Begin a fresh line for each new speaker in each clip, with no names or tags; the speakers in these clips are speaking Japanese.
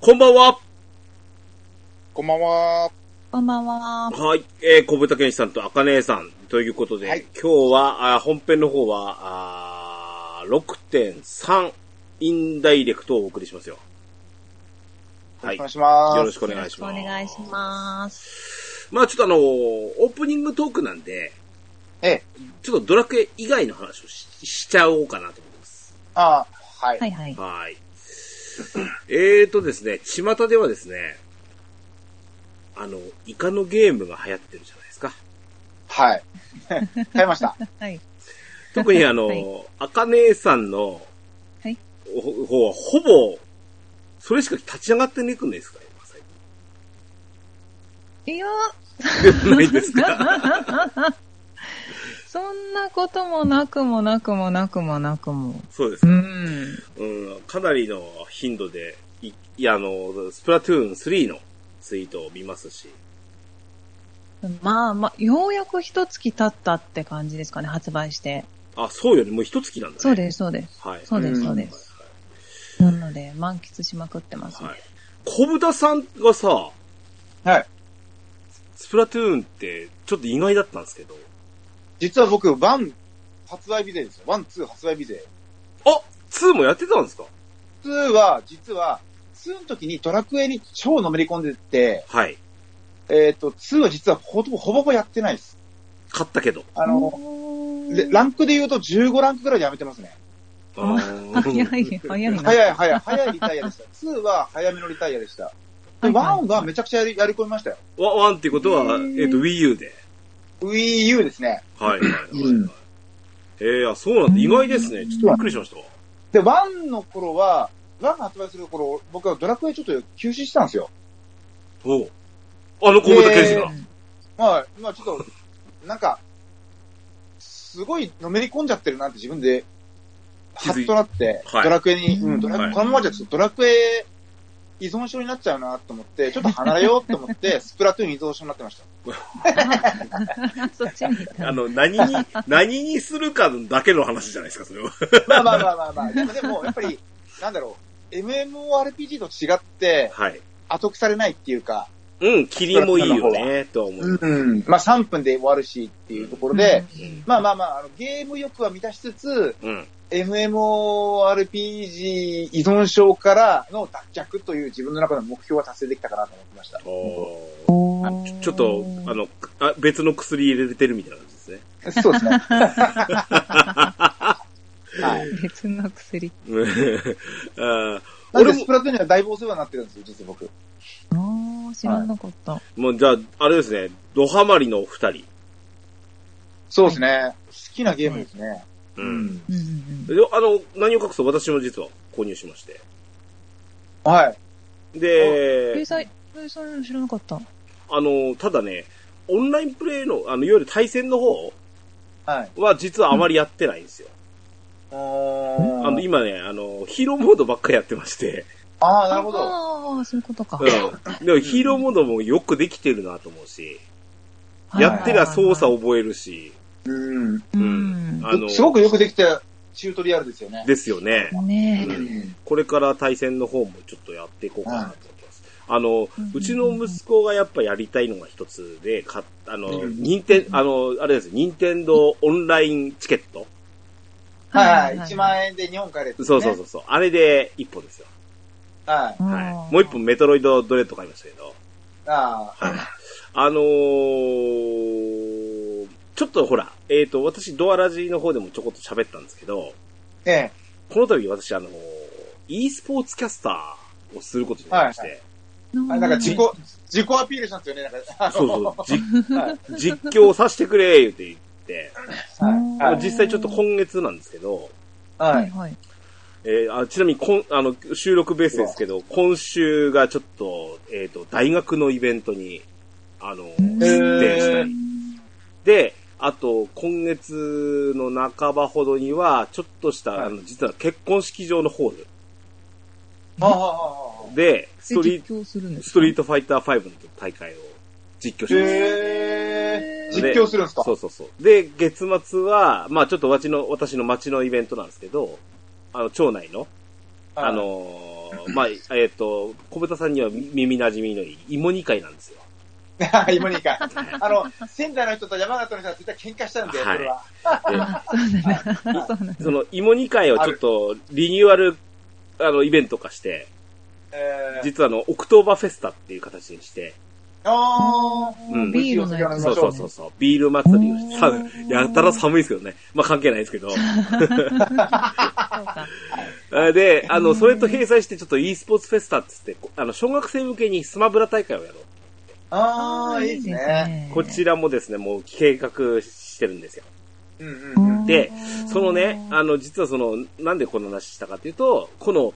こんばんは。
こんばんは。
こんばんは。
はい。えー、小豚健志さんと赤姉さんということで、
はい
今日は、あー本編の方は、あー6.3インダイレクトをお送りしますよ。
よろ
はい。
しくお
よ
願いします。
ろしくお願いします。
お願いします。
まあちょっとあのーオープニングトークなんで、
ええ。
ちょっとドラクエ以外の話をししちゃおうかなと思います。
ああ、はい。
はいはい。
はい。えーとですね、巷ではですね、あの、イカのゲームが流行ってるじゃないですか。
はい。買いました。
はい。
特にあの、
はい
あかねえさんの、
はい
ほ方はほぼ、それしか立ち上がってねくんですか今最
いや、
近ないです か
そんなこともなくもなくもなくもなくも。
そうですか、
うん。
うん。かなりの頻度で、いいや、あの、スプラトゥーン3のツイートを見ますし、
まあまあ、ようやく一月経ったって感じですかね、発売して。
あ、そうよりもう一月なんだね。
そうです、そうです。
はい。
そうです、
うん
そ
は
う
い
で
はい
す。なので、満喫しまくってますね
はい。。小豚さんがさ、
はい。
スプラトゥーンってちょっと意外だったんですけど、
実は僕、ワン、発売日勢ですよ。ワン、ツー発売日勢。
あ !2 もやってたんですか
ツーは、実は、ツーの時にドラクエに超のめり込んでって、
はい。
えっ、と、ツーは実はほぼほぼほぼやってないです。
買ったけど。
あの、でランクで言うと15ランクぐらいでやめてますね。
あ
あ
ー
早い、早いな。
早い早い、早いリタイアでした。ツーは早めのリタイアでした。で、
はいはい
ワンはめちゃくちゃやりやり込みましたよ。
ワワンっていうことは、
へー
えっ、と、Wii U で。
Wii U ですね。
はい、はい、はい。
うん
えー、あ、そうなんだ。意外ですね。ちょっとびっくりしましたわ。
で、ワンの頃は、ワンが発売する頃、僕はドラクエちょっと休止したんですよ。
おうあの小豚健司
う
が。
ん
まあ、まあちょっと、なんか、すごいのめり込んじゃってるなって自分で、
気づ
ハ
い
ッとなって、
はい
ドラクエに、うん、ドラ
はい
このままじゃちょっとドラクエ依存症になっちゃうなと思って、ちょっと離れようと思 って、スプラトゥーン依存症になってました。
そっちに行った
あの、何に、何にするかだけの話じゃないですか、それは。
まあまあまあまあまあ、でもでもやっぱり、なんだろう、MMORPG と違って、
はい。
後腐れないっていうか、
うん、霧もいいよね、とは思う。
うん、まあ3分で終わるしっていうところで、、
うん
まあまあまあ、あのゲーム欲は満たしつつ、
うん。
MMORPG 依存症からの脱却という自分の中の目標は達成できたかなと思ってました。
おー
おー
ちょっと、あの、あ別の薬入れてるみたいな感じですね。
そうですね。はい。
別の薬。
うんあー
なん
俺
でス
も、
プラトゥーンには大暴走はなってるんですよ、実は僕。
あー知らなかった。
もうじゃあ、あれですね、ドハマりのお二人。
そうですね。好きなゲームですね。
うん。。
うんう
で
ん
あの、何を隠そう、私も実は購入しまして。
はい。
うん。
で
掲、載、掲載知らなかった。
あの、ただね、オンラインプレイの、あの、いわゆる対戦の方
はい。
は実はあまりやってないんですよ。あ
あ
の、今ね、あの、ヒーローモードばっかりやってまして、
ああ、なるほど。
ああ、そういうことか。
うん。でもヒーローモードもよくできてるなと思うし、
はい
やってりゃ操作覚えるし、
うん。
う
うん
ん。
あの、
すごくよくできたチュートリアルですよね。
ですよね。
ね
う
え。
んこれから対戦の方もちょっとやっていこうかなと思ってます。あの
うん、
うちの息子がやっぱやりたいのが一つで、か、あの、
うん
任天、あの、あれです、任天堂オンラインチケット。
はい。1万円で日本帰れってね
そうそうそうそう。あれで一本ですよ。
はい。
はい。もう一本メトロイドドレッド買いましたけど。
あ
はい。あのー、ちょっとほら、えっ、と、私、ドアラジの方でもちょこっと喋ったんですけど、
あ。ええ。
この度私、あのー、e スポーツキャスターをすることになりまして、
は
うん。
あなんか自己、自己アピールしたんですよね、なんか。あの
そうそう、 じ
はい。
実況させてくれ、言って言って、
はい。はい
実際ちょっと今月なんですけど、
は
はい
い。
はい。
えーあちなみにこん、あの、収録ベースですけど、今週がちょっと、えっ、と、大学のイベントに、あの、
うん
出展した
へー
り。で、あと、今月の半ばほどには、ちょっとした、
はい
あの、実は結婚式場のホール
あああああ
で、ストリート、
実況するんですか
ストリートファイター5の大会を実況し
あ
ました。
へえ。実
で
況するんですか
そうそうそう。で、月末は、まあ ちょっと私の、私の町のイベントなんですけど、あの、町内の、あ、のまあ、えっ、と、小豚さんには耳馴染みのいい芋煮会なんですよ。
今にか。あの、仙台の人と山形の人は絶対喧嘩しちゃうんで、こ
はい
れは。
で
そうなんだ。
その芋煮会をちょっとリニューアル、あの、イベント化して、
えー、
実はあの、オクトーバーフェスタっていう形にして、
あー
うん
ビールのやつ。
そうそうそうそう、ビール祭りをして、さやたら寒いですけどね。まあ関係ないですけど。
そうか
あで、あの、それと並載してちょっと e スポーツフェスタっつって、こあの、小学生向けにスマブラ大会をやろう。
あー、いいですね。
こちらもですね、もう計画してるんですよ。
うんうんうん。
で、そのね、あの、実はその、なんでこの話したかというと、この、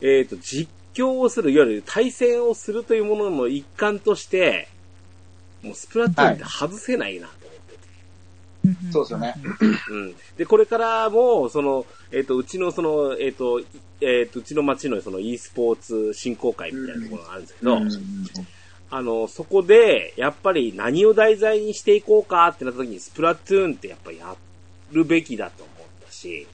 えっ、と、実況をする、いわゆる対戦をするというものの一環として、もうスプラトゥーンって外せないなと思ってて
そうですよね。
うん。で、これからも、その、えっ、と、うちのその、えっ、と、いえっ、と、うちの町のその e スポーツ振興会みたいなところがあるんですけど、
うん
あの、そこで、やっぱり何を題材にしていこうかってなった時に、スプラトゥーンってやっぱやるべきだと思ったし、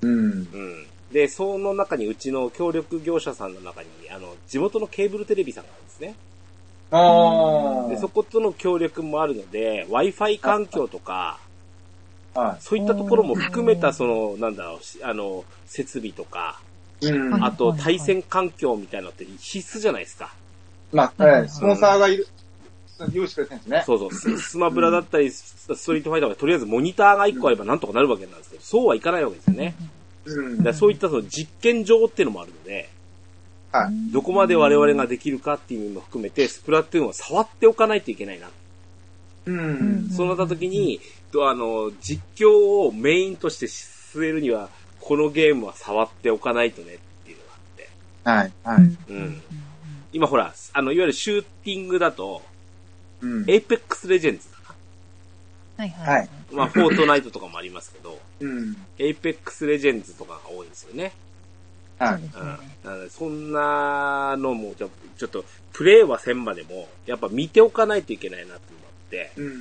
う
う
ん。
ん。で、その中にうちの協力業者さんの中に、あの、地元のケーブルテレビさんがあるんですね。
あー。
で、そことの協力もあるので、Wi-Fi 環境とか、
は
そういったところも含めた、その、なんだろうし、あの、設備とか、
い。うん。
あと対戦環境みたいなのって必須じゃないですか。
まあ、えースポンサーがいる、用意してくれてるんですね。
そうそう、 ススマブラだったり、スストリートファイターがとりあえずモニターが1個あればなんとかなるわけなんですけど、そうはいかないわけですよね。
うん
だからそういったその実験場っていうのもあるので、
はい。
どこまで我々ができるかっていうのも含めて、スプラトゥーンは触っておかないといけないな。
うん。
そうなった時に、とあの、実況をメインとして据えるには、このゲームは触っておかないとねっていうのがあって。
はい。はい。
うん。
うん。今ほら、あの、いわゆるシューティングだと、
うん。
エイペックスレジェンズ
はいはい。
はい
まあ、フォートナイトとかもありますけど、
うん。
エイペックスレジェンズとかが多いんですよね。うん
はい。
そうですよね。
なのでそんなのも、ちょちょっと、プレイはせんまでも、やっぱ見ておかないといけないなって思って、
うん。
う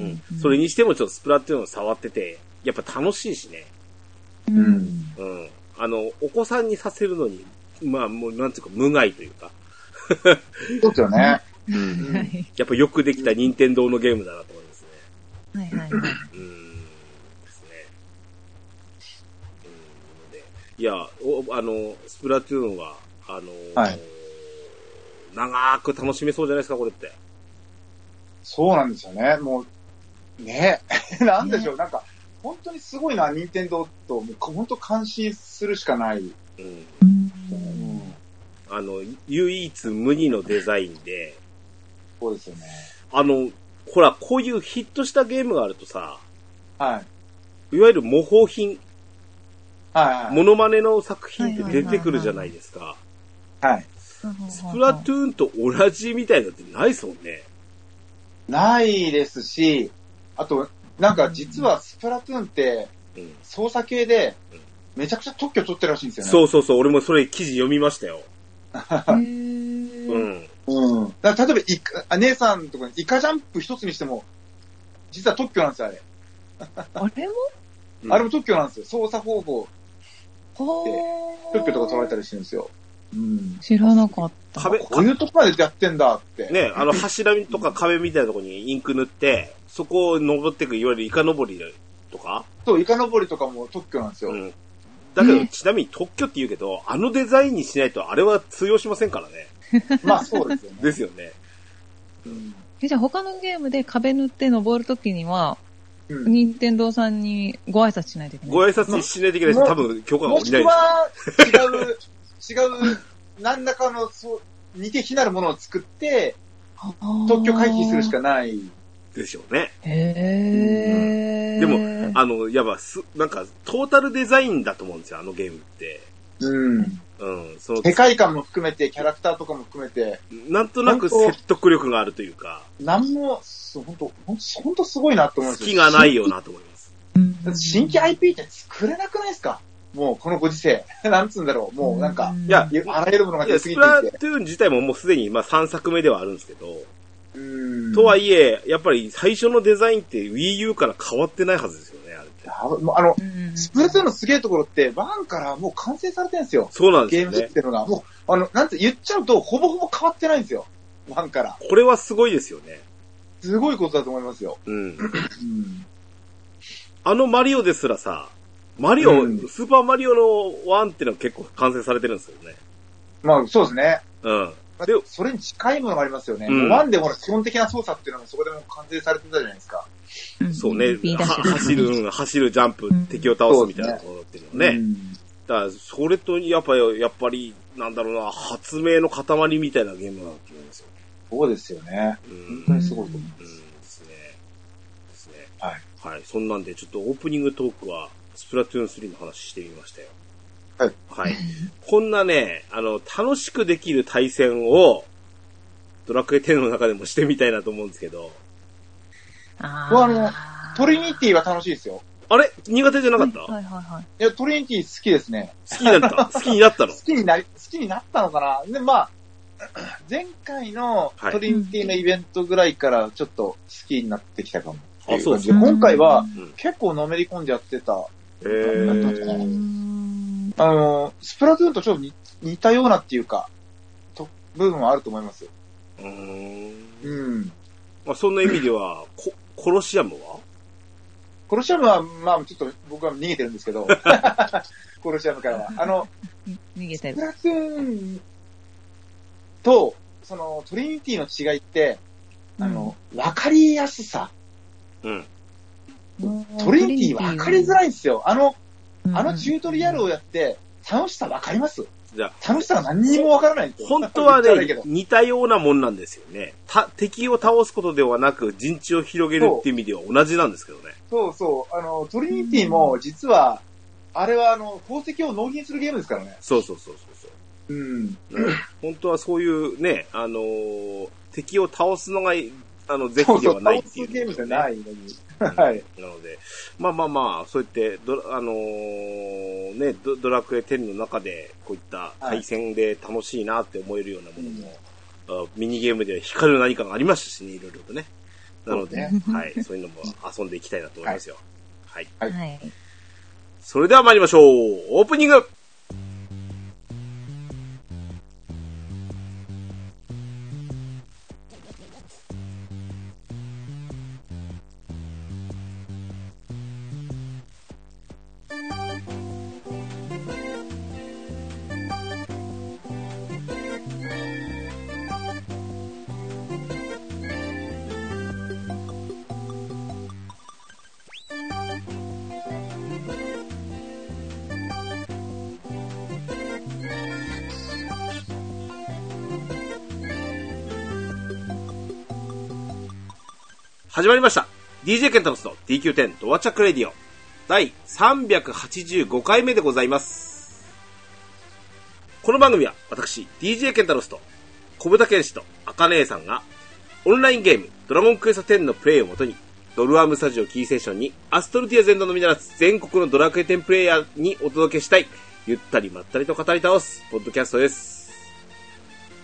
うんん。
それにしてもちょっとスプラトゥーンを触ってて、やっぱ楽しいしね。
うんん。
うん。あの、お子さんにさせるのに、まあ、もう、なんていうか、無害というか、
そうですよね。
はいはい
やっぱよくできた任天堂のゲームだなと思いますね。
はいはい。
うん。ですね。うん。で、いや、お、あの、スプラトゥーンは、あの、
はい
長く楽しめそうじゃないですか、これって。
そうなんですよね。もう、ね なんでしょう。なんか、本当にすごいな、任天堂と、もう本当感心するしかない。
うん。
うん
あの、唯一無二のデザインで、
そうですよね。
あの、ほら、こういうヒットしたゲームがあるとさ、
はい。
いわゆる模倣品、
はいはい。
モノマネの作品って出てくるじゃないですか。
はい。
スプラトゥーンと同じみたいなのってないですもんね。
ないですし、あと、なんか実はスプラトゥーンって
うん。
操作系で、めちゃくちゃ特許取ってるらしいんですよね。
そうそうそう、俺もそれ記事読みましたよ。
ゥ
う
ーン。
ん。
うん。だから例えばイカ、あ姉さんとかにイカジャンプ一つにしても、実は特許なんですよ、あれ。
あれも
あれも特許なんですよ。操作方法、
ほー
特許とか取られたりしてるんですよ。うん。
知らなかった。
壁、
こういうとこまでやってんだって。
ね、あの柱とか壁みたいなとこにインク塗って、そこを登っていく、いわゆるイカ登りとか。
そう、イカ登りとかも特許なんですよ。
うん。だけど、ちなみに特許って言うけど、あのデザインにしないとあれは通用しませんからね。
まあそうですよ ね。
ですよね。
うん。
えじゃあ他のゲームで壁塗って登るときには、
うん、
任天堂さんにご挨拶しないといけない。
ご挨拶しないといけないし、
ま
多分許可が
も
下
し
り
く
ないです。
は、違う、違う、何らかの、そう、似て非なるものを作って、特許回避するしかない。
でしょうね。
へー。
でも、あの、やば、す、なんか、トータルデザインだと思うんですよ、あのゲームって。
うん。
うん、その、
世界観も含めて、キャラクターとかも含めて、
なんとなく説得力があるというか、
なんも、そう、本当本当本当すごいなと思うんです
隙がないよなと思います。
うん、
だって新規 IP って作れなくないですかもう、このご時世。 なんつうんだろう。もう、なんか、
いや
いあらゆるものが
いや、
出過
ス
ぎ
プラ
て
ト
い
ゥ
て。
ーン自体ももうすでに、まあ3作目ではあるんですけど、
うん
とはいえ、やっぱり最初のデザインって Wii U から変わってないはずですよね、あれって。
ダブもうあの、
うん
スプラトゥーンのすげえところって、ワンからもう完成されてるんですよ。
そうなんです
ゲー
よ
ムシ
ね
ス。テムが。もう、あの、なんて言っちゃうと、ほぼほぼ変わってないんですよ。ワンから。
これはすごいですよね。
すごいことだと思いますよ。
うん。
うん。
あのマリオですらさ、マリオ、
うん
スーパーマリオの1っていうのは結構完成されてるんですよね。
まあ、そうですね。
うん。
まあ
で
それに近いものがありますよね。
うん
もうワンでも基本的な操作っていうのもそこでもう完成されてたじゃないですか。
そうね。
B ダ
は
ッシュ
走る、うん走る、ジャンプ、敵を倒すみたいなところっていうのはね。
うん
だから、それと、やっぱ、やっぱり、なんだろうな、発明の塊みたいなゲームだと思うんですよ。
そうですよね。
う
本
ん。
当にすごいと思う。
うんですね。ですね。
はい。
はい。そんなんで、ちょっとオープニングトークは、スプラトゥーン3の話してみましたよ。
はい。
はい。こんなね、あの、楽しくできる対戦を、ドラクエ10の中でもしてみたいなと思うんですけど、
僕はあ
あー
トリニティは楽しいですよ。
あれ苦手じゃなかった、
はいはいはい。
いや、トリニティ好きですね。
好きになった好きにな ったの
好きになり、好きになったのかな。で、まあ、 前回の
はい
トリニティのイベントぐらいからちょっと好きになってきたかも。
あそうです
で今回は
うん。
結構のめり込んじゃってた。
え
う
ー。
ん、
あの、スプラトゥーンとちょっと似似たようなっていうか、と、部分はあると思いますよ。
うーん。
うん。
まあ、そんな意味では、こ、コロシアムは
コロシアムは、まあ、ちょっと僕は逃げてるんです けど、コロシアムからは。あの、
逃げて
スプ
る。
ラトゥーンと、その、トリニティの違いって、あの、わかりやすさ。
うん。
うん、
トリニティわかりづらいんですよ。あの、
うん
あのチュートリアルをやって、楽しさわかります
じゃあ、
楽しさが何にもわからないんですよ。
本当は
言っちゃ悪いけ
ね
ど、
似たようなもんなんですよね。た、敵を倒すことではなく、陣地を広げるっていう意味では同じなんですけどね。
そうそう。あの、トリニティも、実は、あれは、あの、宝石を納品するゲームですからね。
そうそうそうそう
うん。
そう、ね本当はそういうね、あのー敵を倒すのが、あの、是
そ
非で
うそう、
はないってい
倒
う、
すゲームじゃ
い。
ないのに。はい。
なので、まあまあまあ、そうやってドラ、あのーねド、ドラクエ10の中で、こういった対戦で楽しいなって思えるようなものも、あミニゲームでは光る何かがありましたしね、いろいろとね。なので、
そう
ね
はい、そういうのも遊んでいきたいなと思いますよ。はい。
い
はい。
それでは参りましょうオープニング始まりました DJ ケンタロスの DQ10 ドアチャックレディオ第385回目でございますこの番組は私 DJ ケンタロスと小豚健士と赤姉さんがオンラインゲームドラゴンクエスト10のプレイをもとにドルアームスタジオキーセーションにアストルティア全土のみならず全国のドラクエ10プレイヤーにお届けしたいゆったりまったりと語り倒すポッドキャストです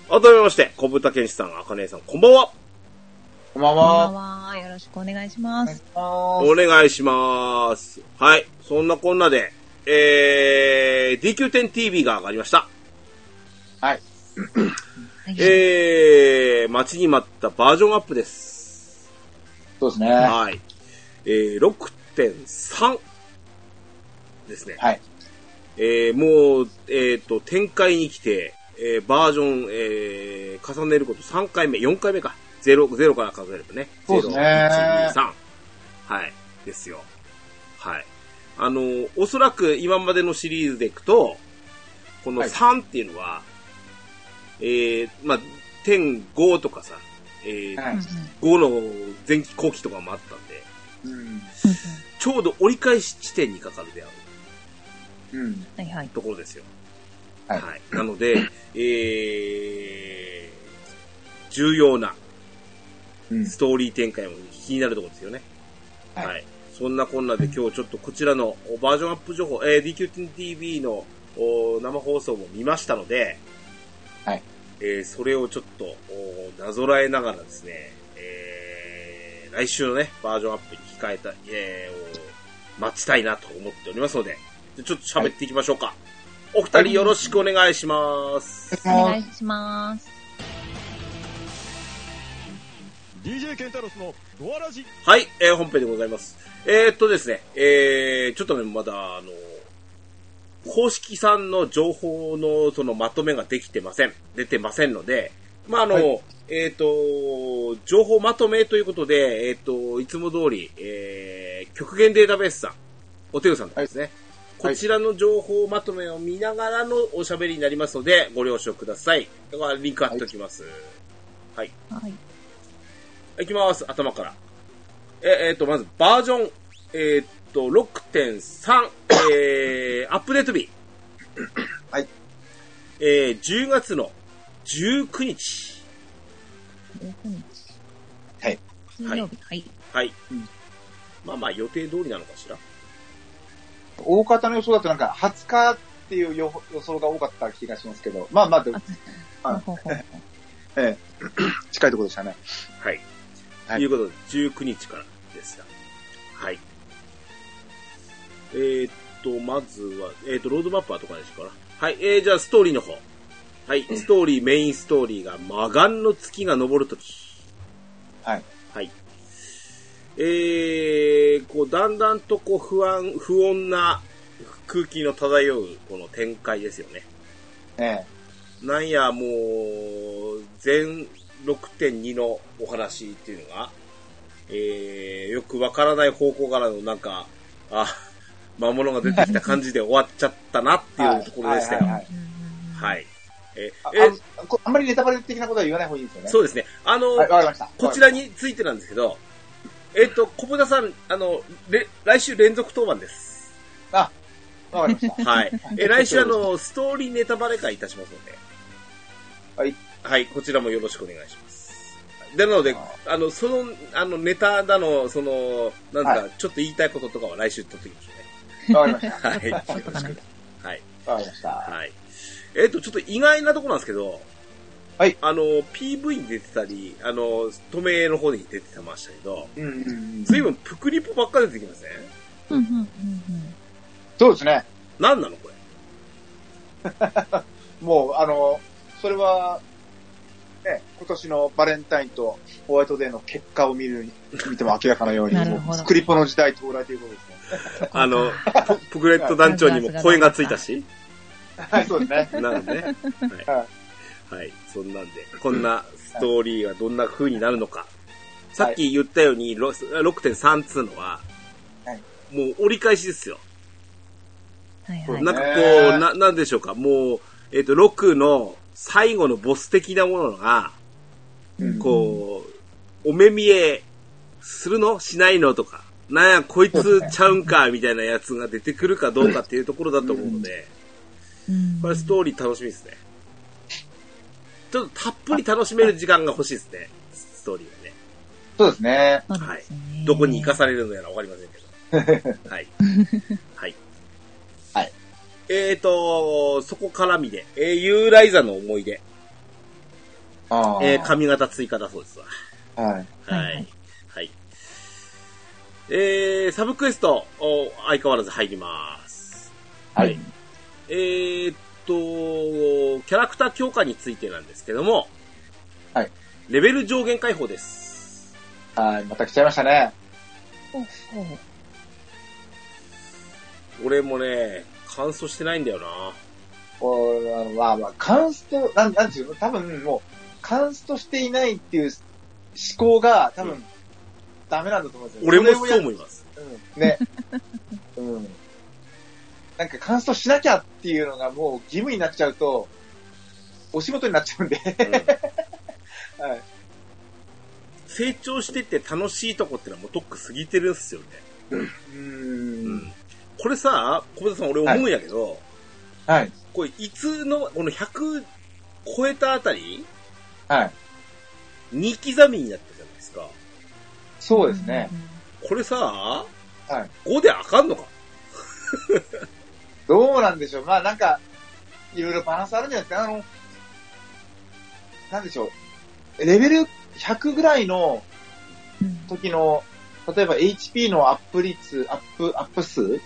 改めまして小豚健士さん赤姉さんこんばんは
こんばん
こん
は。
ばんは。よろしくお願いします。
お
お願いします。はい。そんなこんなで、えー、DQ10TV が上がりました。
はい。
はい
えー、待ちに待ったバージョンアップです。
そうですね。は
はい。えー、6.3ですね。
い。
えー、もう、えっ、と、展開に来て、えー、バージョン、えー、重ねること3回目、4回目か。0、ゼロから数えるとね。
そうですね
0、1、2、3。はい。ですよ。はい。あのー、おそらく今までのシリーズでいくと、この
はい
3っていうのは、えー、まあ、点5とかさ、えー
はい
5の前期後期とかもあったんで、
うん。
ちょうど折り返し地点にかかるであろう。
うん。
はいはい。
ところですよ。は。
はいい
なので、えー、重要な
うん。
ストーリー展開も気になるところですよね。は。
はいい
そんなこんなで今日ちょっとこちらのおバージョンアップ情報、えー、DQ10TV のお生放送も見ましたので、
はい。
えー、それをちょっとおなぞらえながらですね、えー、来週のね、バージョンアップに控えた、えー、を待ちたいなと思っておりますので、じゃあちょっと喋っていきましょうか。お二人よろしくお願いします。
お願いします。
DJ ケンタロスのドアラジ
はい、えー本編でございます。えーっとですね、えー、ちょっとね、まだ、あの、公式さんの情報のそのまとめができてません。出てませんので、まあ、あの、
は
えーっと、情報まとめということで、えーっと、いつも通り、えー、極限データベースさん、お手ぐさんとですね、
はい
こちらの情報まとめを見ながらのおしゃべりになりますので、ご了承ください。だからリンク貼っておきます。
はい。
いきます、頭から。え、えっ、と、まず、バージョン、えっ、と、6.3、えー、アップデート日。
はい。
えー、10月の19日。
19日。
はい。
金曜日。はい。
はい。
うん
まあまあ、予定通りなのかしら。
大方の予想だとなんか20日っていう予予想が多かった気がしますけど、まあまあでも、はい
ほ うほうほう
近いところでしたね。
はい。
はい
ということで、19日からですが。はい。えーっと、まずは、えーっと、ロードマップはとかでしょうかな。はい。えー、じゃあ、ストーリーの方。はい。ストーリー、メインストーリーが、魔眼の月が昇るとき。
はい。
はい。えー、こう、だんだんとこう、不安、不穏な空気の漂う、この展開ですよね。
え
なんや、もう、全6.2のお話っていうのが、えー、よくわからない方向からのなんか、あ、魔物が出てきた感じで終わっちゃったなって
え
いうところでしたよ。
はいはいはい
うんうんうん
はい。え
あ
ーえー
あんこあんまりネタバレ的なことは言わない方がいいですよね。
そうですね。あの、
はい、わかりました。
こちらについてなんですけど、えっ、と、小豚さん、あの、れ来週連続当番です。
わかりました。
はい。え ー、来週あの、ストーリーネタバレ会いたしますので。
はい。
はい、こちらもよろしくお願いします。なので、あの、その、あの、ネタだの、その、なんだ、
は
ちょっと言いたいこととかは来週取ってきまし
わかりました。
ょうね。はい。よろし
は
く。はい。
わかりました。
はい。えっ、と、ちょっと意外なとこなんですけど、
はい。
あの、PV に出てたり、あの、透明の方に出てましたけど、
うんうんうん。
随分プクリポばっかり出てきません、ね、
うんうんうん
そうですね。
何なのこれ。
もう、あの、それは、ね、今年のバレンタインとホワイトデーの結果を見る、見ても明らかなように、
なるほど
もうクリポの時代到来ということですね。
うん。
あの、プクレット団長にも声がついたし。
はい、そうです
な
ね。
の でね。は。
はい
はい。そんなんで、こんなストーリーはどんな風になるのか。さっき言ったように、ロス6.3っつうのは、
はい
もう折り返しですよ。
はい
そう
はい。
なんかこ
ね
う、な、なんでしょうか。もう、えっ、と、6の最後のボス的なものが、
うん
こう、お目見えするのしないのとか、なんや、こいつちゃうんか、みたいなやつが出てくるかどうかっていうところだと思うので、
うん
これストーリー楽しみですね。ちょっとたっぷり楽しめる時間が欲しいですね。ストーリーはね。
そうですね。
そうですね
どこに行かされるのやらわかりませんけど。はい。はい。
はい。
えーと、そこ絡みで、えー、ユーライザの思い出、
あ
えー、髪型追加だそうですわ。
あ。はい。
はい。は
はいい。
えー、サブクエスト、お相変わらず入ります。
はい。
えー、っと、キャラクター強化についてなんですけども、
はい。
レベル上限解放です。
はい、また来ちゃいましたね。
ほうほう
俺もね、完走してないんだよな。
こう、あの、まあまあ、カンスト、なん、なんていうの多分もう、カンストしていないっていう思考が多分、
うん
ダメなんだと思うんですよ。
俺も
れをや
そう思い ます。
うん、ね。うん。なんか、カンストしなきゃっていうのがもう義務になっちゃうと、お仕事になっちゃうんで。
うん
はい
成長してて楽しいとこってのはもうとっく過ぎてるんすよね。
うー。
うんんこれさ、小林さん俺思うんやけど、
はい。
これいつの、この100超えたあたり、
はい。
2刻みになったじゃないですか。
そうですね。。
これさ、
はい
5であかんのか
どうなんでしょう。まあなんか、いろいろバランスあるんじゃないですか。あの、なんでしょう。レベル100ぐらいの
うん
時の例えば HP のアップ率、アップ、アップ数
うん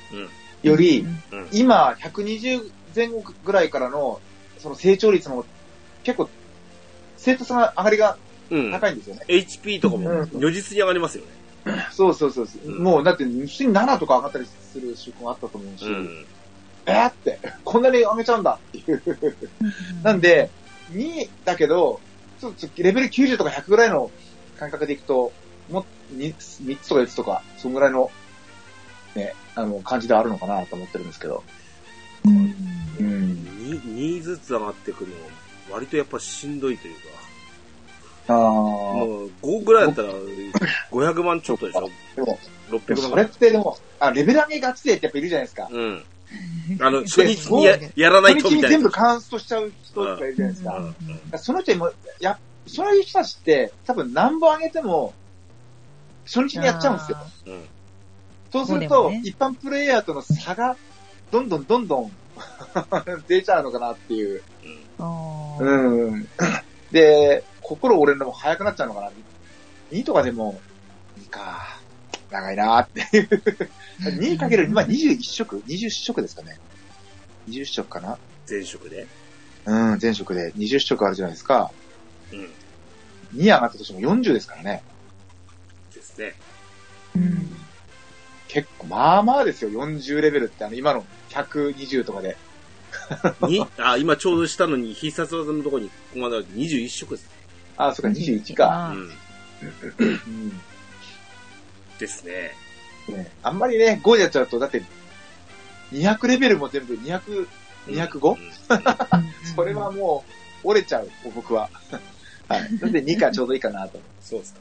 より、
うんうん
今120前後ぐらいからの、その成長率も結構、生徒さんの上がりが
うん。
高いんですよね。
HP とかも
うん
如実に上がりますよね。
そうそうそうそう。
うん
もうだって、普通に7とか上がったりする習慣あったと思うし、
うん。
えーって、こんなに上げちゃうんだっていう。なんで、2だけど、ちょっとレベル90とか100ぐらいの感覚でいくと、もう 3, 3つとか4つとか、そんぐらいの、ね、あの、感じではあるのかなと思ってるんですけど。
うん
うん。
に2ずつ上がっていくの、割とやっぱしんどいという
あ
か、
あ。
もう5ぐらいだったら500万ちょっとでしょ
でも、でも
?600
それっ
万。
てでも、あ、レベル上げがちでってやっぱいるじゃないですか。
うん。あの、初日にや
そうね
やらな
初
いと
日
み
に
たい
全
な
部。カンストしちゃう人とかいるじゃないですか。
う
だ
ん
からその人にも、や、そういう人たちって、多分何本上げても、初日にやっちゃうんですよ。
うん
そうする
そう
と、
だよね
一般プレイヤーとの差が、どんどんどんどん 出ちゃうのかなっていう。
あー
うん。で、心折れるのも早くなっちゃうのかな。2とかでも、いいか。長いなーっていう。2かける、今21色 ?20 色ですかね。20色かな
前職で。
うん、全色で20色あるじゃないですか。
うん。
2上がったとしても40ですからね。
ですね。
うん
結構、まあまあですよ、40レベルって、あの、今の120とかで。
に、あ、今ちょうどしたのに必殺技のとこに、ここまで21色ですね。
あ、そっか、21か。
う
うん
ん。
うん
ですね。
ね、あんまりね、5でやっちゃうと、だって、200レベルも全部200、
う
205?
ん
それはもう、折れちゃう、僕は。 はい。なんで2かちょうどいいかなと。
そうです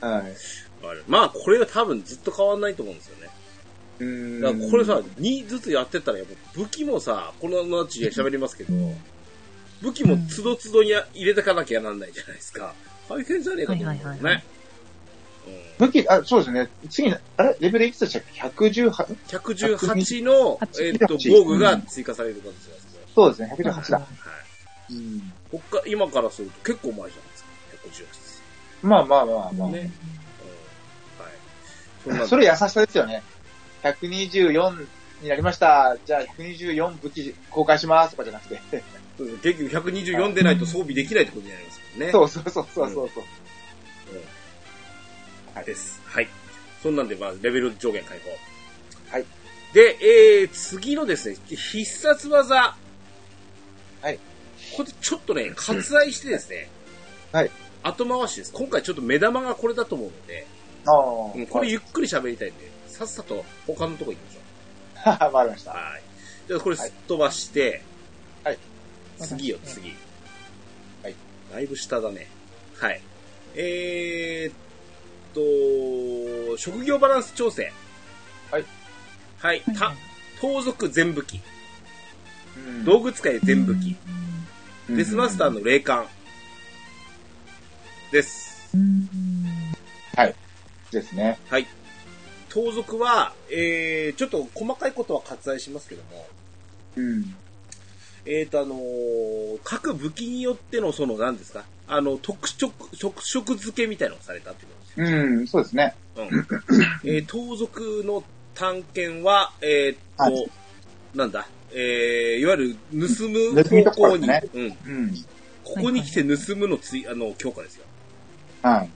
か。
はい。
あれまあ、これが多分ずっと変わんないと思うんですよね。
うーん
だからこれさ、、2ずつやってったら、やっぱ武器もさ、この後で喋りますけど、武器もつどつどにや入れてかなきゃなんないじゃないですか。大変じゃねえかと思うんだよ
はいはいはいは
ね
い。
うん
武器、あ、そうですね。次、あれレベルいくつでしたっけ 118?
118の、
118
えっと、防具が追加される形ですね。
そうですね、118だ。
はい。
うん。
こっから、今からすると結構前じゃないですか。118です。
まあまあまあまあ。
ね。うんはい。
そ
ん
れ優しさですよね。124になりました。じゃあ124武器公開しますとかじゃなくて。
な、結局124でないと装備できないってことになりますもんね。
そうそうそうそうそう。
です。はい。そんなんで、まあ、レベル上限解放。
はい。
で、えー、次のですね、必殺技。
はい。
これちょっとね、割愛してですね。
はい。
後回しです。今回ちょっと目玉がこれだと思うので、
あ
うん
あ。
これ
言
ゆっくり喋りたいんで、さっさと他のとこ行きましょ
う。わ かりまし
う。
た。
はい。じゃあこれすっ飛ばして、
はい。
次よ、次。
はい。
だいぶ下だね。はい。えーっと、職業バランス調整。
はい。
はい。た、盗賊全武器。
うん
道具使い全武器。
うん
デスマスターの霊感。です。
ですね。
はい。盗賊は、えー、ちょっと細かいことは割愛しますけども、
うん。
えーと、あのー各武器によっての、その、何ですか、あの、特色、特色付けみたいなのをされたってことですよ
うん、そうですね。
うん。 えー盗賊の探検は、えーっと、
はい
なんだ、えー、いわゆる盗む
盗みと
方
ころ
向
で
に、
すね
うん、
うん。
ここに来て盗むのつい、あの、強化ですよ。
はい。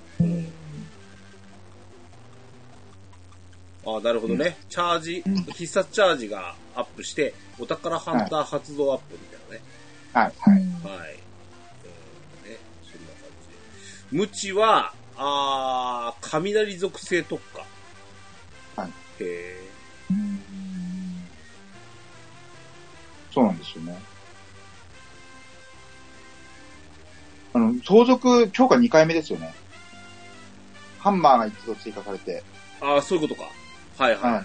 ああ、なるほどね。チャージ、必殺チャージがアップして、お宝ハンター発動アップみたいなね。
は
は
い。はい。
い。うんね、そんな感じで。無知は、あー、雷属性特化。
はい。
へ
そうなんですよね。あの、相続強化2回目ですよね。ハンマーが一度追加されて。
ー。あー、そういうことか。はいはいはい。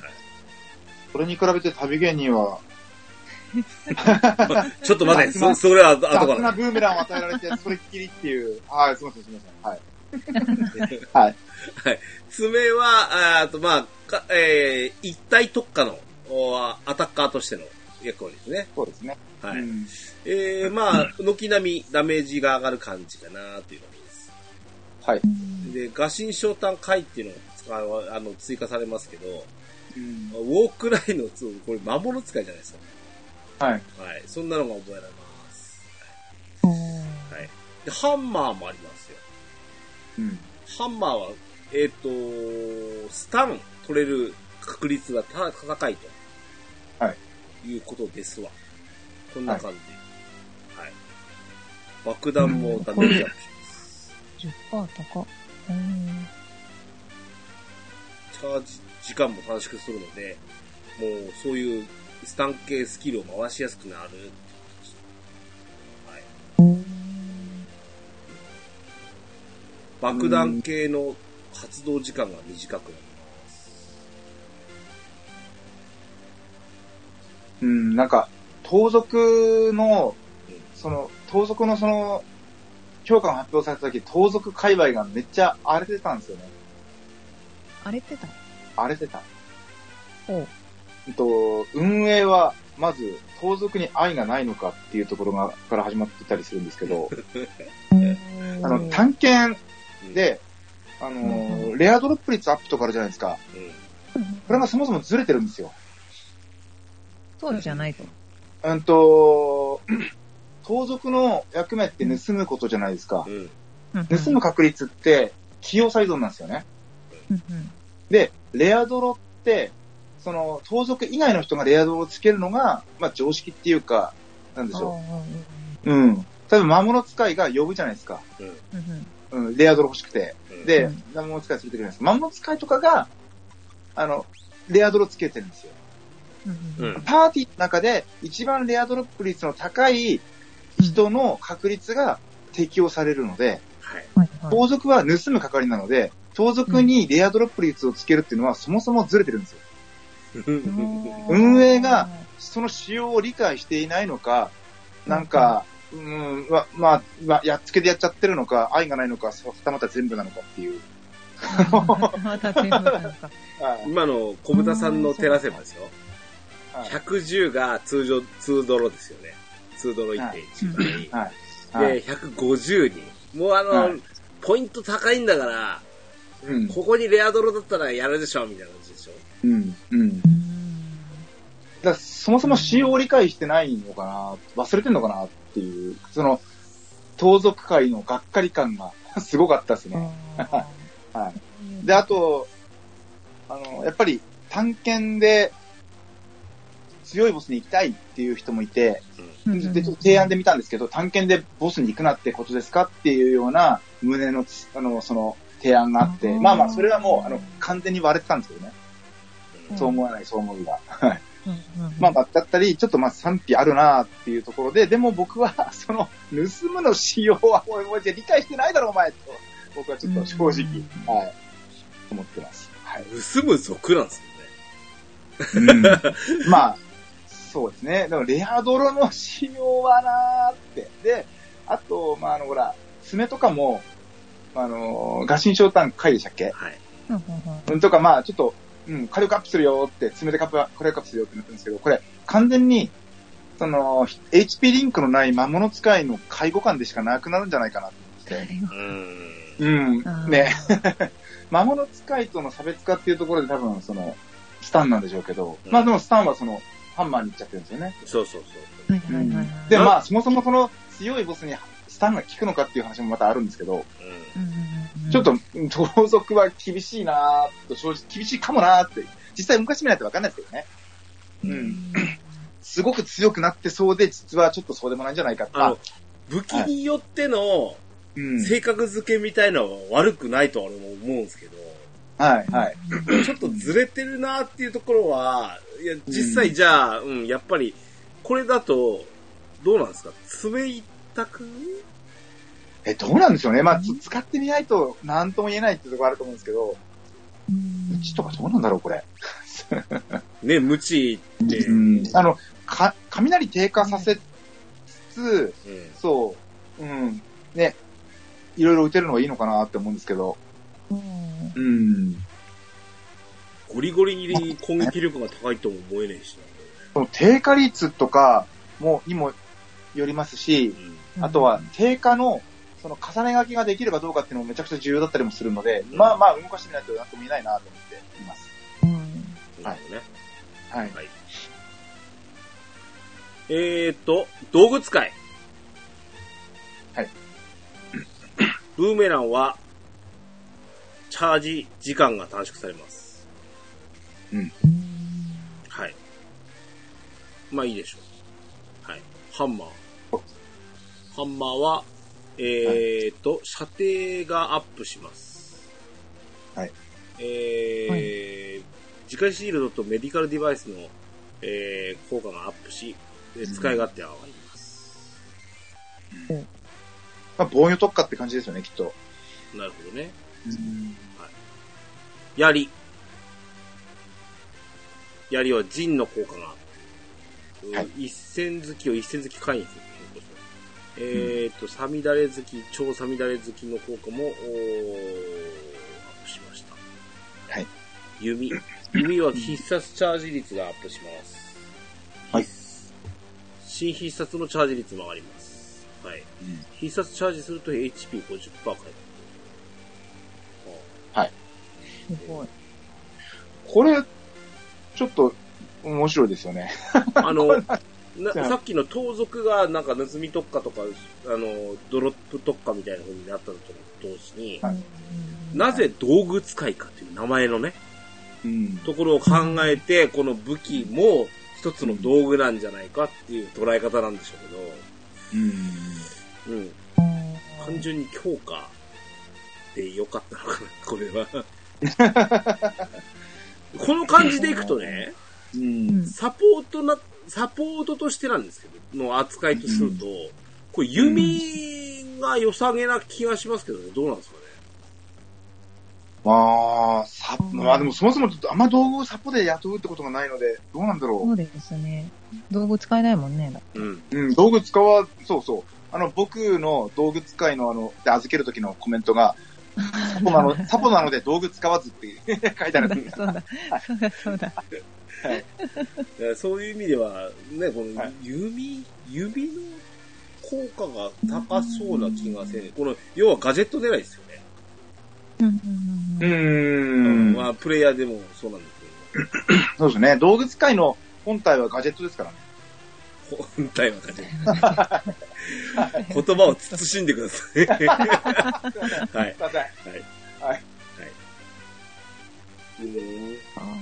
それに比べて旅芸人は
ちょっと待って、
ま
そ、
あ
それは後か
雑な
ら。
ブーメランを与えられて、 それっきりっていう。はい、すみません、すみません。はい。はい。
爪は、あーあと、まあ、かえー、一体特化の、おーアタッカーとしての役割ですね。
そうですね。
はい。
うん
えー、まあ、軒並みダメージが上がる感じかなという感じです。
はい。
で、画心昇胆回っていうのを使あの、あの追加されますけど、
うん
ウォークライの2、これ魔物使いじゃないです
はい。
か。はい。そんなのが覚えられます。
おー
はい。で、ハンマーもありますよ。
うん。
ハンマーは、えっ、と、スタン取れる確率がた高いと。。
はい
いうことですわ。こんな感じ。はい。爆弾もダメージアップします。
10%高っ。うん。
チャージ時間も短縮するので、もうそういうスタン系スキルを回しやすくなるってことです。はい。爆弾系の発動時間が短くなります。
うん、なんか、盗賊の、その、盗賊のその、評価が発表された時、盗賊界隈がめっちゃ荒れてたんですよね。
荒れてた
荒れてた。
おう
うんと、運営は、まず、盗賊に愛がないのかっていうところが、から始まってたりするんですけ ど、あの、探検
うん、
で、あのーレアドロップ率アップとかあるじゃないですか。
うん、
これがそもそもずれてるんですよ。
そうじゃないと。
うんと、 盗賊の役目って盗むことじゃないですか。
うん、
盗む確率って、企業サイドなんですよね。
うんうん
で、レアドロって、その、盗賊以外の人がレアドロをつけるのが、まあ常識っていうか、なんでしょう。うん。例えば魔物使いが呼ぶじゃないですか。
うんうん
うん、レアドロ欲しくて。
うん。
で
うん、
魔物使い連れてくるじゃないですか。魔物使いとかが、あの、レアドロつけてるんですよ。
うん
う
うん
ん、
パーティーの中で一番レアドロップ率の高い人の確率が適用されるので、
はい。
はいはい
盗賊は盗む係なので、盗賊にレアドロップ率をつけるっていうのはそもそもずれてるんですよ。運営が、その仕様を理解していないのか、なんか、うん、ま、まあ、まあ、やっつけでやっちゃってるのか、愛がないのか、はたまた全部なのかっていう。
また全部なんか。
はい
今の小豚さんのテラセバですよ。
はい
110が通常、2ドロですよね。2ドロ1.1とかに。
はい。はい
で、150に。もうあの、
はい
ポイント高いんだから、
うん。
ここにレアドロだったらやるでしょ、みたいな感じでしょ。
うん。うん。だからそもそも仕様を理解してないのかな、忘れてんのかなっていう、その、盗賊界のがっかり感が すごかったですね。はで、あ、と、あの、やっぱり探検で強いボスに行きたいっていう人もいて、で、ちょっと提案で見たんですけど、探検でボスに行くなってことですかっていうような胸のつ、あの、その、提案があって、
あー
まあまあ、それはもう、あの、完全に割れてたんですけどね。
うん
そう思わない、そう思うが。はい。ま
ま
あまあ、だったり、ちょっとまあ賛否あるなっていうところで、でも僕は、 その、盗むの仕様は、おいおい、じゃあ理解してないだろ、お前と、僕はちょっと正直、はい、思ってます。はい。
盗む族なんですよね。
まあ、そうですね。でも、レアドロの仕様はなーって。で、あと、まあ、あの、ほら、爪とかも、あの、ガシンショウタン回でしたっけ
はい。
あ、
うん、とか、まあ、ちょっと、うん、火力アップするよーって、爪でカップ、火力アップするよってなってるんですけど、これ、完全に、その、HP リンクのない魔物使いの介護官でしかなくなるんじゃないかなって思って。
うん。
うん、ね。魔物使いとの差別化っていうところで多分、その、スタンなんでしょうけど、まあでもスタンはその、ハンマーに行っちゃってるんですよね。
そうそう
あー。
そ
はいはいはいはい。
で、
うん
まあ、そもそもその強いボスにスタンが効くのかっていう話もまたあるんですけ
う。
ど、
うん。
うんうんうん
ちょっ、と、 うん盗賊は厳しいなぁと、正直厳しいかもなぁって、実際昔見ないとわかんないですけどね。う。
うんん
すごく強くなってそうで、実はちょっとそうでもないんじゃないかって。
あの、武器によっての
うん。
性格付けみたいのは悪くないとは俺も思うんですけど、
はい、はい。
ちょっとずれてるなっていうところは、いや、実際じゃあ、うん、やっぱり、これだと、どうなんですか爪一択
え、どうなんでしょうね。まあ、つ使ってみないと、なんとも言えないっていうところあると思うんですけど、うちとかどうなんだろう、これ。
ね、無知って。
う
うん。
ん。あの、か、雷低下させつつ、そう、うん。ね、いろいろ打てるのがいいのかなって思うんですけど。
うん
うん。
ゴリゴリに攻撃力が高いとも思えねえし
その低下率とかも、にもよりますし
な。、
あとは、低下の、そその重ね書きができるかどうかっていうのもめちゃくちゃ重要だったりもするので、まあまあ動かしてみないとなんともいないなと思っています。
うん。
なるほどね。
はい。
はい。えーっと、道具使い。
はい。
ブーメランは、チャージ時間が短縮されます。はい。まあいいでしょう。はい。ハンマー。ハンマーは、えーっと、射程がアップします。
はい。
えー、自家シールドとメディカルデバイスの、えー、効果がアップし、えー使い勝手が上がります。
まあ防御特化って感じですよね、きっと。
なるほどね。
うん。
槍。槍は陣の効果が、うん
はい
一戦好きを一戦好き回避するということですね。えー、っと、さみだれ好き、超さみだれ好きの効果も、おーアップしました。
はい。
弓。弓は必殺チャージ率がアップします。
はい。
新必殺のチャージ率も上がります。はい。必殺チャージすると HP50% 回復。
すごい。
これ、ちょっと面白いですよね。
あ の、な
じゃあ
さっきの盗賊がなんか盗み特化とか、あの、ドロップ特化みたいな風になったのと同時に、
はい
なぜ道具使いかという名前のね、
うん。
ところを考えて、この武器も一つの道具なんじゃないかっていう捉え方なんでしょうけど、うん。単純に強化で良かったのかな、これは。 この感じでいくとね、
う
うん
ん。
サポートな、サポートとしてなんですけど、の扱いとすると、これ弓が良さげな気がしますけどね、どうなんですかね。
まあ、サまあでもそもそもちょっとあんま道具をサポで雇うってことがないので、どうなんだろ
そうですね。道具使えないもんね。
うん。
う。うん、道具使わ、そうそう。あの、僕の道具使いのあの、で預ける時のコメントが、 サポなの、サポなので道具使わずって 書いてあるんです。
そうだ、そうだ、そうだ。
だからそういう意味では、ね、こ
は
の
い
弓、弓の効果が高そうな気がせる。この、要はガジェット狙いですよね。
うん
う
う
ん
ん
まあ、プレイヤーでもそうなんですけ
そうですね。道具使いの本体はガジェットですからね。
ど、本体はガジェット。言葉を慎んでください。はい。
ください。
うん
あ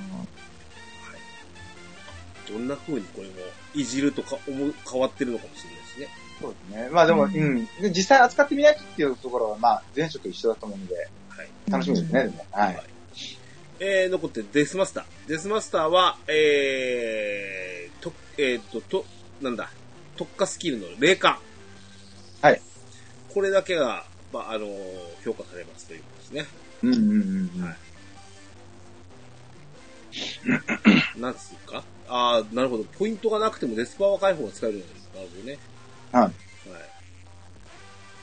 どんな風にこれも、いじるとか、思う、変わってるのかもしれないですね。
そうですね。まあでも、
う
うんん、で実際扱ってみないとっていうところは、まあ、前職と一緒だと思うので、
はい。
楽しみですね、でも。はい。
えー、残ってデスマスター。デスマスターは、えー、と、えー、と、と、なんだ、特化スキルの霊感。
はい。
これだけが、まあ、あのー、評価されますということですね。
うんうんうんうん。
はいなんつうかああ、なるほど。ポイントがなくてもデスパワー解放が使えるんですなるほどね。
は
はい。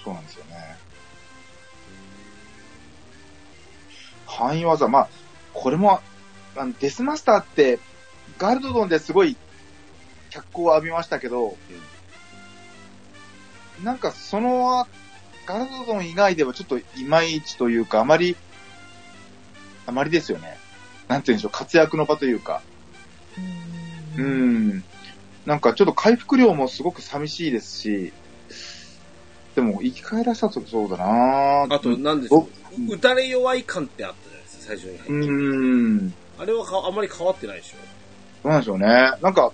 そうなんですよね。範囲技、まあ、これも、あのデスマスターって、ガルドドンですごい脚光を浴びましたけど、なんかその、ガルドドン以外ではちょっといまいちというか、あまり、あまりですよね。なんて言うんでしょう、活躍の場というか。う。
ー
ん。なんかちょっと回復量もすごく寂しいですし、でも生き返らせたとそうだなぁ
あと、なんでしょう
うん
打たれ弱い感ってあったじゃないですか、最初に
う
入って。
ん。ど
あれはかあんまり変わってないでしょ。
うなんでしょうね。なんか、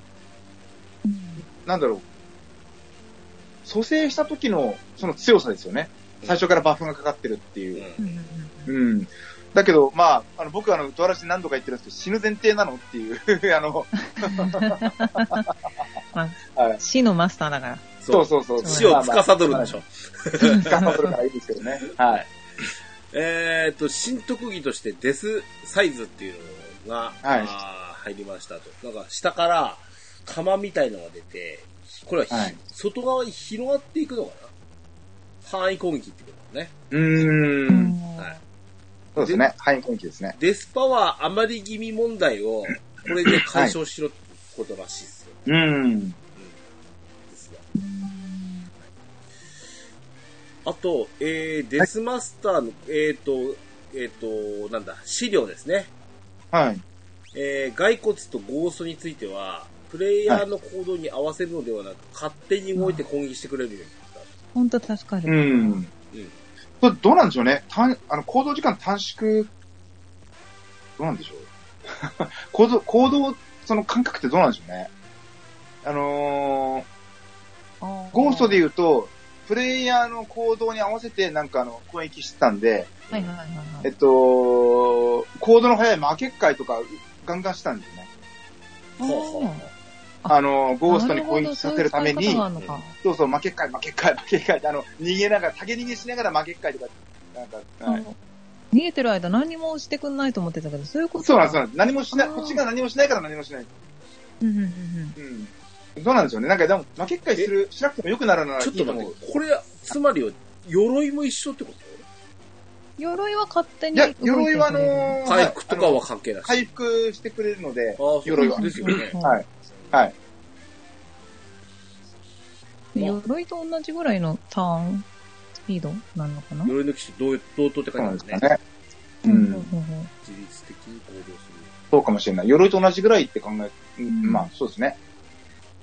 なんだろう。蘇生した時のその強さですよね。最初からバフがかかってるっていう。
うん
うん
うん。だけど、まあ、あの、僕はあの、とわらし何度か言ってるんですけど、死ぬ前提なのっていう、 あの、
死のマスターだから。
そうそうそう。
死を司るでし
ょ。
ょ。
司るからいいですけどね。はい。
えー、と、新特技としてデスサイズっていうのが、
はい
あー入りましたと。なんか下から釜みたいのが出て、これはひ、
はい
外側に広がっていくのかな範囲攻撃ってことだね。
うーん。
はい。
そうですね。はい、今期ですね。
デスパワー余り気味問題を、これで解消しろってことらしいですよ。
うん。
ですがあと、えー、デスマスターの、えっ、と、えっ、と、なんだ、資料ですね。
はい。
えー、骸骨とゴーストについては、プレイヤーの行動に合わせるのではなく、勝手に動いて攻撃してくれるようになっ
本当助かる。
うん。これどうなんでしょうね。短あの、行動時間短縮、どうなんでしょう。 行動、行動、その感覚ってどうなんでしょうね。あのー、ゴーストで言うと、プレイヤーの行動に合わせてなんかあの、攻撃してたんで、
はいはいはいはい
えっと、行動の早い魔結界とかガンガンしてたんですよね。
はあ
あの、ゴーストに攻撃させるために、
なるほどそういう使
そうそう、負け
い方があるのか
っかい、負けっかい、負けっかいって、あの、逃げながら、竹逃げしながら負けっかいとか、なんか、はい
逃げてる間何もしてくんないと思ってたけど、そういうこと
そうなんです、そうな
か
んです。何もしない、
あー
こっちが何もしないから何もしない。
うんうんうん
うん。どうなんでしょうね。なんか、でも、負けっかいする、しなくても良くなるな
た。
らい
ちょ
い
っと
と思
待
う
っ。て、これ、つまりは、鎧も一緒ってこと
うん。鎧は勝手
い
に動
や
いて、くれる。
鎧はあのー、
回復とか
はいあ
は
の
関係なし。
回復してくれるので
あ、ー
鎧は
そう。ですよね。
はい。はい。
で鎧と同じぐらいのターン、スピードなのかな
鎧の騎士、同等って書いて
そう
ある
なん
んで
で
すすね
か。ね。う
うん
ん。
うん
自律的に行動する。
そうかもしれない。鎧と同じぐらいって考え、うん
ん
まあ、そうですね。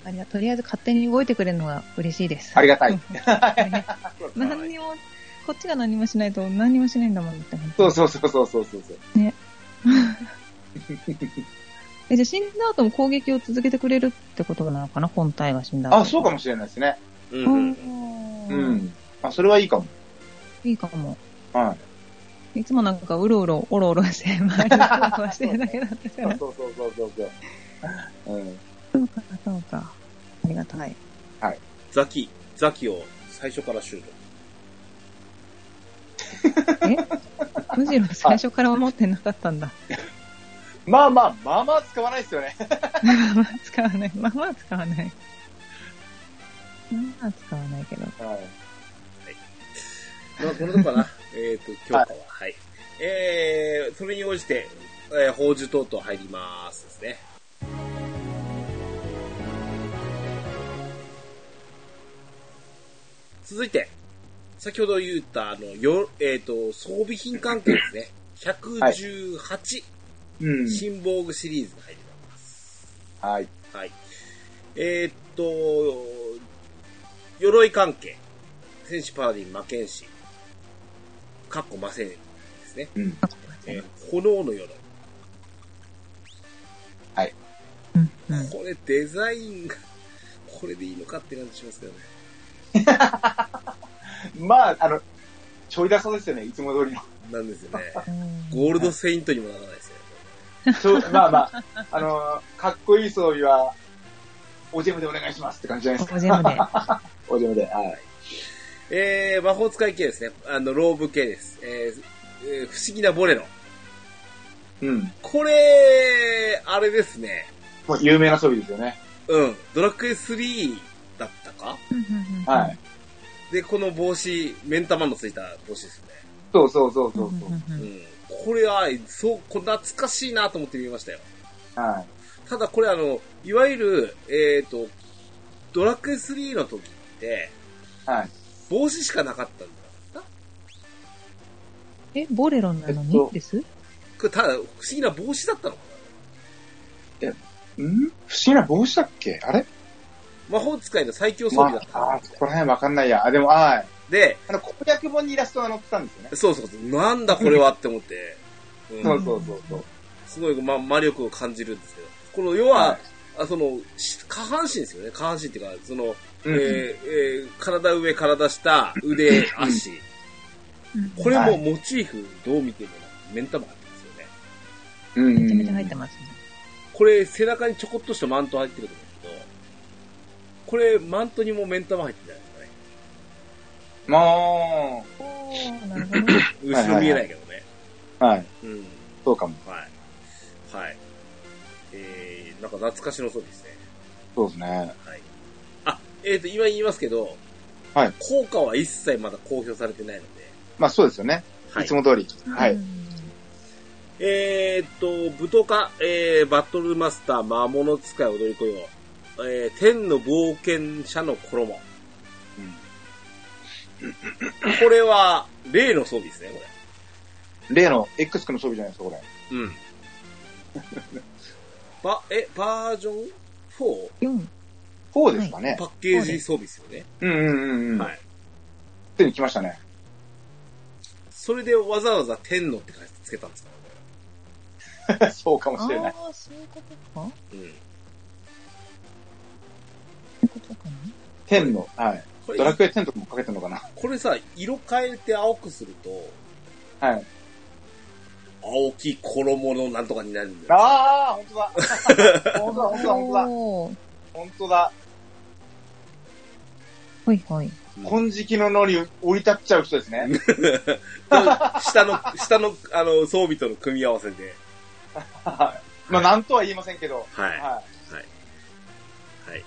ありがとりあえず勝手に動いてくれるのが嬉しいです。
ありがたい。
何にも、こっちが何もしないと何にもしないんだもんって。
そうそうそうそうそうそうそう。
え、じゃあ死んだ後も攻撃を続けてくれるってことなのかな本体が死んだ後。
あ、そうかもしれないですね。
うん
う
うんん。
うん。あ、それはいいかも。
いいかも。
はい
つもなんかうろうろ、おろおろして、周りのふわしてるだけだったか
い。
ら。
そうそうそうそうそう。うん。
そうか、そうか。ありがたい。
ザキ、ザキを最初からシュート。
むしろ最初から思ってなかったんだ。
まあまあ、まあまあ使わないですよね。
まあまあ使わない。まあまあ使わない。まあまあ使わないけど。
はい。
まあ、このとこかな。 えっと、強化は。はい。えー、それに応じて、えー、宝珠等々入りますですね。続いて、先ほど言った、あの、よ、えっ、と、装備品関係ですね。118、
うん。
新防具シリーズが入ります。
はい。
はい。えーっと、鎧関係。戦士パラディン魔剣士。かっこ魔戦ですね。
うん。
えー炎の鎧。
うんうん
これデザインが、これでいいのかって感じしますけどね。
まあ、あの、ちょい出そうですよね、いつも 通りの。
なんですよね。
うん。
ゴールドセイントにもならないですよね。
ちょまあまあ、あのー、かっこいい装備は、おジェムでお願いしますって感じじゃないですか。
おジェムで。
おジェムで。はい。
えー、魔法使い系ですね。あの、ローブ系です。えーえー不思議なボレロ。
うん。
これ、あれですね。
もう有名な装備ですよね。
うん。ドラクエ3だったか
はい。。
で、この帽子、目ん玉のついた帽子ですね。
そうそうそう
うん
そううんそう。
うんうん
うんこれは、そう、こう懐かしいなと思って見ましたよ。
はい。
ただこれあの、いわゆる、えっ、と、ドラクエ3の時って、
はい。
帽子しかなかったんだ。
え、ボレロなの
えっと
にです
これただ、不思議な帽子だったのか
ん不思議な帽子だっけあれ
な魔法使いの最強装
ま
備だったの、
あ、あーそこら辺わかんないや。あ、でも、はい。
で、
あの、攻略本にイラストが載ってたんですよね。
そうそうそう、なんだこれはって思って、うん
そうそうそうそう。
すごい、ま、魔力を感じるんですけど。この、要は、あその、し下半身ですよね。下半身っていうか、その、
う
え
ん
ーえー体上、体下、 腕、足。こ
れ
れもモチーフどう見ても目ん玉入ってますよね。
うん
めちゃめちゃ入ってますね。
これ背中にちょこっとしたマント入ってると思うんですけど、これマントにも目ん玉入ってないですかね。
まあ、
おーなるほど。
後ろ見えないけどね。
はい。
うん。
そうかも。
はい。はい。えー、なんか懐かしのそうですね。
そうですね。
はい。あ、えーと、今言いますけど、
はい。
効果は一切まだ公表されてないので、
まあそうですよね。
はい
い、つも通り。は
う
い。
ん
えーっと、舞踏家、えー、バトルマスター、魔物使い、踊り子よ、えー、天の冒険者の衣。これは、例の装備ですね、こ
例の X クの装備じゃないですか、これ。
れ。うん。 ば、え、バージョン 4?
うん。
4ですかね
パ。ッケージ装備ですよね。
うんうんうんうん。
はい。
手に来ましたね。
それでわざわざ天のって書いてつけたんですかね、
そうかもしれない。
ああ、そういうことかそう
これ。うん。
いうことかな
天の、はい。
こ
ドラ
れ、
クエ10とかもかけてんのかな。
これさ、色変えて青くすると、
はい。
青き衣のなんとかになるんだよ。
ああ、本当 だ。本当だ、本当だ、本当だ。
おー
本当だ。
ほいほい。
金色の脳に降り立っちゃう人ですね。
下の、下の、あの、装備との組み合わせで。
はい。まあ、なんとは言いませんけど。
はい。は
は
い。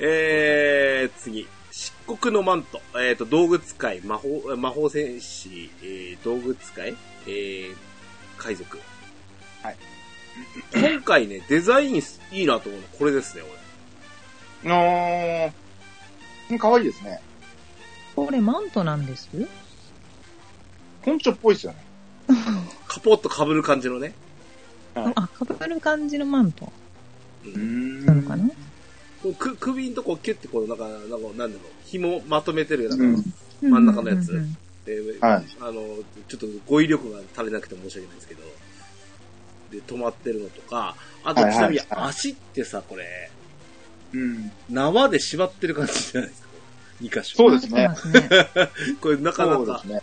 えー、次。漆黒のマント。えっ、と、道具使い、魔法、魔法戦士、えー、道具使い、えー、海賊。
はい。
今回ね、デザインいいなと思うの、これですね、
い。のー、かわいいですね。
これマントなんです
ポンチョっぽいですよね。
俺。カポッと被る感じのね。
あ、かぶる感じのマント
ん
なのかな
こうく首んとこキュッてこう、なんか、なんか、なんだろう、紐まとめてるような、
うん
真ん中のやつ
うんうんうん
で、
はい
あの、ちょっと語彙力が足りなくて申し訳ないんですけど、で、止まってるのとか、あと、ち
はいはい
なみに足ってさ、これ、
うん。
縄で縛ってる感じじゃないですか。二箇所。
そうですね
なってますね。
これなかな
そうで
か
す。ね。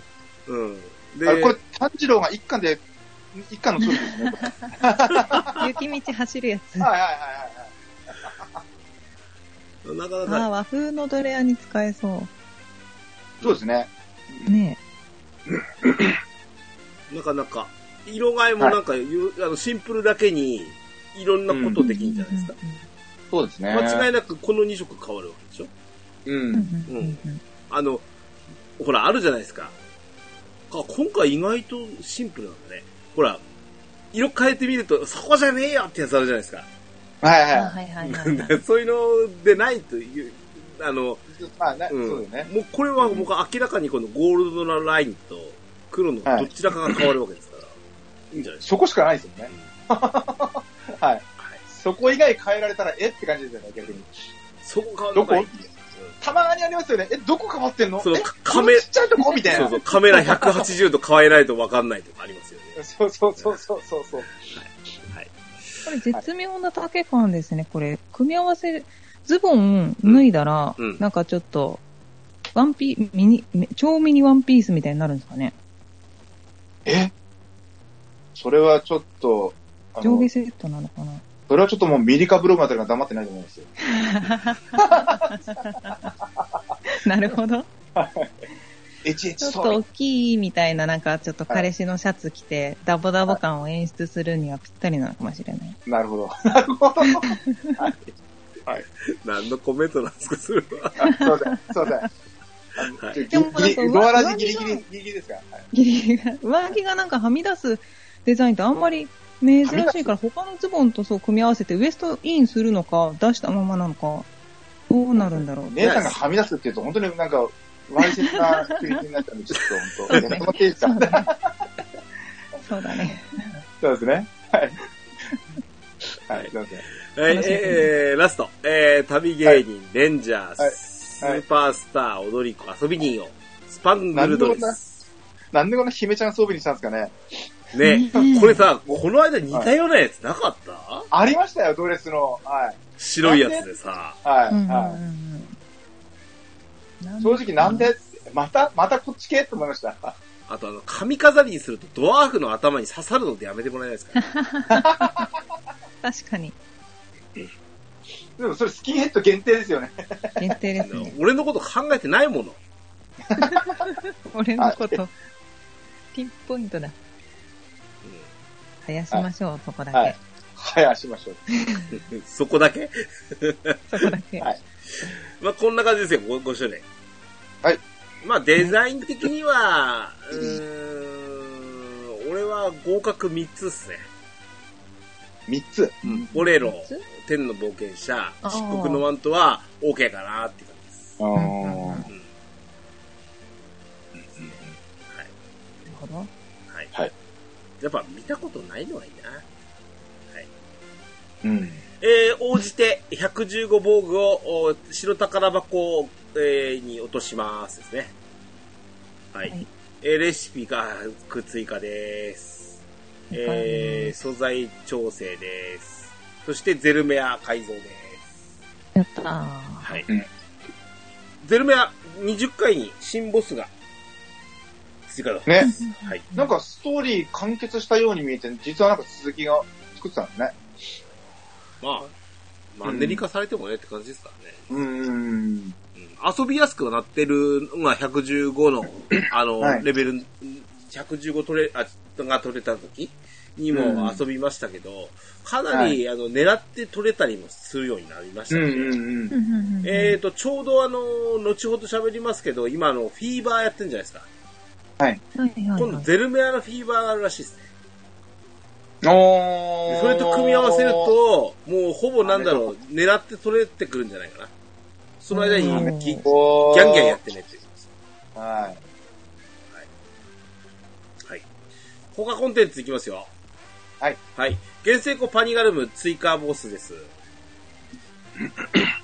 うん。
あれ、これ
で、、
炭治郎が一巻で、一巻の装備 ですね。これ
雪道走るやつ。あ
はいはいはいはい。
なかな
あ、
か、
和風のドレアに使えそ
そうですね。
う。ね
なかなか、色替えもなんか、ゆあのシンプルだけに、いろんなこ
え。
とできるんじゃないですか。
そうですね。
間違いなくこの2色変わるわけでしょ
う。
うんんうんうんうんうん
あの、ほら、あるじゃないですか。あ、今回意外とシンプルなんだね。ほら、色変えてみると、そこじゃねえよってやつあるじゃないですか。
はい
あ
は
はいはいはいはい。
そういうのでないという、あの、
い。まあ、ね、
うん
そうだよね。
もうこれは僕明らかにこのゴールドのラインと黒のどちらかが変わるわけですから、 い、いんじゃないですか。
そこしかないですよね。はい。そこ以外変えられたら、えって感じですよね、逆に。
そこ変わる
どこ
のが
たまにありますよね。え、どこ変わってんの
その
え
か
この
亀
ちっちゃいとこみたい
そう
な
そう、。カメラ180度変えないと分かんないとかありますよね。
そうそうそうそうそうそう。
これ絶妙な丈感ですね、これ。組み合わせ、ズボン脱いだら、
うんうん
なんかちょっと、ワンピミニ、超ミニワンピースみたいになるんですかね。
えそれはちょっと、あ
上
の
下セットなのか な。
それはちょっともうミリカブログあたりが黙ってないと思うんですよ。
なるほど。
エチエチ
ちょっ
そ
と
う。
大きいみたいな、なんかちょっと彼氏のシャツ着て、ダボダボ感を演出するにはぴったりなのかもしれない。
なるほど。なるほど。すい
何のコメントなんですか、それは。
ません。すいません。
はい
ギリ
でもなんか
ギリ、ドアラジ
上着
ギリギリ、
が
ギリギリですかはい
ギリギリが 上着がなんかはみ出すデザインってあんまり珍しいから、他のズボンとそう組み合わせてウエストインするのか、出したままなのか、どうなるんだろう。
姉さんがはみ出すって言うと、本当になんか、わいせつなクリティになったんで、ちょっと本当、やってもらっていいです
そ
か
うだね。そうだね。
そうですね。 はい。はい、すいません。
はい、
楽しみ
えー、ラスト。えー、旅芸人、レンジャー、
はい
スーパースター、踊り子、遊び人を、スパングルドです。
なんでこんな姫ちゃん装備にしたんですかね
ね、これさ、この間似たようなやつなかった、
ありましたよ、ドレスの。はい。
白いやつでさ。
はい。
うんうん
はい。
うんうん
正直なんで、また、またこっち系と思いました。
あとあの、髪飾りにするとドワーフの頭に刺さるのってやめてもらえないですか、
確かに。
でもそれスキンヘッド限定ですよね。
限定で
あ
す
の
ね。
俺のこと考えてないもの。
俺のこと。ピンポイントだ。生やしましょう、そこだ
は
け
い。。はい、しましょう。
うんそこだけ
そこだけ。
はい
まあこんな感じですよ、5, 周年。
はい。
まあデザイン的には、うーん、俺は合格3つっすね。
三つ。
ボレロ
三つ、
天の冒険者、
あー
漆黒のマントは OK かなって感じです。
あ
んうんうん
ー
ほど。
はい。
はい。
やっぱ見たことないのはいいな。
うん。
えー、応じて115防具をお白宝箱、えーに落としますですね。はい。
はい
えーレシピがく追加です。
わかりま
えー、
す
素材調整です。そしてゼルメア改造です。
やったー。
はい。
うん
ゼルメア20回に新ボスが追加だ。
ね。
はい。
なんかストーリー完結したように見えて、実はなんか続きが作ってたのね。
まあ、マンネリ化されてもねって感じですからね。
うん。
遊びやすくはなってるのが115の、 あの、
はい
レベル、115取れ、あ、が取れた時に
うん
も遊びましたけど、かなり、あの、狙って取れたりもするようになりまし
う
た
ん
ね。
うんうん。
えーと、ちょうどあの、後ほど喋りますけど、今あの、フィーバーやってるんじゃないですか。
はいはい
今度、
はい。
ゼルメアのフィーバーがあるらしいですね。
おー
それと組み合わせる、と、もうほぼなんだろう、狙って取れてくるんじゃないかな。その間に、ギギャン
お。
ギャンやっててねっていう。
はい。
はい。他コンテンツいきますよ。
はい。
はい。原生庫パニガルム追加ボス です。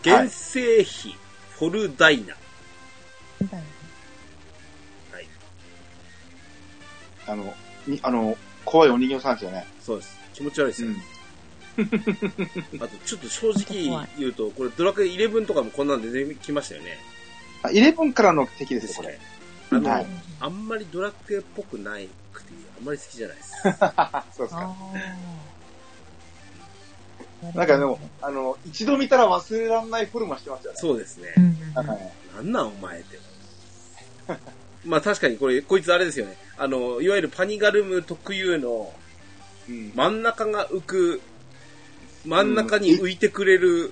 原生碑フォルダイナ。はい。
あの、にあの、怖いお人形さんですよね。
そうです。気持ち悪いですよ。あと、ちょっと正直言うと、これドラクエ11とかもこんなんで出てきましたよね。
あイレブンからの敵で
です
よ、これ。
ね。あの、
はい
あんまりドラクエっぽくないくて、あんまり好きじゃない です。
そうですか。
あー
なんかでも、あの、一度見たら忘れられないフォルマしてますよね。
そうですね
う。んうん
なんか
うん。
ね
なんなんお前って。まあ確かにこれ、こいつあれですよね。あの、いわゆるパニガルム特有の、
うん。
真ん中が浮く、真ん中に浮いてくれる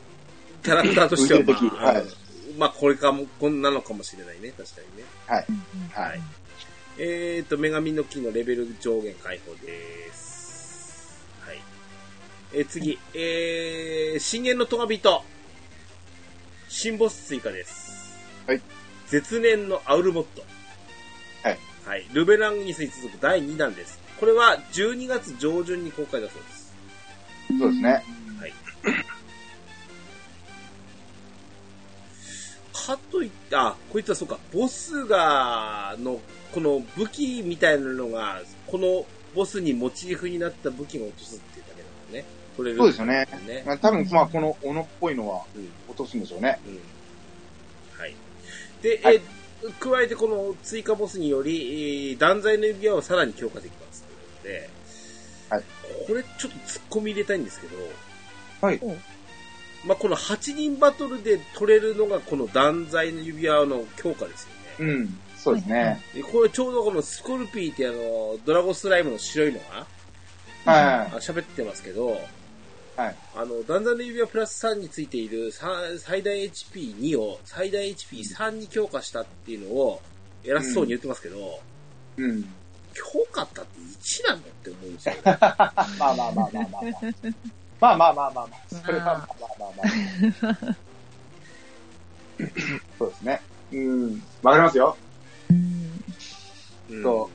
キャラクターとしては、
浮いて
ま
る
あ、
はい
まあこれかも、こんなのかもしれないね、確かにね。
はい。
えーと、女神の木のレベル上限解放です。はい。えー次、えー、深淵のトガビト。新ボス追加です。
はい。
絶念のアウルモット。
はい。
はい。ルベランギスに続く第2弾です。これは12月上旬に公開だそうです。
そうですね。
かといって、あ、こいつはそうか、ボスが、の、この武器みたいなのが、このボスにモチーフになった武器が落とすっていうだけなんだね。取れる。
そうですよね。
ね。
まあ、多分、まあ、この斧っぽいのは
うん。
落とすんでしょうね。
うんはい。で、
はい
えー加えてこの追加ボスにより、えー断罪の指輪をさらに強化できますということで、
はい
これちょっと突っ込み入れたいんですけど、
はい
まあ、この8人バトルで取れるのがこの断罪の指輪の強化ですよね。
うん。そうですね。
でこれちょうどこのスコルピーってあの、ドラゴンスライムの白いのが、あ
は
喋ってますけど、
はい。
あの、だんだんの指輪プラス3についているさ最大 HP2 を最大 HP3 に強化したっていうのを偉そうに言ってますけど、
い。うん。
強化ったって1なのって思うんです よね。
まあまあまあまあまあまあ。まあまあまあまあまあ。それはまあまあまあまあ。そうですね。うん。わかりますよ。
うん
うん
そ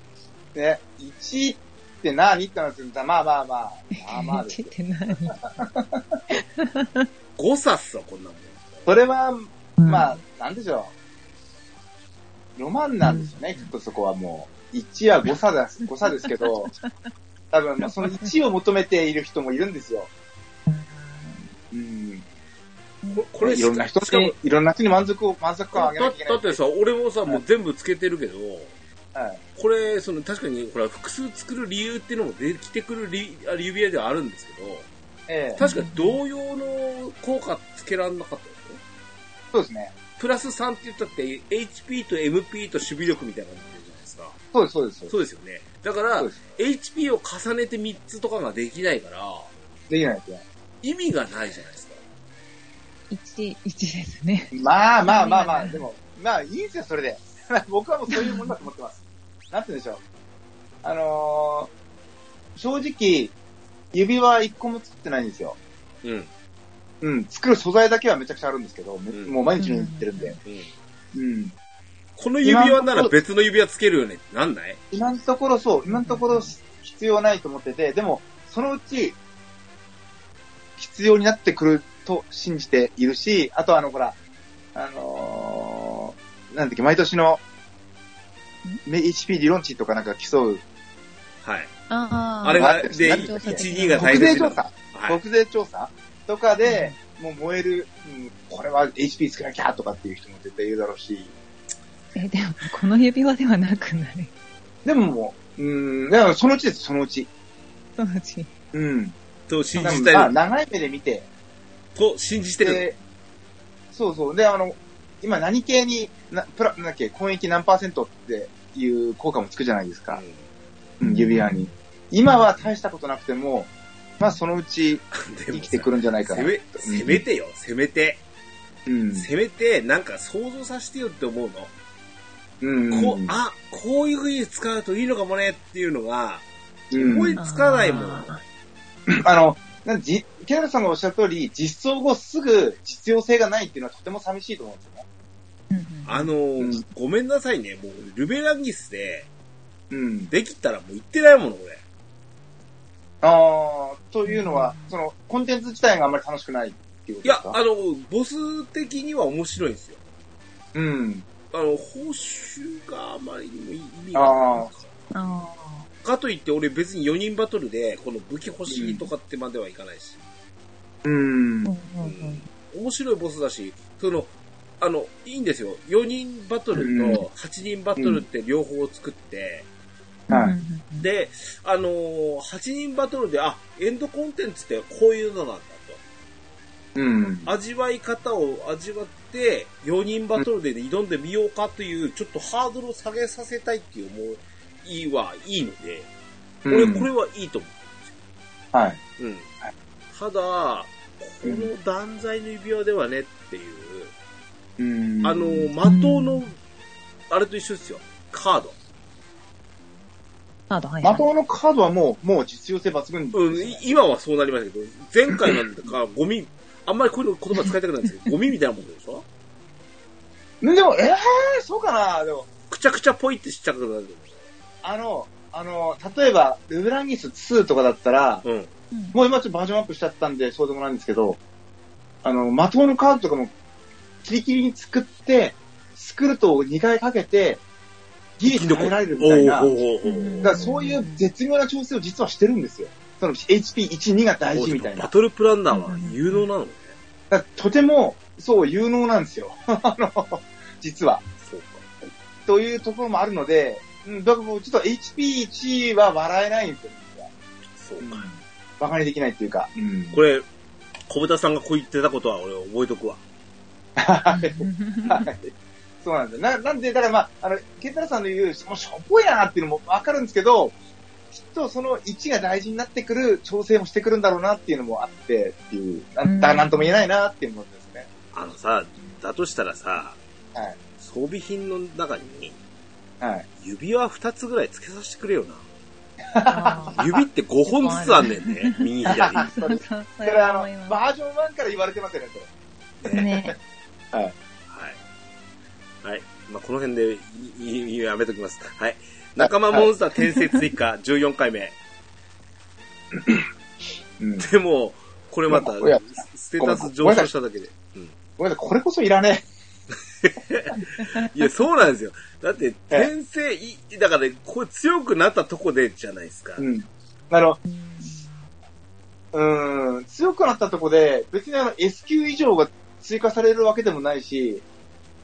う。ね、1って何って話すんだ。まあまあまあ。まあまあです
ちっ
よ。
て何
誤差っすわ、こんなもん。
それは、ま
あ、
あ、なんでしょう。ロマンなんですよね、きっとそこはもう。1は誤差だ、誤差ですけど、多分、まあその1を求めている人もいるんですよ。うん。
ここれ
いろんな人に、いろんな人に満足を、満足感を
だ
あげなきゃいけな
だ
い
っ。てさ、俺もさ、
い
もう全部つけてるけど、
はい
これ、その、確かに、ほら、複数作る理由っていうのも出てきてくる理あ指輪ではあるんですけど、
ええ、
確かに同様の効果つけらんなかったよね。
そうですね。
プラス3って言ったって、HP と MP と守備力みたいなのが出るじゃないですか。
そうです、そうです。そう
そうですよね。だから
そうで、す
HP を重ねて3つとかができないから、
できないですね。
意味がないじゃないですか。
1、1ですね。
まあまあまあまあ、でも、まあいいんですよ、それで。 僕はもうそういうもんだと思ってます。なんて言うんでしょう。あのー、正直、指輪一個も作ってないんですよ。
うん。うん。
うん、作る素材だけはめちゃくちゃあるんですけど、め
うん
もう毎日に売ってるんで。うん。
この指輪なら別の指輪つけるよねってなんない
今のところそう、今のところ必要ないと思ってて、でも、そのうち、必要になってくると信じているし、あとあの、ほら、あのー、なんだっけ、毎年の、め HP 理論値とかなんか競う、
はい。
あ
あれが、で、
待って
待って
1、2が
国
大
税
切
調
な
査、
はい。
国税調査とかで、もう燃える、うん、これは HP つけなきゃとかっていう人も絶対いるだろうし、
え、でも、この指輪ではなくなる。
でももう、うん、だからそのうちです、そのうち。
そのうち。
うん。
と信じ
ま
た
あ、
い。
長い目で見て、
と信じてる。
で、そうそう。で、あの、今何系に、な、プラ、なんだっけ、婚益何パーセントっていう効果もつくじゃないですか。うん、指輪に。今は大したことなくても、まあそのうち
で
生
も
きてくるんじゃないか
せ
な。
め、せめてよ、せめて。
うん。
せめて、なんか想像させてよって思うの。
うん。
こう、あ、こういう風に使うといいのかもねっていうのが、
うん
思いつかないもん。
あ
あの、なんじ、ケラさんがおっしゃる通り、実装後すぐ実用性がないっていうのはとても寂しいと思うんですよね。
ー
あのー
うん
ごめんなさいね、もう、ルベランギスで、
うん。
できたらもう言ってないもの、俺。
ああ、というのは、その、コンテンツ自体があんまり楽しくないってい
い
うことで
や
す、か
あの、ボス的には面白いんですよ。
うん。
あの、報酬があまりにもいい意味がない
あ
あ
かといって、俺別に4人バトルで、この武器欲しいとかってまではいかないし。
うん
ー。。うん
う
うんん
面白いボスだし、その、あの、いいんですよ。4人バトル
うん
と8人バトルって両方作って、
うん
はい
うん
で、あのー、8人バトルで、あ、エンドコンテンツってこういうのなんだ
うん。
と。味わい方を味わって、4人バトルで挑んでみようかという、ちょっとハードルを下げさせたいっていう思いはいいので、俺
うん
これはいいと思
はい。
う。うん。ただ、この断罪の指輪ではねっていう、
うん
あの、魔党の、あれと一緒ですよ。カード。
カード、はい。
魔法のカードはもう、もう実用性抜群です
う
よ
ん、
ね、
い今はそうなりましたけど、前回なんか、ゴミ、あんまりこういう言葉使いたくないんですけど、 ゴミみたいなもんでしょ
でも、えー、そうかなでも、
くちゃくちゃぽいってしちゃくなる。
あの、あの、例えば、ルブランギス2とかだったら、
うん。
うん
もう今ちょっとバージョンアップしちゃったんで、そうでもないんですけど、あの、魔法のカードとかも、キリキリに作って、スクルトを2回かけて、ギリ耐えられるみたいな、
お
だ
うおうおうおう
うん
からそういう絶妙な調整を実はしてるんですよ。その HP1、2が大事みたいな
バ。トルプランナーは有能なのね。
だからとても、そう、有能なんですよ。 あの、実は。
そうか。
というところもあるので、うん、だからもうちょっと HP1 は笑えないんですよ。
そうか。
バカにできないっていうか。うん。
これ、小豚さんがこう言ってたことは俺覚えとくわ。
はい。そうなんですよ。な、なんで、だからまあ、あの、ケンタラさんの言う、もうしょぼいなっていうのもわかるんですけど、きっとその1が大事になってくる調整もしてくるんだろうなっていうのもあって、っていう、なんだ、
うん
なんとも言えないなっていうものですね。
あのさ、だとしたらさ、
はい
装備品の中に
はい。
指輪2つぐらい付けさせてくれよな。
あー
指って5本ずつあんねん ね。右左。ね
それ、
そうそ
そ
れ
れ
は
あ
思い
の、
ま
バージョン1から言われてますよね、それ。
すね。
はい。はい。まあ、この辺でいいいいやめときます。はい。仲間モンスター転生追加14回目。
うん。
でも、これまた
まあこれや、
ステータス上昇しただけで。うん
ごめんなさい、これこそいらね
いや、そうなんですよ。だって、
ええ
転生、いだから、これ強くなったとこでじゃないですか
え。。うん。あの、うーん、強くなったとこで、別にあの S 級以上が追加されるわけでもないし、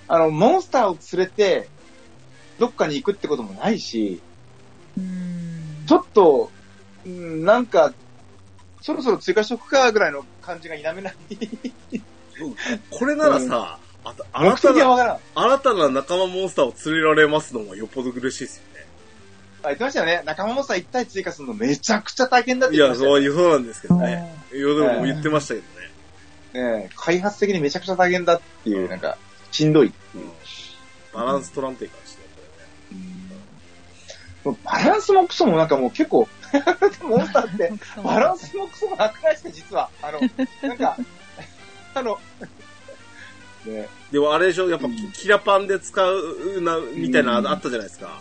あの、モンスターを連れて、どっかに行くってこともないし、
うん
ちょっと、うん、なんか、そろそろ追加しとくかぐらいの感じが否めない。
これならさ、あと
目
新た
的が
な、
わからん。あ、
新たな仲間モンスターを連れられますのもよっぽど嬉しいですよね。
言ってましたよね。仲間モンスター1体追加するのめちゃくちゃ大変だって
い
言って
や、
ましたよ
そう、
ね、
そうなんですけどね。いや、でも言ってましたけどね。
ねえ開発的にめちゃくちゃ大変だっていう、なんか、しんどい。
うんバランス取らんといかんしね、これね。
もうバランスもクソもなんかもう結構、 モンスターって、バラン スもクソもなくないですか、実は。あの、なんか、あの、ね。
でもあれでしょやっぱ
うん
キラパンで使うな、みたいなのあったじゃないですか。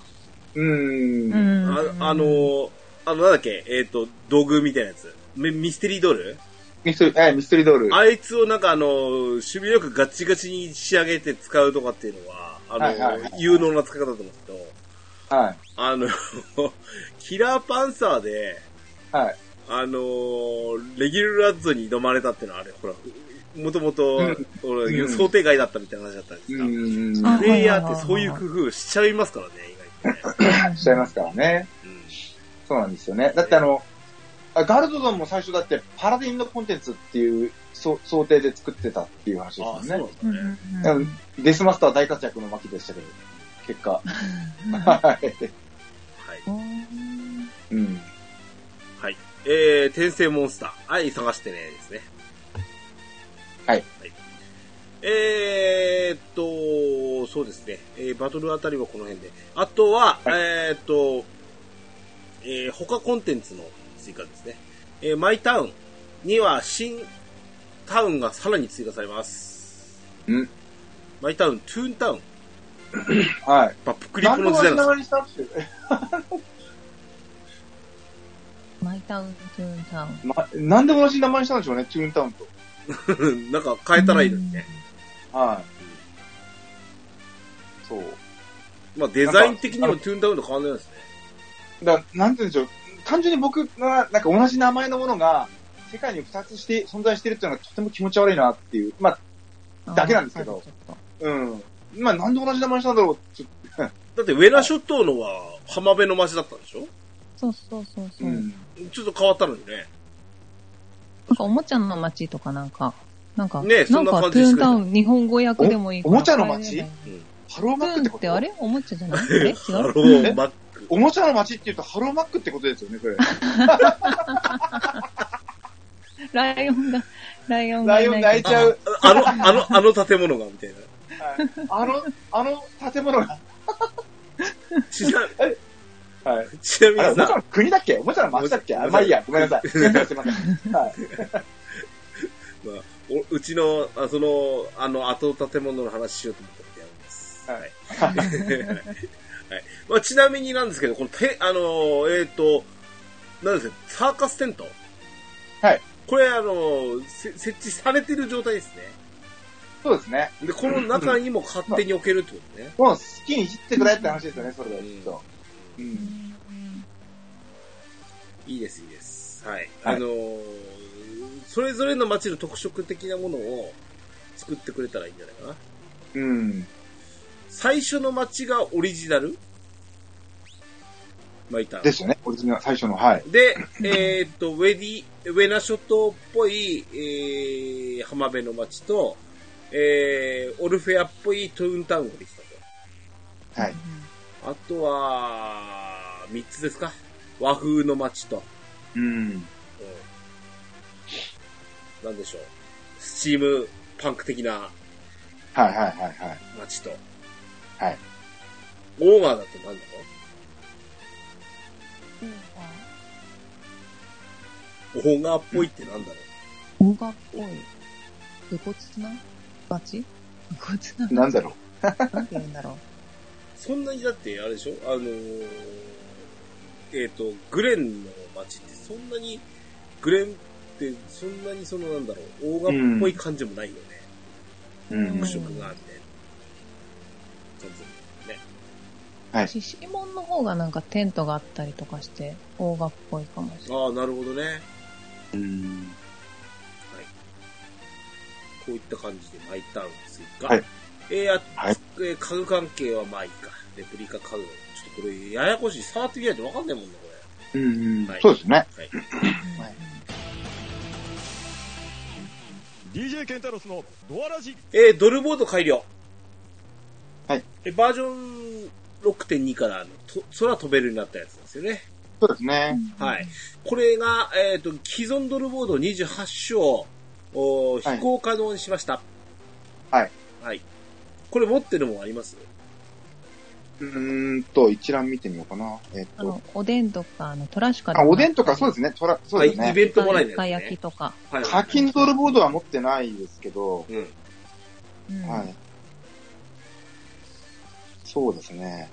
うー。
うんん。
ああの、ー、あの、なんだっけ、えっ、と、道具みたいなやつ。ミミステリードール
ミステリー、え、ミステリードール。
あいつをなんかあのー、守備力ガチガチに仕上げて使うとかっていうのは、あのー、
はいはいはい
有能な使い方だと思うんですけど、
はい。
あの、 キラーパンサーで、
はい。
あのー、レギュラッズに挑まれたっていうのはあれ、ほら、もともと
うん、
俺
うん
想定外だったみたいな話だったんです
う
が、
ーん。
あ
プレイヤーってそういう工夫しちゃいますからね、意外とね。
しちゃいますからね。
うん
そうなんですよね。だってあの、あガルドドンも最初だってパラディンのコンテンツっていうそう想定で作ってたっていう話
ああ、そう
ですよね。
なんだね。
う
うんんデスマスター大活躍の巻でしたけど、結果。は い。
はい。
うん。
はい。えー、転生モンスター。はい、探してね、ですね。
はい。
えーっと、そうですね。えー、バトルあたりはこの辺で。あとは、
は
えーっと、えー、他コンテンツの追加ですね。えー、マイタウンには新タウンがさらに追加されます。
うん
マイタウン、トゥーンタウン。
はい。
まあ、プクリップ
何
の
度
時代
も
なんです
繋
よ
がりしたって。
マイタウン、トゥーンタウン。
ま、何でも同じ名前にしたんでしょうね、チューンタウンと。
うん なんか変えたらいいのにね。
はい。そう。
まあ、デザイン的にもトゥーンタウンと変わんないですね。
だなんて言うんでしょう。単純に僕が、なんか同じ名前のものが、世界に二つして、存在してるっていうのがとても気持ち悪いなっていう。まあ、
うん。
だけなんですけどうん。まあ、なんで同じ名前にしたんだろうちょっ
だって、ウェラ諸島のは浜辺の町だったんでしょ
そうそうそう
と。
そう。なん
ちょっと変わったのにね。
かおもちゃの街とかなんか、なんか、
ねえそ
なんん
な
か
感
ト
じ
ゥー
し
ン
か
タ
ない
ウン日本語訳でもいいから。
おおもちゃの街
変えればいい
ハロー
ト
マックっ
ゥ
て
ーン
こ
って
と
あれおもちゃじゃないえ違
ハロ
う
ーマック。
おもちゃの街って言うとハローマックってことですよね、それ。
ライオンが、ライオンが
ライ
い
オ
な
ン
い
泣いちゃう。
あの、あの、あの建物が、みたいな。
はいあの、あの建物が。
ちな、
はい。
ちなみ
あれ、お
に
もちゃ
さ、
の国だっけおもちゃの街だっけあまあいいや、ごめんなさい。すいませんすいません。はい。
おうちの、あその、あの、後建物の話しようと思ったってやるんです。はい。
はい
はい。まあ、ちなみになんですけど、この、て、あのー、えっ、と、なんですか、サーカステント
はい。
これ、あのー、せ設置されてる状態ですね。
そうですね。
で、この中にも勝手に置けるってこと ね。
もう好きに切ってくれって話ですよね、それで、きっと。うん。
いいです、いいです。はい。
はい
あのーそれぞれの街の特色的なものを作ってくれたらいいんじゃないかな。
うん。
最初の街がオリジナルまあ、いた。
ですよね、オリジナル、最初の、はい。
で、えーっと、ウ ェディ、ウェナ諸島っぽい、えー、浜辺の街と、えー、オルフェアっぽいトゥーンタウンができた
はい。
と。あとは、三つですか和風の街と、
うん。
うんなんでしょう。スチームパンク的な
はいはいはいはい。
街と。
はい。
オーガーだってなんだろうオーガーっぽいってなんだろ
オーガっぽい。武骨な街武骨な
なんだろう。
なんて言うんだろ
うそんなにだって、あれでしょあのー、えっ、と、グレンの街ってそんなに、グレンってそんなにそのなんだろう、オーガーっぽい感じもないよね。
う
うん
特色があって。感じだよね。
は
う。
い
獅子門の方がなんかテントがあったりとかして、オーガっぽいかもしれない。
ああ、なるほどね。
うん。
こういった感じでマイタウン追加。
はい
えー、あ
はい
えー家具関係はまあいいか。レプリカ家具。ちょっとこれ、ややこしい。触ってみないとわかんないもんね、こ
うん
はい
そうですね。
れ。はい。
DJ ケンタロスのドアラジ
えー、ドルボード改良。
はい。
えー、バージョン6.2から、あの、と空飛べるようになったやつですよね。
そうですね。
はい。これが、えっ、と、既存ドルボード28種を、おー
はい
飛行可能にしました。
はい。
はい。これ持ってるもんあります
うーんと、一覧見てみようかな。えっ
あ
と。
の、おでんとか、あの、トラシカ
あ、おでんとかそう
う
ですね。とら、そうです
あイ
ね。
ベントもらえ
イ
る
カ
やつ
焼
ね。
きとか。
はい。
課金ドルボードは持ってないですけど、
うん。
うん
はい。そうですね。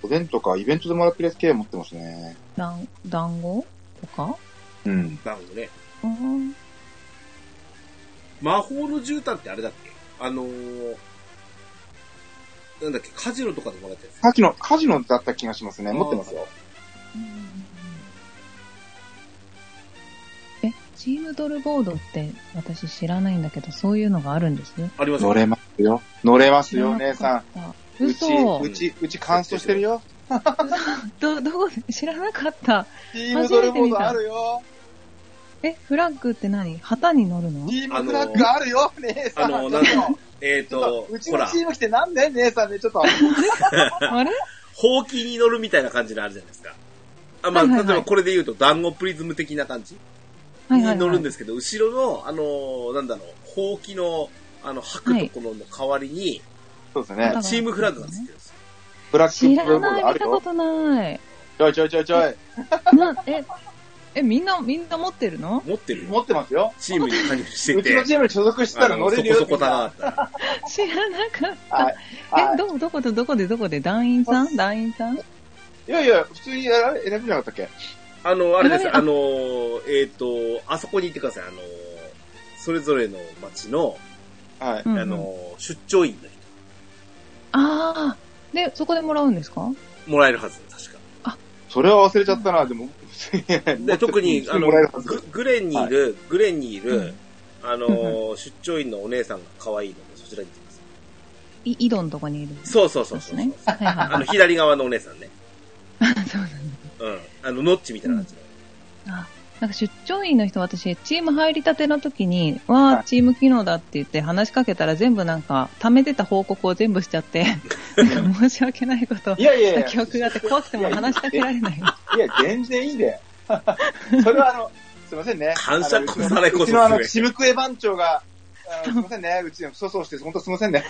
おでんとかイベントでもらってるやつ系持ってますね。
団団子とか
うん。
なるほどね。
あー
魔法の絨毯ってあれだっけあのー、なんだっけ、カジノとかでもらったやつ。
カジノ、カジノだった気がしますね。持ってますよ。
え、チームドルボードって私知らないんだけど、そういうのがあるんです
あります
乗
よ。
れますよ。乗れます
知ら
よ、
なか
姉
っ
さん。
た
うち、
嘘
うち、うち乾燥してるよ。
ど、どこで知らなかった。
チームドルボードあるよ。
え、フラッグって何旗に乗るの
チームフラッグあるよ、姉さ
あ
ん。
のー、
ち
な
ょっ
ん
と
だろう。えっ、
ちょっと
と
う、ち
ほ
の
ら、
チーム来てなんで姉さんね、ちょっと。
あれ
ほうきに乗るみたいな感じのあるじゃないですか。あ、まあ、
はいはいはい
例えばこれで言うと、団子プリズム的な感じ
はい
に
はい、
乗
は
るん
い。
ですけど、後ろの、あのー、なんだろう、ほうきの、あの、吐くところの代わりに、
そうです
ね
ね
はい。
チームフラッグがついてるんですよ。
ブラックチー
知
ム
ら
ドルボ
な
ードあ
い、
る
見たこ
よ。
とない。
ちょいちょいちょいちょい。
な、え、え、みんな、みんな持ってるの
持ってる
持ってますよ。
チームに加入して
うちの
て、
チームに所属してたら
あ
乗
の
れ
そ
るよ。
こそこだなって。
知らなかっ
はい
た。
は
え、
い
ど、どことどこでどこで団員さん団員さん
いやいや、普通に選べ選べなかったっけ
あの、あれです、
あ
あの、えっ、と、あそこに行ってください、あの、それぞれの町の、
はい。
うんうん
あの、出張員の
ああ。で、そこでもらうんですか
人、もらえるはず、確か。
それは忘れちゃったな、でも。
で特に、あ
あの、
の
もらえるは、
グ
ず。
グレンにいる、グレンにいる、
うん
あ
うん
の、出張員のお姉さんが可愛いので、そちらに行ってください。
い、井戸のとこにいる。
そうそうそう
で
そ
す
う、
ね。はいはい
あ
は
の、左側のお姉さんね。
い。そうなんだ
うん。あの、ノッチみたいな感じの。
あなんか出張員の人、私、チーム入りたての時に、わあ、チーム機能だって言って話しかけたら全部なんか、貯めてた報告を全部しち ゃって、なんか申し訳ないことを
いやいや い
した
や、
記憶があって怖くても話しかけられない。
いや、全然いいんだよ。それはあの、すいませんね。
感謝こされこそ
うちのあの、
すごい
チムクエ番長が、あ のすいませんね。うちの、そうそうして、本当すいませんね。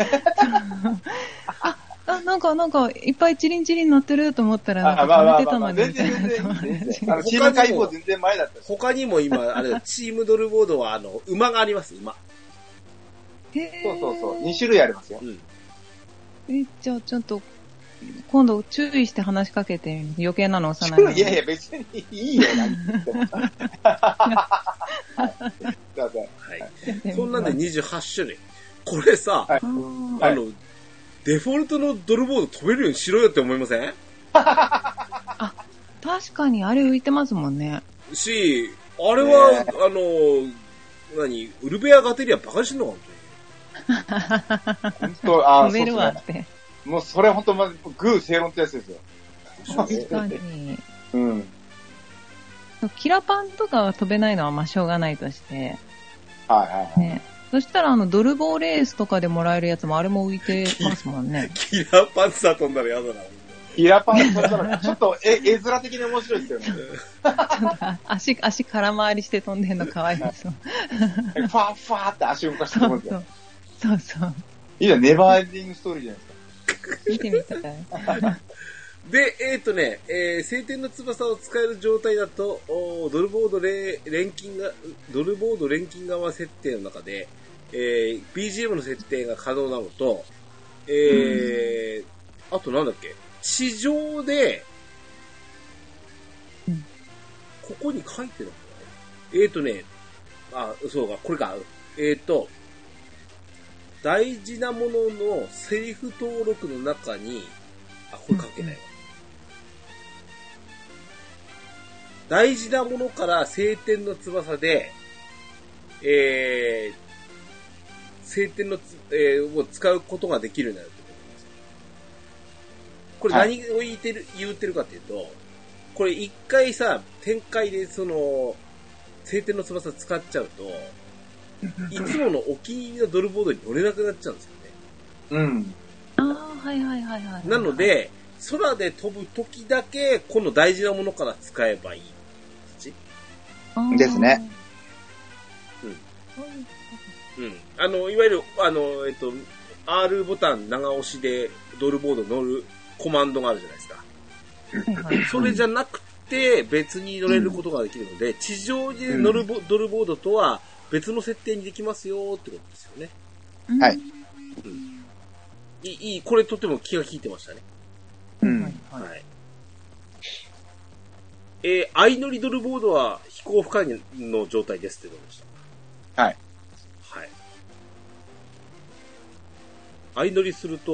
あ、なんか、なんか、いっぱいチリンチリン乗ってると思ったら、なんか貯めてたのに、
全
みた
然
い
全然
な。
いい全然。あの、チーム解放全然前だったし。
他にも 今、あれ、チームドルボードは、あの、馬があります、馬。
へ
そう
ー
そうそう。2種類ありますよ
う。ん。
えじゃあ、ちょっと、今度注意して話しかけてみる、余計なの押さないように
いやいや、別にいいよ、何言っても。はい。すいません。
はい。
やってみます
そんなんで28種類。これさ、
はい
あー
はい
あの、デフォルトのドルボード飛べるようにしろよって思いません
確かに、あれ浮いてますもんね。
し、あれは、
ね
あの、何、ウルベアガテリアバカにしてんのかな
本当、ああ、そう
飛べ
で
る
す
わ
ね
っ。て。
もうそれ本当まグー正論ってやつですよ。
確かに。
うん。
キラパンとかは飛べないのはまあしょうがないとして、
はいはいはい。
ね。そしたらあの、ドルボーレースとかでもらえるやつもあれも浮いてますもんね。
キラーパンツァー飛んだらやだな。
イラパンそしたら、ちょっと絵絵面的に面白いですよね。
ちょっと足、足空回りして飛んでんの可愛いですもん。
ファーファーって足を動かして
そ
るん
う
です
そ
よ。
う。そうそう。
いいじゃん、ネバーエンディングストーリーじゃないですか。
見てみたい。
で、えっ、とね、えー、晴天の翼を使える状態だと、おードルボードれ錬金が、ドルボード錬金側設定の中で、えー、BGM の設定が可能なのと、えー、あとなんだっけ、地上で
うん、
ここに書いてるのかなえっ、ー、とね、あ、そうか、これか、えっ、ー、と、大事なもののセリフ登録の中に、あ、これ関係ないわ。大事なものから晴天の翼で、えー、晴天のつ、えーを使うことができるようになるってことなんですよこれ何を言ってる、言ってるかっていうと、これ一回さ、展開でその、晴天の翼使っちゃうと、いつものお気に入りのドルボードに乗れなくなっちゃうんですよね。
うん。
ああ、はいはいはいはい。
なの、で、空で飛ぶ時だけ、この大事なものから使えばいい。
あー
ですね。
うんうん。あの、いわゆる、あの、えっと、R ボタン長押しでドルボード乗るコマンドがあるじゃないですか。
はいはい
それじゃなくて、別に乗れることができるので、地上で乗るボ、ドルボードとは別の設定にできますよってことですよね。
うん
はい
いい、いい、これとっても気が利いてましたね。
うん
はいはい
はい。えー、アイノリドルボードは飛行不可能の状態ですって言ってました。
はい。
はい。相乗りすると、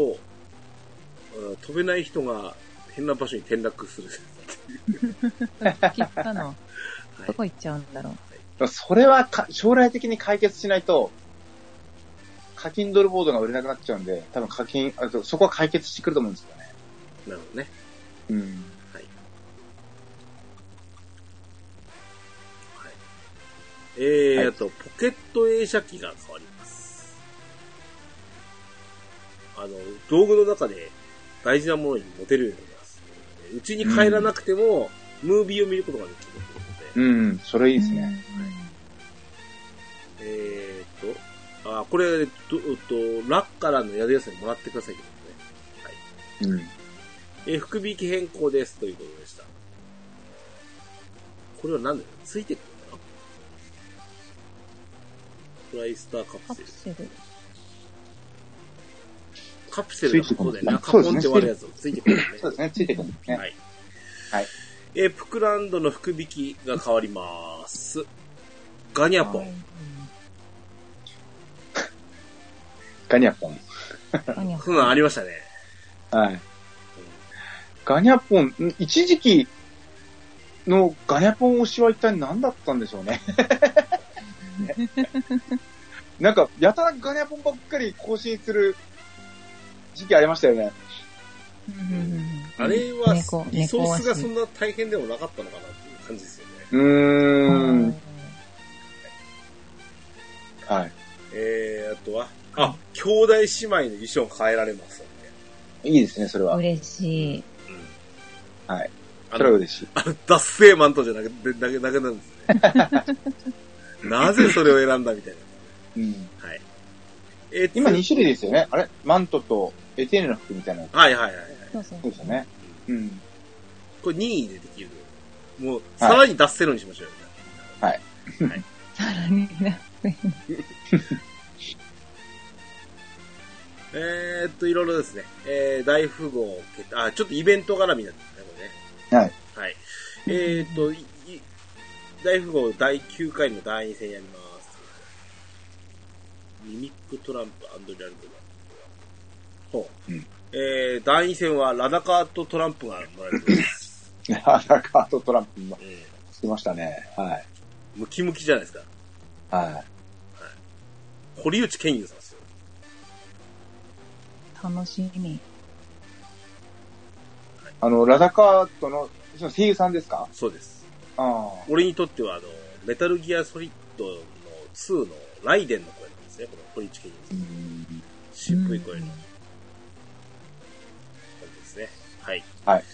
うん飛べない人が変な場所に転落する。
切ったな。どこ行っちゃうんだろう。
でもそれはか将来的に解決しないと、課金ドルボードが売れなくなっちゃうんで、多分課金、あとそこは解決してくると思うんですよね。
なるほどね。
うん。
えー、
はい
あと、ポケット映写機が変わります。あの、道具の中で大事なものに持てるようになります。うちに帰らなくても、ムービーを見ることができるということで。
うん、それいい
い
ですね。。
えーっと、あ、これ、どえっと、ラッカランの宿屋さんにもらってくださいということね。
うん。
えー、福引き変更ですということでした。これは何だよついてくるのかなフライスターカ
カ
プセ
プ
ル。
セル。
カプセルのことだよね。
ついてくる
赤ポンって割るやつをついてくるよね。
そうですね、ついてくるんですね。
はい。
はい。
えー、プクランドの福引きが変わります。ガニャポン。
ガニャポン。
ガニャ
そんなんありましたね。
はい。ガニャポン、ん一時期のガニャポン推しは一体何だったんでしょう ね。なんか、やたらガニャポンばっかり更新する時期ありましたよね。
うんうんうんうん
あれは
猫、
リソースが
猫足
そんな大変でもなかったのかなっていう感じですよね。
うーん。はい。
えー、あとは、あ、兄弟姉妹の衣装変えられますので。
いいですね、それは。
嬉しい。
うん。
はい。
あ
それは
の、
嬉しい。
脱製マントじゃなくて、だけ、だけなんです ね。なぜそれを選んだみたい
うん、
な。はい。えー
今
つ
2種類ですよね。あれマントとエテーヌの服みたいな。
はいはいはいはい。
そうそう
そうですよね。うん。
これ任意でできる。もう、
はい
さらに脱セロにしましょうよ。
さらにね。
えー、っと、いろいろですね。えー、大富豪決定、あ、ちょっとイベント絡みだったね、こ れね。はい。はい。えー、っと、いい大富豪第9回の第2戦やります。ミミックトランプリアルドラほう。
うん
えー、第2戦はラダカーとトランプがもらえてます。
ラダカートトランプも
うん。
してましたね。はい。
ムキムキじゃないですか。
は
堀内健優さんですよ。
楽しみ。
い。あの、ラダカートの、その声優さんですか
そうです。
ああ。
俺にとっては、あの、メタルギアソリッドの2のライデンの声なんですね、この堀内健二
うん
さん。渋い声の声ですね。はい。
はい。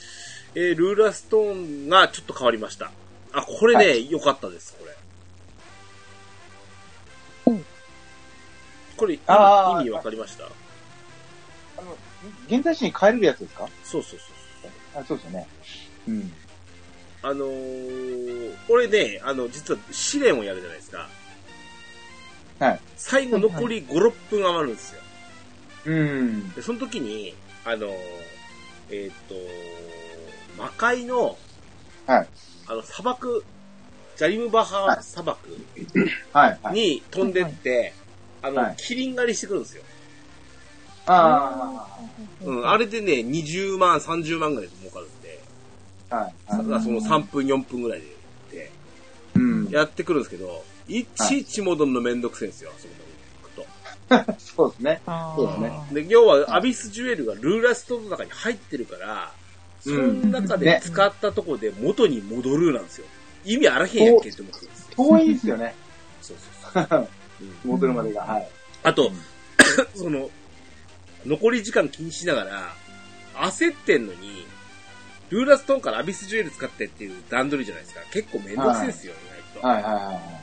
えー、ルーラーストーンがちょっと変わりました。あ、これね、
は
良かったです、これ。
うん
これ、意
あー
味意味わかりました
あの、現在地に帰れるやつですか
そうそうそうそう。
あそうですよね。うん。
あのー、俺ね、あの、実は試練をやるじゃないですか。
はい。
最後残り5、6分余るんですよ。
うん。
で、その時に、あのー、えーっ、と魔界の、
はい。
あの、砂漠、ジャリムバハ砂漠
はい、はい。
に飛んでって、あの、
はい
キリン狩りしてくるんですよ。
あ
うん、あれでね、20万、30万ぐらいで儲かるんで、
あ。はい。
さ
はい
その3分、4分ぐらいで行って、
うん。
やってくるんですけど、いちいち戻るのめんどくせえんですよ、あそこまで行く
そうですね。
あー
そうだね
と。で、要は、アビスジュエルがルーラストの中に入ってるから、その中で使ったとこで元に戻るなんですよ。意味あらへんやんけって思ってるんですよ。
遠いですよね。
そうそうそう。うん
戻るまでが。はい。
あと、 その、残り時間気にしながら、焦ってんのに、ルーラストーンからアビスジュエル使ってっていう段取りじゃないですか。結構めんどくせえですよ、意外
はい、はい、は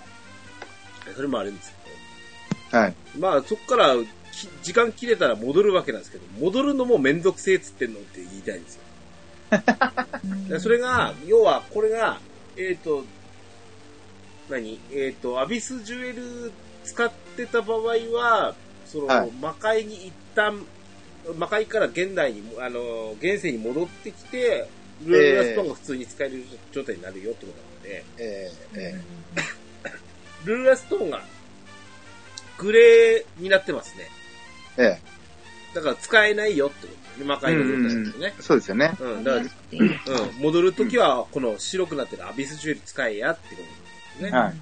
と。それもあるんですけど。
い。はい。
まあ、そこからき、時間切れたら戻るわけなんですけど、戻るのもめんどくせえっつってんのって言いたいんですよ。だからそれが、要は、これが、えっ、と、何えっ、と、アビスジュエル使ってた場合は、その、
はい
魔界に行っ旦、魔界から現代に、あの、現世に戻ってきて、ルールラストーンが普通に使える状態になるよってことなので、
えええ
ルールラストーンが、グレーになってますね。
ええ
だから使えないよってことね。魔界の状態ですよね
え。そうですよね。
うん、だから、うん、戻るときは、この白くなってるアビスジュエル使えやってことですね。
はい。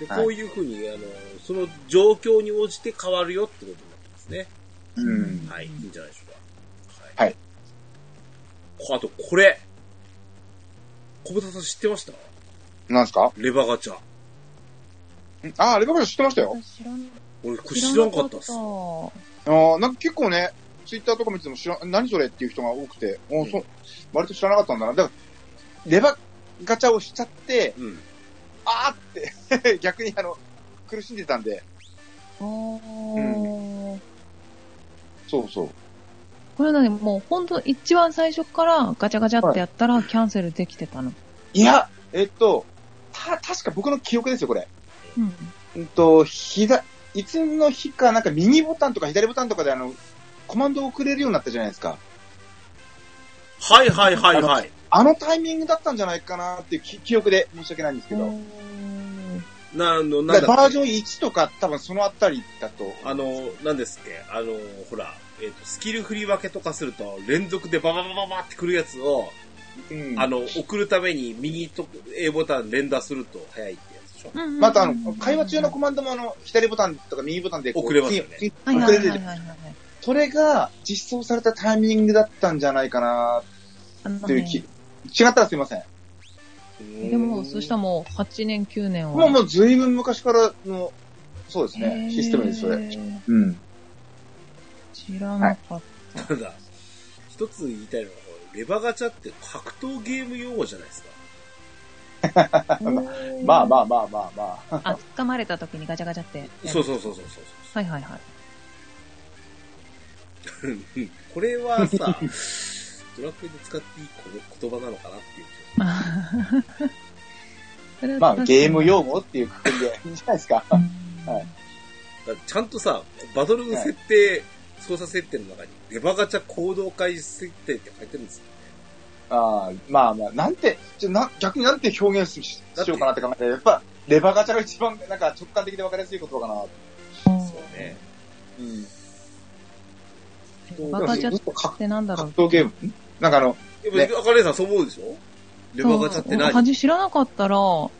で
はい
こういうふうに、あの、その状況に応じて変わるよってことになってますね。
うん。
はい、いいんじゃないでしょうか。
はい。
こあと、これ。小豚さん知ってました
なんですか
レバガチャ。
んああ、レバカシ知ってましたよ。
知らん
俺、これ知らんかったっす。
ああ、なんか結構ね、ツイッターとか見てても知らん、何それっていう人が多くて、おそ割と知らなかったんだな。だから、レバガチャをしちゃって、
うん。
あーって、 逆にあの、苦しんでたんで、
あー
そうそう。
これはね、もう本当一番最初からガチャガチャってやったらキャンセルできてたの。
いや、えっと、た、確か僕の記憶ですよ、これ。
うん。
うんと、ひだ、いつの日か、なんか右ボタンとか左ボタンとかであの、コマンドを送れるようになったじゃないですか。
はいはいはいはい。
あのタイミングだったんじゃないかなっていうき記憶で申し訳ないんですけど。
な、の、なん
だから
だ
バ
っ
ー
け
ジョン1とか多分そのあたりだと。
あの、なんですっけあの、ほら、えっ、と、スキル振り分けとかすると、連続でバババババってくるやつを、
うん、
あの、送るために右と A ボタン連打すると早いってやつでしょ
うん
またあの、会話中のコマンドもあの、左ボタンとか右ボタンでこう
送れますよね
ピンピ
はい
ン
は
送
い
れ
はい
る
はい
じゃん
はい。
それが実装されたタイミングだったんじゃないかな
あの
っていう
ね
気、違ったらすいません。
でも、そしたらもう8年9年は。
もうもう随分昔からの、そうです
へ
ね、
ー
システムです、それ。うん。
知らなかった。
ただ、一つ言いたいのは、レバガチャって格闘ゲーム用語じゃないですか。
まあまあまあまあまあ。
あ、掴まれた時にガチャガチャって。
そうそうそうそうそう
はいは いはい。
そう。 うんこれは さ、ドラクエで使っていい言葉なのかなっていう気
それは
まあ、ゲーム用
確
語っていうくくりでいいんじゃないですか。
かに
が
はい
だからちゃんとさ、バトルの設定、操作設定の中に、レバガチャ行動会設定って書いてるんですよ。
ああ、まあまあ、なんて、ちょな逆になんて表現ししようかなって考えて、やっぱ、レバーガチャが一番、なんか直感的で分かりやすい言葉かな。
そうね。
うん。
バカチャってなんだろ
格
う。
闘ゲームんなんかあの、
やっぱ、赤根さんそう思うでしょレバガチャって何
恥知らなかったら、こ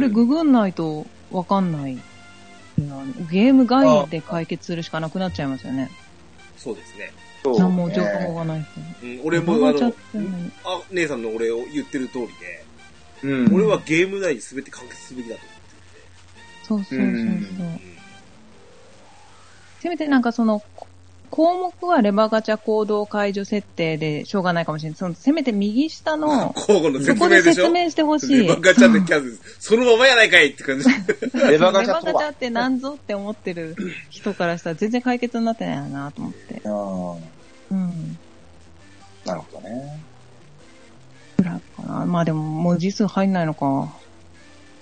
れググんないとわかんない。ゲーム外で解決するしかなくなっちゃいますよね。
そうですね。
そう
何も情報がない人に。
うん、俺も、あ
バカチャ
の
って、何
あ、姉さんの俺を言ってる通りで、
うん。
俺はゲーム内に全て完結すべきだと思
そうそうそうそう。
う。うん、
せめてなんかその、こ項目はレバーガチャ行動解除設定でしょうがないかもしれない。その、せめて右下の
交互の
そ
説
こ
明
で
でしょ
説明してほし
レ
い。
バガチャでキャズ、そのままやないかいって感 じ。
レバーガ
レ
チャ
バ
と
ガチャ
は。
ってなんぞって思ってる人からしたら全然解決になってないよなと思って。
うん。
うん。
なるほどね。
ぐらいかな。まあでも文字数入んないのか。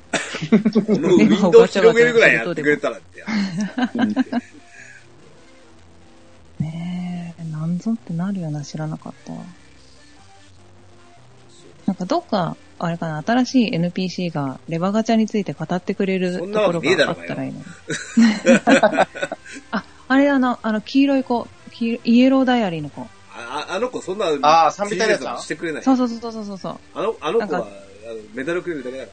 このウィンドウ広げるぐらいやってくれたらって。
ねえ、なんぞってなるよな、知らなかった。なんかどっか、あれかな、新しい NPC がレバガチャについて語ってくれる
そ
と
んなわ
こ
け
ろ
ねえだ
があ
ろ
っ
うがよ
たらいいのに。あ、あれあの、あの、黄色い子、黄色イエローダイアリーの子。
あああの子そんな、
あー賛美隊のやつな
してくれない。
そうそうそうそうそうそう。
あの、あの子は、あ
なん
のメダルくれるだけだか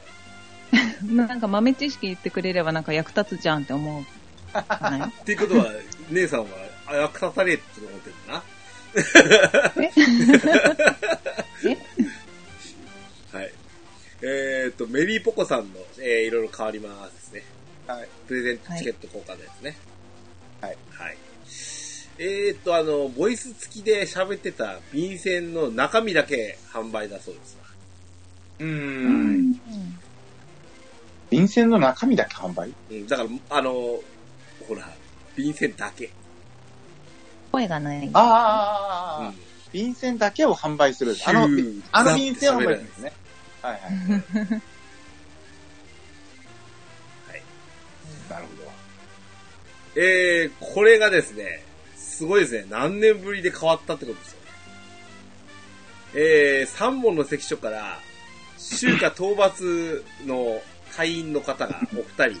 なんか豆知識言ってくれればなんか役立つじゃんって思う。 ない
ら。っていうことは、姉さんは、あ、役立たれって思ってるんだな。
え
はい。えっ、と、メリーポコさんの、えー、いろいろ変わりますですね。
はい。
プレゼントチケット交換のやつね。
はい。
はい。えっ、と、あの、ボイス付きで喋ってた便箋の中身だけ販売だそうです。
うん。便箋の中身だけ販売
うん、だから、あの、ほら、便箋だけ。
声がない。
ああああ、ああ
あ
便箋だけを販売する。あの、あの便箋を販売するんですね。はいはい。なるほど。
えー、これがですね、すごいですね。何年ぶりで変わったってことですよね。えー、3本の関所から、中華討伐の会員の方がお二人、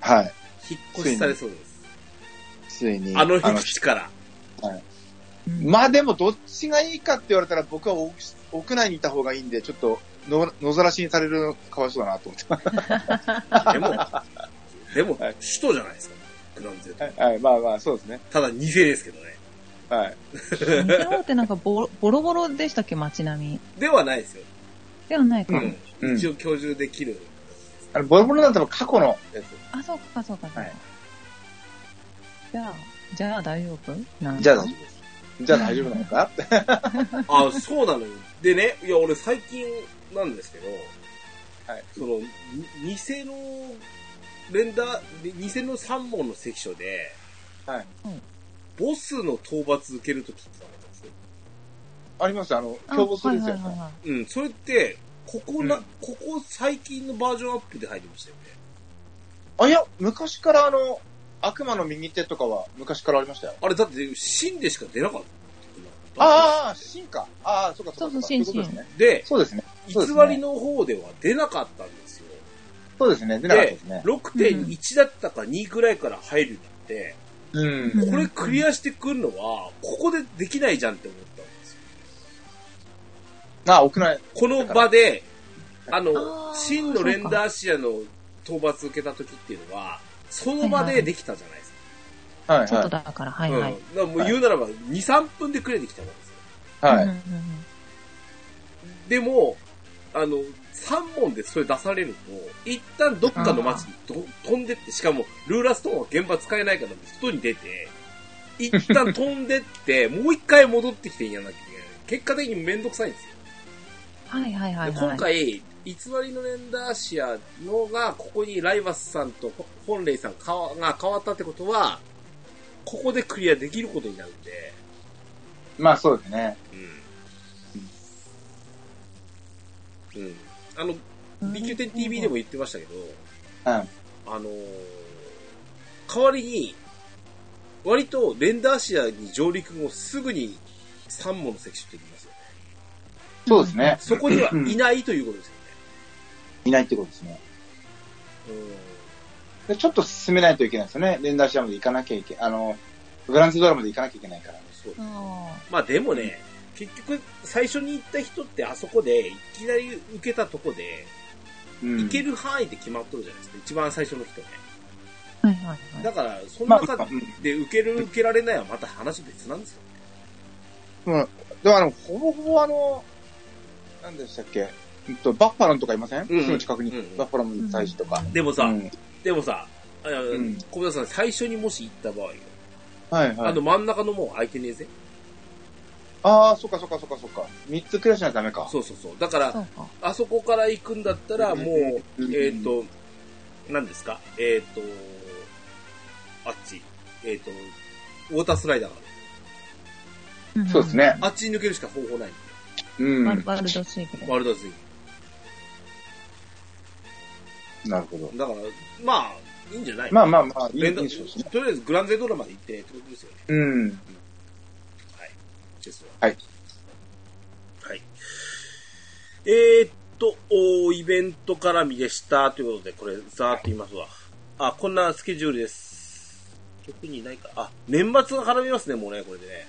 はい。
引っ越しされそうです。
ついに。
あの僻地から。
うん
まあでも、どっちがいいかって言われたら、僕は屋屋内にいた方がいいんで、ちょっとの、野ざらしにされるのかわいそうだなと思って。
で も、でも、
はい
首都じゃないですか。グランゼルト
はいはい、まあまあ、そうですね。
ただ偽ですけどね。
はい。
日本ってなんかボロボロボロでしたっけ、街並み。
ではないですよ。
ではないか。
うん。
うん
一応居住できる
あの、ボロボロなんても過去のや
あ、そうか、そうか、そうか。
はい
じゃあ、じゃあ大丈夫な
つ。
んか
じゃあ大丈夫です。じゃあ大丈夫なのか
あ、そうなのよ。でね、いや、俺最近なんですけど、
はい
その、に偽の、レンダー、偽の3本の関所で、
はい
うん
ボスの討伐受けるときってのがあるんですよ
ありますあの、競合するんですよ
あ。はいはいはいはい
うん、それって、ここな、
うん
ここ最近のバージョンアップで入りましたよね。
あ、いや、昔からあの、悪魔の右手とかは昔からありましたよ。
あれだって、芯でしか出なかった。
ああ、シンか。ああ、そうかそうか。
そうそうシン
そういうことですね。
で、
そうですね。
偽
そうですね
りの方では出なかったんですよ。
そうですね。出なかったですね。
6.1だったか2ぐらいから入るって、
うん。
これクリアしてくるのは、ここでできないじゃんって思ったんですよ。
ああ、屋内。
この場で、あ
あ
の、
ー
真のレンダーシアの討伐受けた時っていうのは、その場でできたじゃないですか。
はい
ちょっと
は
だから、はいはい。
うん。だからもう言うならば、2、3分でクリアできたんですよ。
い。は
う
い。
んうんうん
でも、あの、3問でそれ出されると、一旦どっかの街にど飛んでって、しかも、ルーラーストーンは現場使えないから、外に出て、一旦飛んで って、もう一回戻ってきてやんなきゃいけない。結果的にめんどくさいんですよ。
はいはいはい
で
はい。
今回、偽りのレンダーシアのが、ここにライバスさんと本レイさんかわが変わったってことは、ここでクリアできることになるんで、
まあそうですね。
うん。うん。あの、
うん、
B 級点 TV でも言ってましたけど、
はい。
あのー代わりに、割とレンダーシアに上陸後すぐに3本の関所って言いますよね。
そうですね。
そこにはいないということですよ
いないってことですね。
ね。
でちょっと進めないといけないですよね。レンダーシアまで行かなきゃいけあの、グランツドラマで行かなきゃいけないか
う
ら。
ん。そう
あー。
まあでもね、結局最初に行った人ってあそこでいきなり受けたとこで、
うん
行ける範囲で決まっとるじゃないですか。一番最初の人ね。
はいはいは
だから、そ
ま
の
あ、
中
うん
で受ける受けられないはまた話別なんですよ。
でもあの、ほぼほぼあの、何でしたっけ、うんと、バッファロンとかいません、
うんうん
すぐ近くに、
うんうん
バッファロン大使とか。
でもさ、
うん
でもさ、あ
ん
小宮さん最初にもし行った場合よ、
はいはい。
あの真ん中の門開いてねえぜ。
ああ、そっかそっかそっかそっか。三つクリアしないとダメか。
そうそうそう。だか
い。そ
ら、
うか。
あそこから行くんだったら、もう
うんうん、うん
えっ、と、何ですかえっ、と、あっち、えっ、と、ウォータースライダーが
ん
そうです。ね
ある。あっちに抜けるしか方法ない。
うん。
ワ
な
ル
る
ワルドシークで。
ワールドスイン
ほど。
だから、まあ、いいんじゃない
まあ
あ、
まあまあ、いい
連打
印象ですね。
とりあえずグランゼドラまで行ってってことですよね。
うん。
はい。です
はい。
はい。えー、っと、おーイベント絡みでした。ということで、これ、ざーっと言いますわ。あ、こんなスケジュールです。特にないか。あ、年末が絡みますね、もうね、これでね。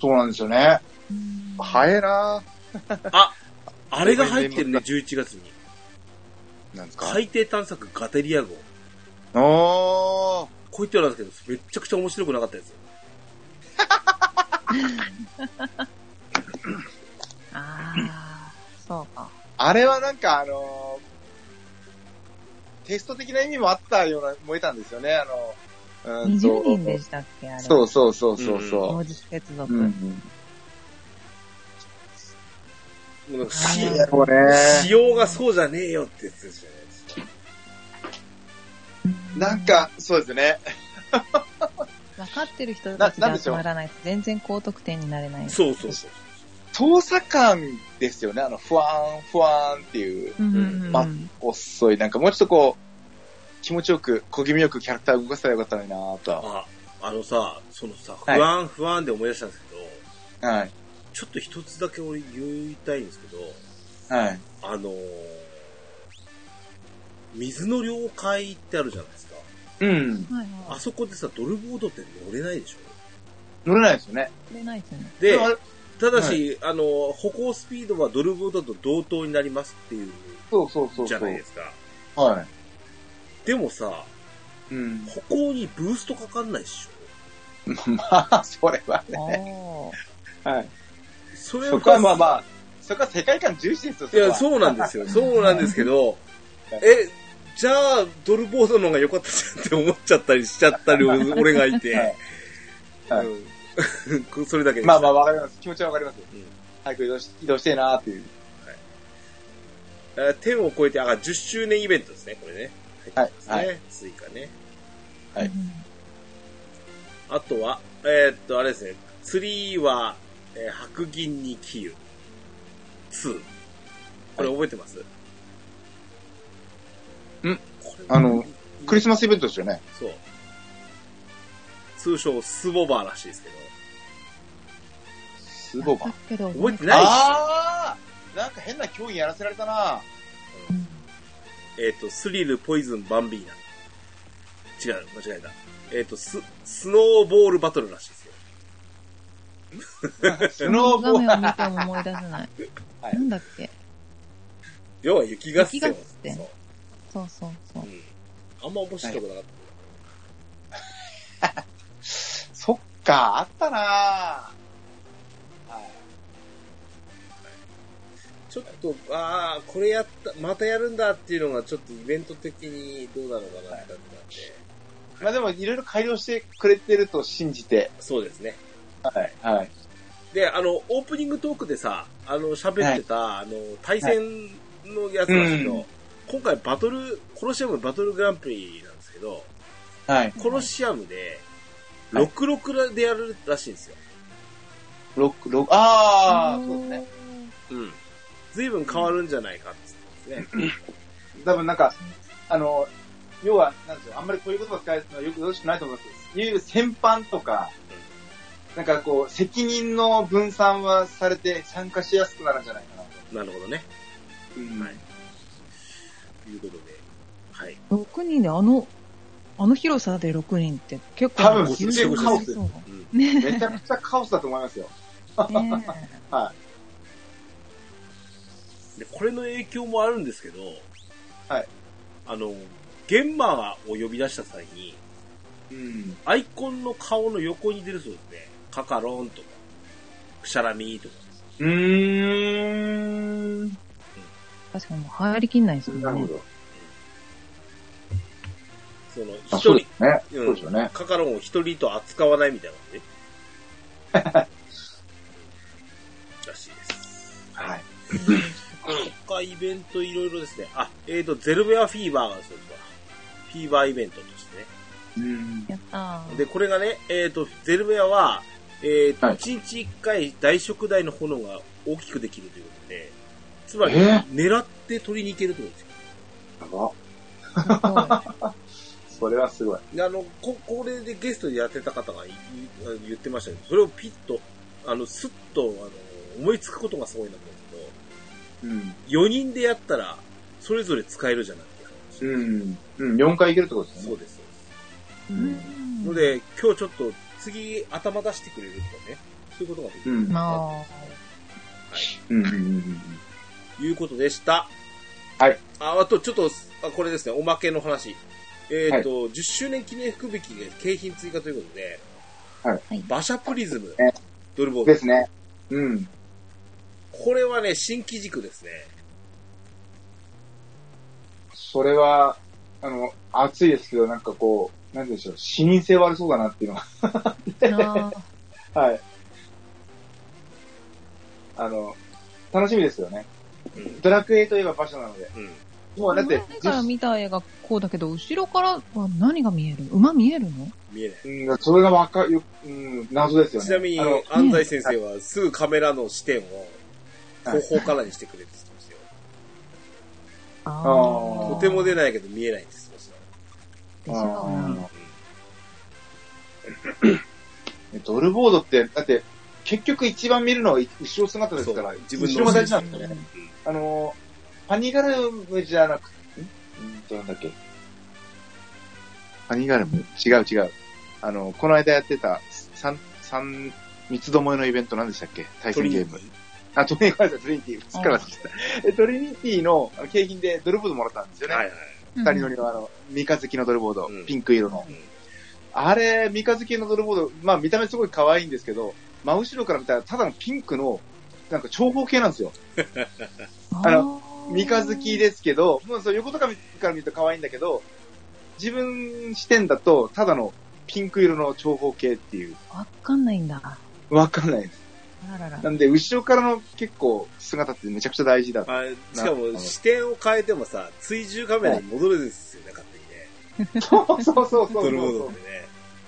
そうなんですよね。
うん
早いな
あ、あれが入ってるね、11月に。
ーなんですか。
海底探索ガテリア号。
おー。
こう言ってなんですけど、めっちゃくちゃ面白くなかったですよ。
ああ、そうか。
あれはなんかあのーテスト的な意味もあったような、燃えたんですよね。あの、うんと
20人でしたっけあれ。
そうそうそうそうそう。
同時接続。
うん。
もうなんか
あ
仕
ー
様
いや
こ
仕
れ、
様がそうじゃねえよってやつですよね。
なん、か、そうですね。
分かってる人たち
ななん
が
でし
集
ょう
まらないと全然高得点になれない。
そうそうそう。
操作感ですよね。あの、ふわーん、ふわーんっていう、
うんうんうん。
ま遅い。なんかもうちょっとこう、気持ちよく、小気味よくキャラクター動かせたらよかったのになぁとは。
あ、あのさ、そのさ、不
はい
安不安で思い出したんですけど、
はい。
ちょっと一つだけ俺言いたいんですけど、
はい。
あのー水の了解ってあるじゃないですか。
うん。
はい
あ
は
そこでさ、ドルボードって乗れないでしょ
乗れないですよね。
い。れないですよね。
で
もあ、れ
ただし、あのー、歩行スピードはドルボードと同等になりますっていう、
そうそうそうそう。
じゃないですか。
は
でもさ、
い。うん。
歩行にブーストかかんないでしょ
まあ、それ は
あ
ね。
ー
はい。
それ
そこはまあまあ、そこは世界観重視ですよ、
いや、そうなんです
よ。
よ。そうなんですけど、え、じゃあ、ドルボードの方が良かったじゃんって思っちゃったりしちゃったり、俺がいて。
はい
うん それだけです
まあまあ、わかります。気持ちはわかります。
うん
早く移動し移動してえなーっていう。
えー天を超えて、あ、10周年イベントですね、これね。
はい
です。
はい。
ね。追加ね。
はい
うん
あとは、えーっと、あれですね。釣りは、えー白銀に杞憂。2。これ覚えてます、
うん
これ
あの、クリスマスイベントですよね。
そう。通称、スボバーらしいですけど。
スボバ
だ。けど、
覚えてないし、
あーなんか変な競技やらせられた な
うん
えーっと、スリル、ポイズン、バンビーナ。違う、間違えた。えーっと、ス、スノーボールバトルらしいですよ。
スノー
画
ボ
面を
ー
見ても思い出せない。
はい
なんだっけ
要は雪合戦。
雪合戦
そう
そうそうそう
う。んあんま面白くなかっ
そっか、あったなはい。
た。ちょっと、ああ、これやった、またやるんだっていうのが、ちょっとイベント的にどうなのかなってなったんで。
まあでも、いろいろ改良してくれてると信じて。
そうですね。
はい。はい。
で、あの、オープニングトークでさ、あの、喋ってた、あの、対戦のやつなんですけど、
はいうん
今回バトル、コロシアムバトルグランプリなんですけど、
はい。
コロシアムで、
はい
66でやるらしいんですよ。
ロック、ロック、あー、そうですね。
うん。随分変わるんじゃないかって言ってますね。
多分なんか、あの、要は、なんですよ、あんまりこういう言葉使えるのはよくよろしくないと思うんですけど、いう戦犯とか、なんかこう、責任の分散はされて参加しやすくなるんじゃないかなと。
なるほどね。
うん
はい。ということで、はい。
6人であの、あの広さで6人って結構
多分
すげえカ
オスです
そう
うん
めちゃくちゃカオスだと思いますよ。
ね
で、これの影響もあるんですけど、
はい。
あの、ゲンマーを呼び出した際に、
うん。
アイコンの顔の横に出るそうですね。カカロンとか、クシャラミーとか。
うーん。
確かにもう入りきんないですもんね。
ど。
その、
あ
一
そうで
人
す、ね。
ん
そうですよね。
カカロンを一人と扱わないみたいな感じ らしいです。
はい。
他イベントいろいろですね。あ、えーと、ゼルベアフィーバーがそうですわフィーバーイベントとしてね。
うん。
やったー。
で、これがね、えっ、と、ゼルベアは、えっ、と、
はい
1日1回大食台の炎が大きくできるということで、つまり、
えー
狙って取りに行けるってことですよ。
やば。
す
そ
ごい
れはすごい。
であの、こ、これでゲストでやってた方がいいあの言ってましたけど、それをピッと、あの、スッと、あの、思いつくことがすごいなと思うんで
うん。
すけど、4人でやったら、それぞれ使えるじゃないですか。
うん。うん。4回いけるってことです
そ
ね
う。です、そうです。
うん
ので、今日ちょっと、次、頭出してくれるとかね、そういうことができる。
うん。うん
ま
うんうんうん。
いうことでした。
はい。
あ、あとちょっと、あこれですね、おまけの話。えっ、と、10周年記念福引きが景品追加ということで、
はい
はい
馬車プリズム
ね、
ドルボー
で
ル。
すね。うん。
これはね、新機軸ですね。
それは、あの、暑いですけど、なんかこう、なんて言うんでしょう、視認性悪そうだなっていうの
あ、なあ
が、 はい。あの、楽しみですよね。
うん。
ドラクエといえば場所なので。
うん。
もう だって、
前から見た絵がこうだけど、後ろからは何が見える馬見えるの
見えない。
うん、それがわかよ、うん、謎ですよね。
ちなみに
あの、
安西先生はすぐカメラの視点を
はい
後方からにしてくれって言ってましたよ。
あ
あー
とても出ないけど見えないんです、そしたら
でしょう
あ
ね
ードルボードって、だって、結局一番見るのは後ろ姿ですから、
自分の
後ろも大事なんですよね。
うん
あのー、パニガルムじゃなくて、んうんと、なんだっけ。パニガルム違う違う。あの、この間やってた、三、三、三つどもえのイベント何でしたっけ対戦ゲーム。あ、トリニティ、トリニティ、すっから忘れてたえトリニティのあの景品でドルボードもらったんですよね。
はいはい。
二人乗りのあの、三日月のドルボード、
うん
ピンク色の。
うん
あれ、三日月のドルボード、まあ見た目すごい可愛いんですけど、真後ろから見たらただのピンクの、なんか長方形なんですよ。あ
の
三日月ですけど、まあ、そう横とかから見ると可愛いんだけど、自分視点だと、ただのピンク色の長方形っていう、
わかんないんだ。あ
わかんないです。
ららら
なんで、後ろからの結構姿ってめちゃくちゃ大事だ。
あしかも視点を変えてもさ、追従カメラに戻るんですよね、勝手にね。
そうそうそうそうそ
ド
う
ルボー
そ
ド
う
っ。てね。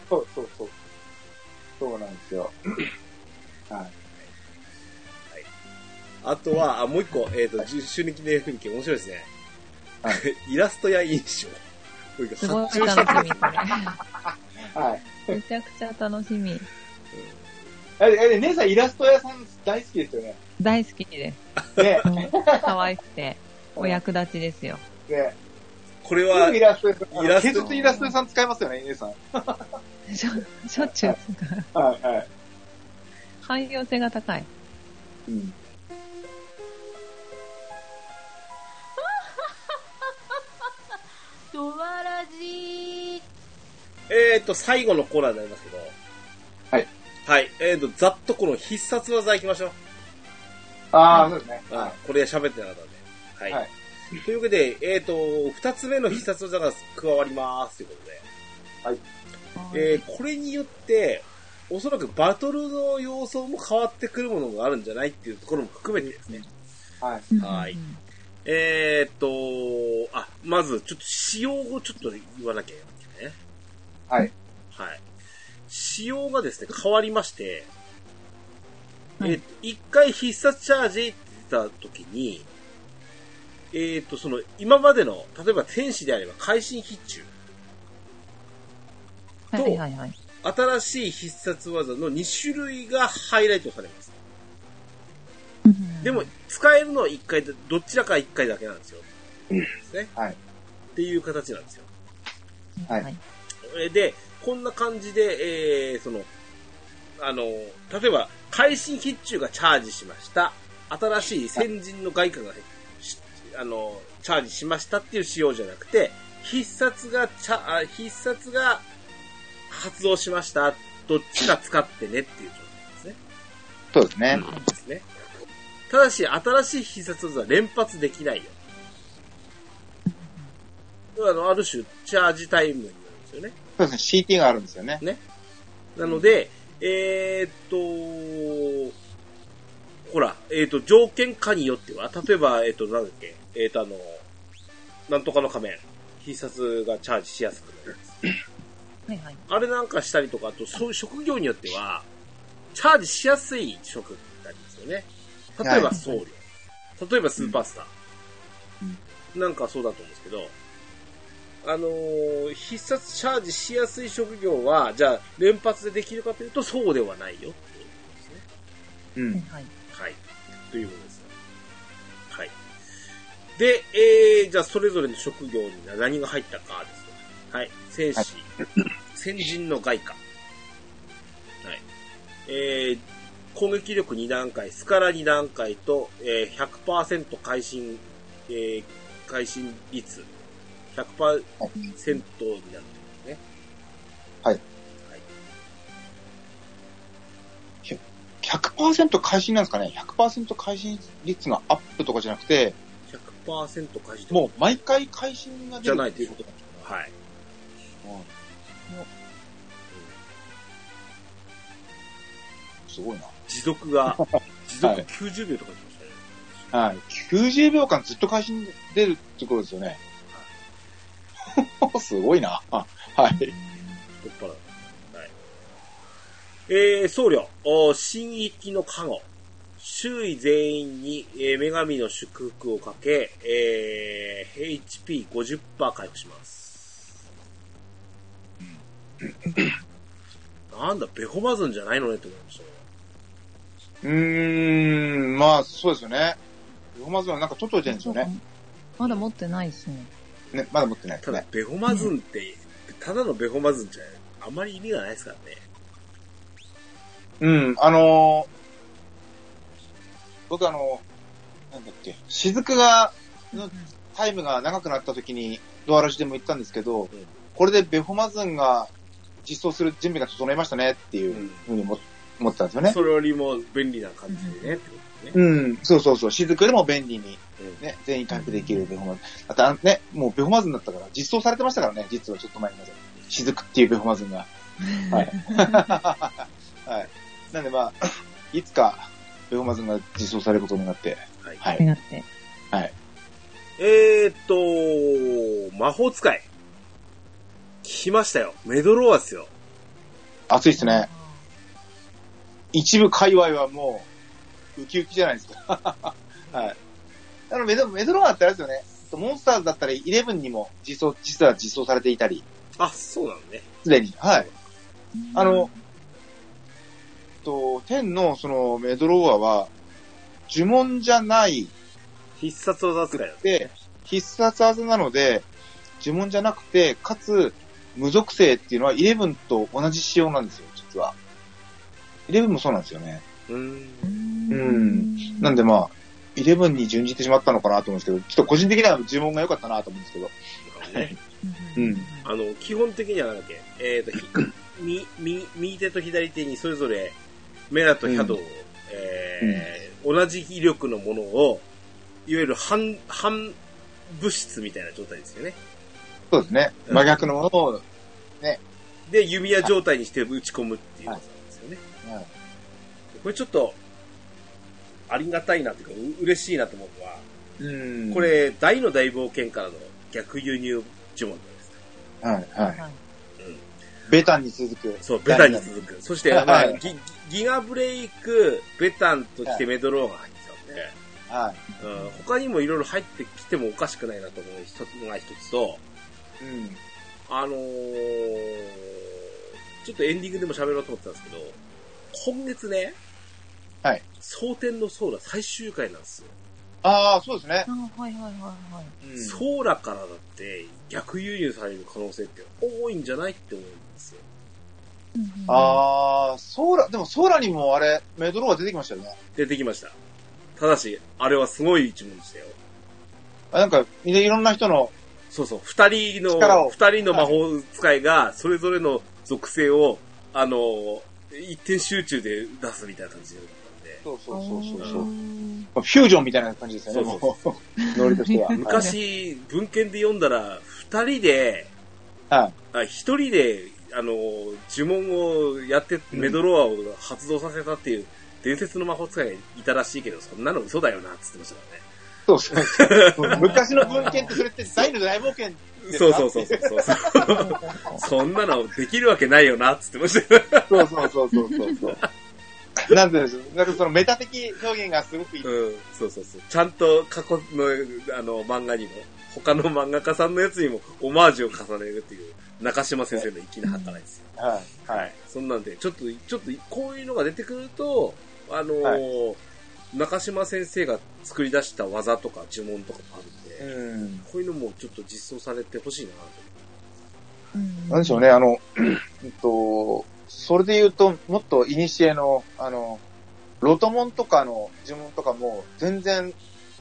そうそうそう。そうなんですよ。はい。
あとは、あ、もう一個、えっ、と、10周年記念風景、面白いですね。
は
イラストや印象。なんか
すごい
発注して
楽しみこ
はい。
れ。めちゃくちゃ楽しみ。
あれ、あれ、姉さんイラスト屋さん大好きですよ ね。
大好きで
ね
す。可愛く て、お役立ちですよ。
ね
これ
す
は
ぐイ、ラスト屋さん。
イラスト
建設イラスト屋さん使いますよね、姉さん。
しょしょっちゅう使う。
はい、はい。
汎用性が高い。
うん。
ドワラジ
えっ、と、最後のコーナーになりますけど。
はい。
はい。えっ、と、ざっとこの必殺技いきましょう。
ああ、そうですね。
あこれ喋ってなかったんで。はい。
はい
というわけで、えっ、と、二つ目の必殺技が加わります。ということで。えーこれによって、おそらくバトルの様相も変わってくるものがあるんじゃないっていうところも含めてですね。
はい。
うん
はいえー、っと、あ、まず、ちょっと仕様をちょっと言わなきゃいけないね。
はい。
はい。仕様がですね、変わりまして、
はい
えー一回必殺チャージって言った時に、えー、っと、その、今までの、例えば天使であれば、会心必中。
はいはいはい。
新しい必殺技の2種類がハイライトされます。でも、使えるのは1回で、どちらか1回だけなんですよ。ですね。
はい
っていう形なんですよ。
はい
はい。
えーで、こんな感じで、えーその、あの、例えば、会心必中がチャージしました。新しい先人の外貨が、しあの、チャージしましたっていう仕様じゃなくて、必殺がチャ、あ必殺が発動しました。どっちか使ってねっていう状態ですね。
そうですね。
ですね。ただし、新しい必殺技は連発できないよ。あの、ある種、チャージタイムになるんですよね。
そうですね。CT があるんですよね。
なので、えーっと、ほら、えーっと、条件下によっては、例えば、えーっと、なんだっけ、えーっと、あの、なんとかの仮面、必殺がチャージしやすくなる。
はいはい。
あれなんかしたりとか、あと、そういう職業によっては、チャージしやすい職なんですよね。例えば
はい
僧侶。例えばスーパースター。なんかそうだと思うんですけど、あのー必殺チャージしやすい職業は、じゃあ、連発でできるかというと、そうではないよっていうことですね。
う
はい
ん。
はい。
はい。ということです。はい。で、えー、じゃあそれぞれの職業に何が入ったかですね。はい。戦士、先人の外貨。はい。えー、攻撃力2段階、スカラ2段階と、えー、100%会心、えー、会心率100%戦闘になるんですね。
100%会心なんですかね ?100% 会心率のアップとかじゃなくて、
100%会心。
もう毎回会心が
じ
出
ゃ
る
ない
って
で
いう
しょ
こと
うか。はい。
すごいな。
持続 が、持続
はい
90秒とかしましたね。
はい。90秒間ずっと会心出るってことですよね。 すごいな。あはい。
太っ腹。はい。えー、僧侶、お新域の加護。周囲全員に、えー女神の祝福をかけ、えー、HP50% 回復します。なんだ、ベホマズンじゃないのねって思いましたよ。
うーん、まあ、そうですよね。ロマズンなんかちょっと出てるんですよね。
まだ持ってないですね。
ね、まだ持ってないです
ただ
ね。、
ベホマズンって、ただのベホマズンじゃ、あまり意味がないですからね。
うん、あのー僕あのなんだっけ、雫が、のタイムが長くなった時に、ドアラジでも言ったんですけど、
ん
これでベホマズンが実装する準備が整いましたねっていう
うん
ふうに思思ったんですよね。
それよりも便利な感じでね、ってことですね。
うん、そうそうそう、雫よりも便利に
うん、
ね、全員回復できるベホマズン。あとあのね、もうベホマズンだったから、実装されてましたからね、実はちょっと前にまで。雫っていうベホマズンが。はい。 はい。なんでまあ、いつか、ベホマズンが実装されることになって、
はい
は
に
い。
なって。
えーっと、魔法使い。来ましたよ。メドローアスよ。
暑いですね。一部界隈はもう、ウキウキじゃないですか。 はい。あの、メド、メドローアってあれですよね。モンスターズだったり、イレブンにも実装、実は実装されていたり、
あ、そうなのね。
すでに。はい。あ
うん、
の、と、天のそのメドローアは、呪文じゃない
必殺技使いだね。
で、必殺技なので、呪文じゃなくて、かつ、無属性っていうのは、イレブンと同じ仕様なんですよ、実は。イレブンもそうなんですよね。
うーん。
うんなんでまあ、イレブンに準じてしまったのかなと思うんですけど、ちょっと個人的には呪文が良かったなと思うんですけど。
ね、
う
うんん。
あの、基本的にはなんだっけ、えーっ と、ひみ、み、右手と左手にそれぞれ、メラとヒャドを、えー同じ威力のものを、いわゆる半、半物質みたいな状態ですよね。
そうですね。
うん
真逆のものを、はい
で、弓矢状態にして打ち込むっていうことなんですよね。これちょっと、ありがたいなっていうか、う嬉しいなと思うのは、
うん
こ、れ、大の大冒険からの逆輸入呪文なんです。
はい、はい。
はい
ベタンに続く。
そう、ベタに続く。そ して、
はい
まあ、ギギガブレイク、ベタンときてメドローンが入ってき
は
たので、うん、他にもいろいろ入ってきてもおかしくないなと思う一つのが一つと、
い。うん。
あのー、ちょっとエンディングでも喋ろうと思ってたんですけど、今月ね、
はい。
蒼天のソーラ最終回なんですよ。
ああ、そうですね
あ。はいはいはいはい。
うん
ソーラからだって逆輸入される可能性って多いんじゃないって思うんですよ。
ああ、ソーラ、でもソーラにもあれ、メドローア出てきましたよね。
出てきました。ただし、あれはすごい一文でしたよ。
あなんか、いろいろんな人の、
そうそう、二人
力
の、
を
二人の魔法使いが、それぞれの属性を、あの、一点集中で出すみたいな感じだった
そうそうそうそうう
そ
そうう。フュージョンみたいな感じですよね。
そうそう
もうノリとしては。
んで、昔、文献で読んだら、二人で、
はい。
あ一人で、あの、呪文をやって、
うん
メドロアを発動させたっていう、伝説の魔法使いがいたらしいけど、そんなの嘘だよな、って言ってましたか
そうそうそう。昔の文献ってそれって大の大冒険
らね。そうそうそうそう そう。そんなのできるわけないよな、って言ってましたよね。
そうそうそうそうそうそう。なんでですなんかそのメタ的表現がすごくいい。
うん、そうそうそう。ちゃんと過去の、あの、漫画にも、他の漫画家さんのやつにも、オマージュを重ねるっていう、中島先生の粋な計らいですよ。
はい。はい。。
そんなんで、ちょっと、ちょっと、こういうのが出てくると、あのー
は
中島先生が作り出した技とか呪文とかもあるんで、
うん。
こういうのもちょっと実装されてほしいなと
なんでしょうね、あの、うんと、それで言うと、もっと古の、あの、ロトモンとかの呪文とかも全然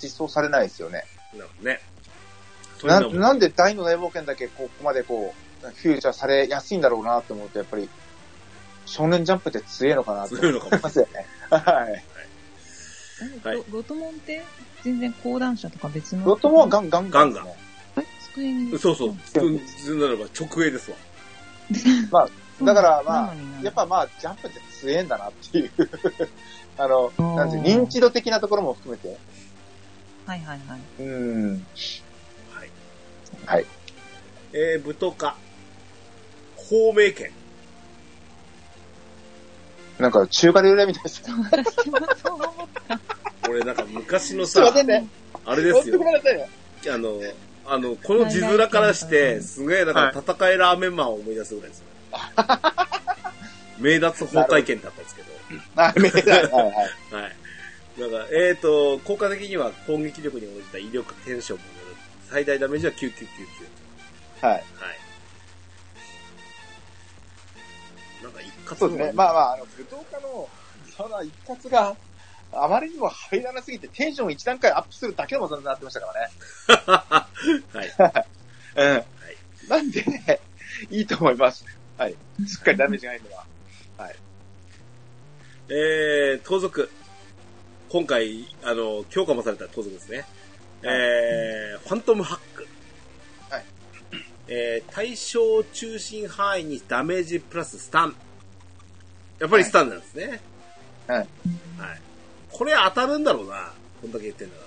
実装されないですよね。
なるほどね。そういう
な
のも
なんで大の大冒険だけここまでこう、フューチャーされやすいんだろうなと思うと、やっぱり、少年ジャンプって強いのかなと
そうい
思
う
い
のかも。
ますよね。 はい。
はい
ロロトモンって全然講談社とか別の。
ロトモンガンガン
ガンガン
ですね
机 に。
そうそう、普通ならば直営ですわ。
だからまあ
なのにな
やっぱまあ、ジャンプって強いんだなっていう。 あの、
ー
なんていう認知度的なところも含めて。
はいはいは
う
い。
ん。
はい。
はい。
えー、武闘家。孔明剣。
なんか、中華料理屋みたいです。ちょっ
私もそう思っ
俺なんか昔 の
と
さ、
待ってね。
あれで
ほっ
す
て
よ
く。ださいね。
あの、あの、この字面からして、すげえ、だから戦いラーメンマンを思い出すぐらいですよ。名奪法体験だったんですけど。
あ、めでたい。はいはい。
はい。なんか、えーと、効果的には攻撃力に応じた威力、テンションも上がる。最大ダメージは9999。
はい。
はい。なんか一括
そうですね。まあまあ、あの、武闘家の、その一括が、あまりにも入らなすぎて、テンションを一段階アップするだけのものになってましたからね。
あ。 はい。
うん。なんで、いいと思います。はい。しっかりダメージがないのは。
えー、盗賊。今回、あの、強化もされた盗賊ですね。えー、ファントムハック。
はい。
えー、対象中心範囲にダメージプラススタン。やっぱりスタンなんですね。
はい
はい。これ当たるんだろうな。こんだけ言ってんだか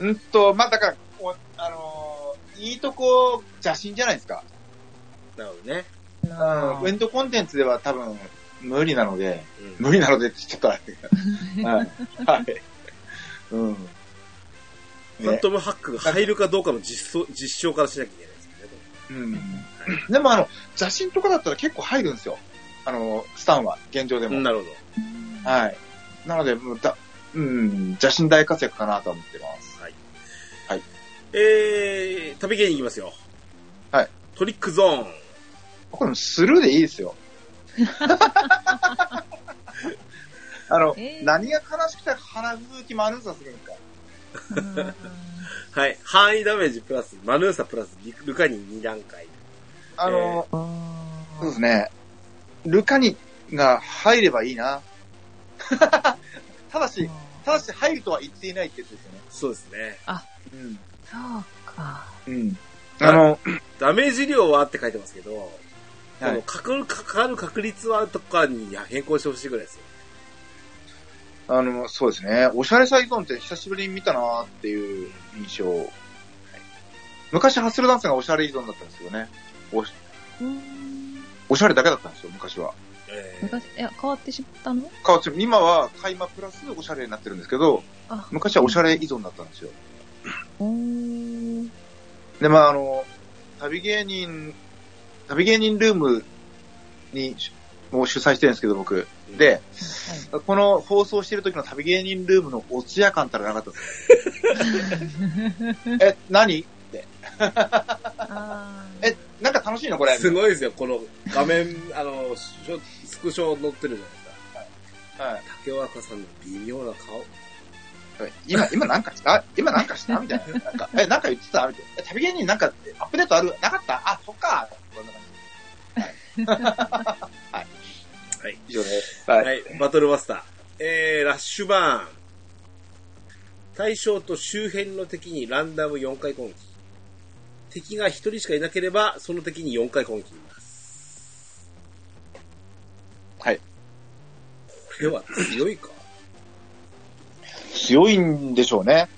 うんと、まあ、だから、おあのーいいとこ、邪神じゃないですか。
ら。なるほどね。
うん。エンドコンテンツでは多分、無理なので、
うん。
無理なのでってちょっとあれだけど はい。はい。うん。
ファントムハックが入るかどうかの実装、実証からしなきゃいけないですよね。
うん。でもあの、邪神とかだったら結構入るんですよ。あの、スタンは、現状でも。
うんなるほど。
はい。なので、もうだ、うん、邪神大活躍かなと思ってます。
はい。
はい。
えー、旅芸に行きますよ。
はい。
トリックゾーン。
これもスルーでいいですよ。あの、
えー
何が悲しくて鼻吹き丸さするんですか
はい。範囲ダメージプラス、マヌーサプラス、リルカニ2段階。
あの、そうですね。ルカニが入ればいいな。 ただし、ただし入るとは言っていないってやつですよね。
そうですね。
うん。
そうか。
うん。あの、
ダメージ量はって書いてますけど、
は
この
い
かかる、かかる確率はとかに変更してほしいぐらいですよ。
あの、そうですね。おしゃれサイゾーンって久しぶりに見たなーっていう印象。はい昔ハッスルダンスがおしゃれ依存だったんですよね。おしおしゃれだけだったんですよ、昔は。
えー
昔、いや、変わってしまったの
かわち今は買い間プラスおしゃれになってるんですけど
あ、
昔はおしゃれ依存だったんですよ。
うん。
で、まああの、旅芸人、旅芸人ルームに、もう主催してるんですけど、僕。で、この放送してる時の旅芸人ルームのおつや感たらなかったですね。え、何
あ
え、なんか楽しいのこれ。
すごいですよ、この画面、あの、ショスクショ載ってるじゃないですか。
はい
竹若さんの微妙な顔。
今、今なんかした今なんかしたみたいな。なんか、え、なんか言ってたみたいな。え旅芸人なんかアップデートあるなかったあ、そっか。こんな感じ。はい。
はい。
以上です。はい。
はい、バトルマスター。えー、ラッシュバーン。対象と周辺の敵にランダム4回攻撃。敵が1人しかいなければ、その敵に4回攻撃になります。
はい。
これは強いか
強いんでしょうね。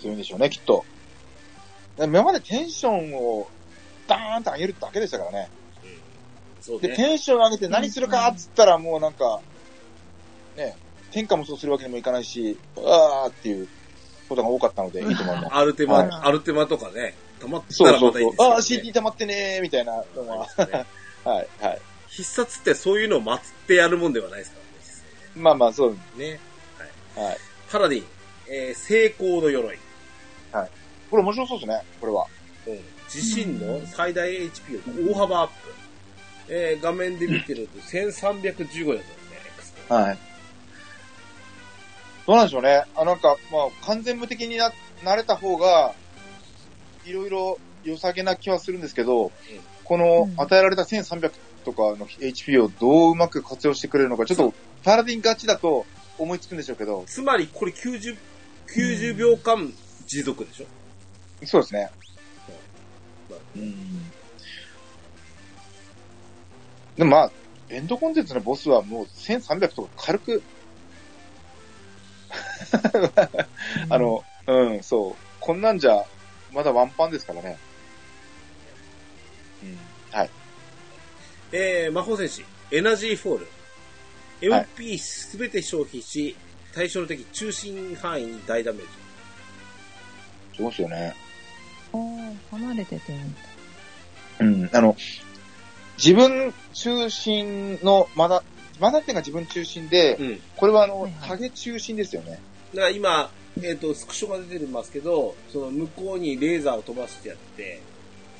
強いんでしょうね、きっと。今までテンションをダーンと上げるだけでしたからね。
そう
で、
ね。
テンション上げて何するかっつったらもうなんか、ね、天下もそうするわけにもいかないし、あーっていうことが多かっ たので、いいと思います。
アルテ
はい
マ、アルテマとかね、溜まってた
そう
ら
そ
ま
う
たいいで
そう
す。けどね
あー CD 溜まってねーみたいなのが、
あり
は
ますね
い、はい。
必殺ってそういうのを祀ってやるもんではないですからね実
まあまあ、そう、
際ね。
はい。
パラディン、えー、成功の鎧。
これ面白そうですね、これは。
うん自身の最大 HP を大幅アップ。えー画面で見てると1315だったんですね、X が
はい。どうなんでしょうね。あ、なんか、まあ、完全無敵にな、なれた方が、いろいろ良さげな気はするんですけど、この
うん
与えられた1300とかの HP をどううまく活用してくれるのか、ちょっとパラディンガチだと思いつくんでしょうけど、
つまり、これ90、90秒間持続でしょ
そうですね。でもまあ、エンドコンテンツのボスはもう1300とか軽く、あ、の、うん、そう。こんなんじゃ、まだワンパンですからね。うん。はい。
えー魔法戦士、エナジーフォール。
はい
MP すべて消費し、対象の敵中心範囲に大ダメージ。
そうですよね。
離れてて。
うん。あの、自分中心の、まだ、まだっていうか自分中心で、
うん。
これはあの
はいは、い
タゲ中心ですよね。
だから今、えっ、と、スクショが出てますけど、その向こうにレーザーを飛ばしてやって、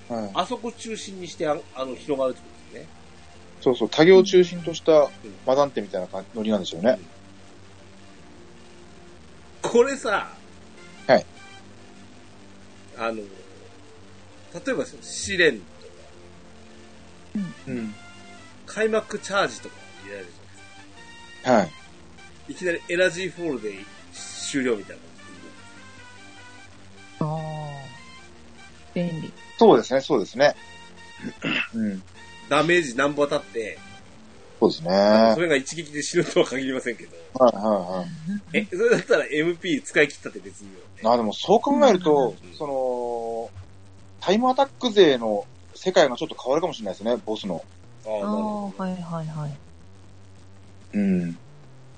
うん。
あそこ中心にしてあ、あの、広がるってことですね。
そうそう、タゲを中心としたマダンテみたいな感じノリなんですよね。
これさ、
はい。
あの、例えばですよ試練と
うん。
か、開幕チャージとか入れられるじゃないですか。
はい。
いきなりエナジーフォールで終了みたいな。
ああ。便利。
そうですね、そうですね。うん。
ダメージ何ぼ当たって、
そうですね。
あの
は
そ
い
れが一撃で死ぬとは限りませんけど。
はいはい。
え、それだったら MP 使い切ったって別にいいよね。
あでもそう考えると、
うん
その、タイムアタック勢の世界がちょっと変わるかもしれないですね、ボスの。
ああ
あ
なる
あ、
ほど
はいはいはい。
うん。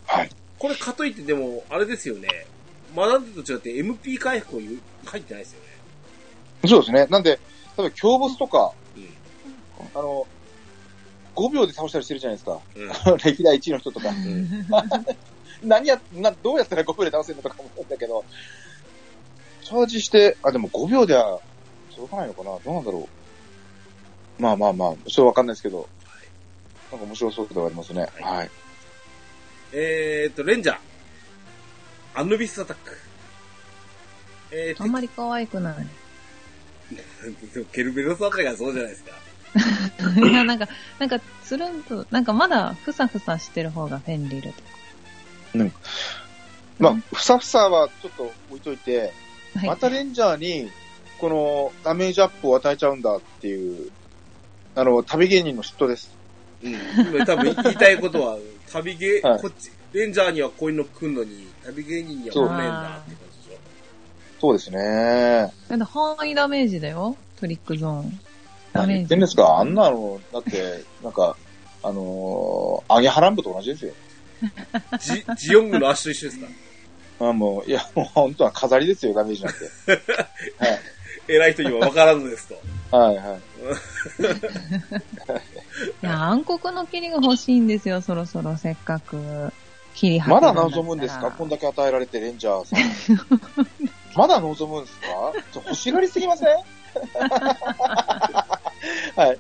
はい。
これかといってでも、あれですよね。学んでと違って MP 回復を入入ってないですよね。
そうですね。なんで、例えば強ボスとか、
う
あの、5秒で倒したりしてるじゃないですか。
ん。うん。
歴代1位の人とか。
うん
何や、な、どうやったら5秒で倒せるのとか思うんだけど、チャージして、あ、でも5秒では届かないのかなどうなんだろう。まあまあまあ、それわかんないですけど、なんか面白そうではありますね。
はい
はい。
えーっと、レンジャー。アヌビスアタック。え
あんまり可愛くない。
ー、でもケルベロスアタックがそうじゃないですか。
いや、なんか、なんか、つるんと、なんかまだふさふさしてる方がフェンリルと
まあ、ふさふさはちょっと置いといて、
か。はい
またレンジャーに、このダメージアップを与えちゃうんだっていう、あの、旅芸人の嫉妬です。
うん。今多分言いたいことは、旅芸、
はい
こっち、レンジャーにはこういうの来んのに、旅芸人には来ねえんだって感じでし
そうですね。
だって範囲ダメージだよ。トリックゾーン。ダ
何
メ
言
ー
って
ジ
ん。ですかあんなの、だって、なんか、あのー、アゲハランブと同じですよ。
ょ。ジ、ジヨングの足と一緒ですか
あもう、いや、もう本当は飾りですよ、ダメージなんて。
偉い人には分からずですと。
はいはい。
いや、暗黒の霧が欲しいんですよ、そろそろ、せっかく。霧
ま
吐け
だ
るんったら
望むんですかこんだけ与えられて、レンジャーさん。まだ望むんですかちょ欲しがりすぎません はい。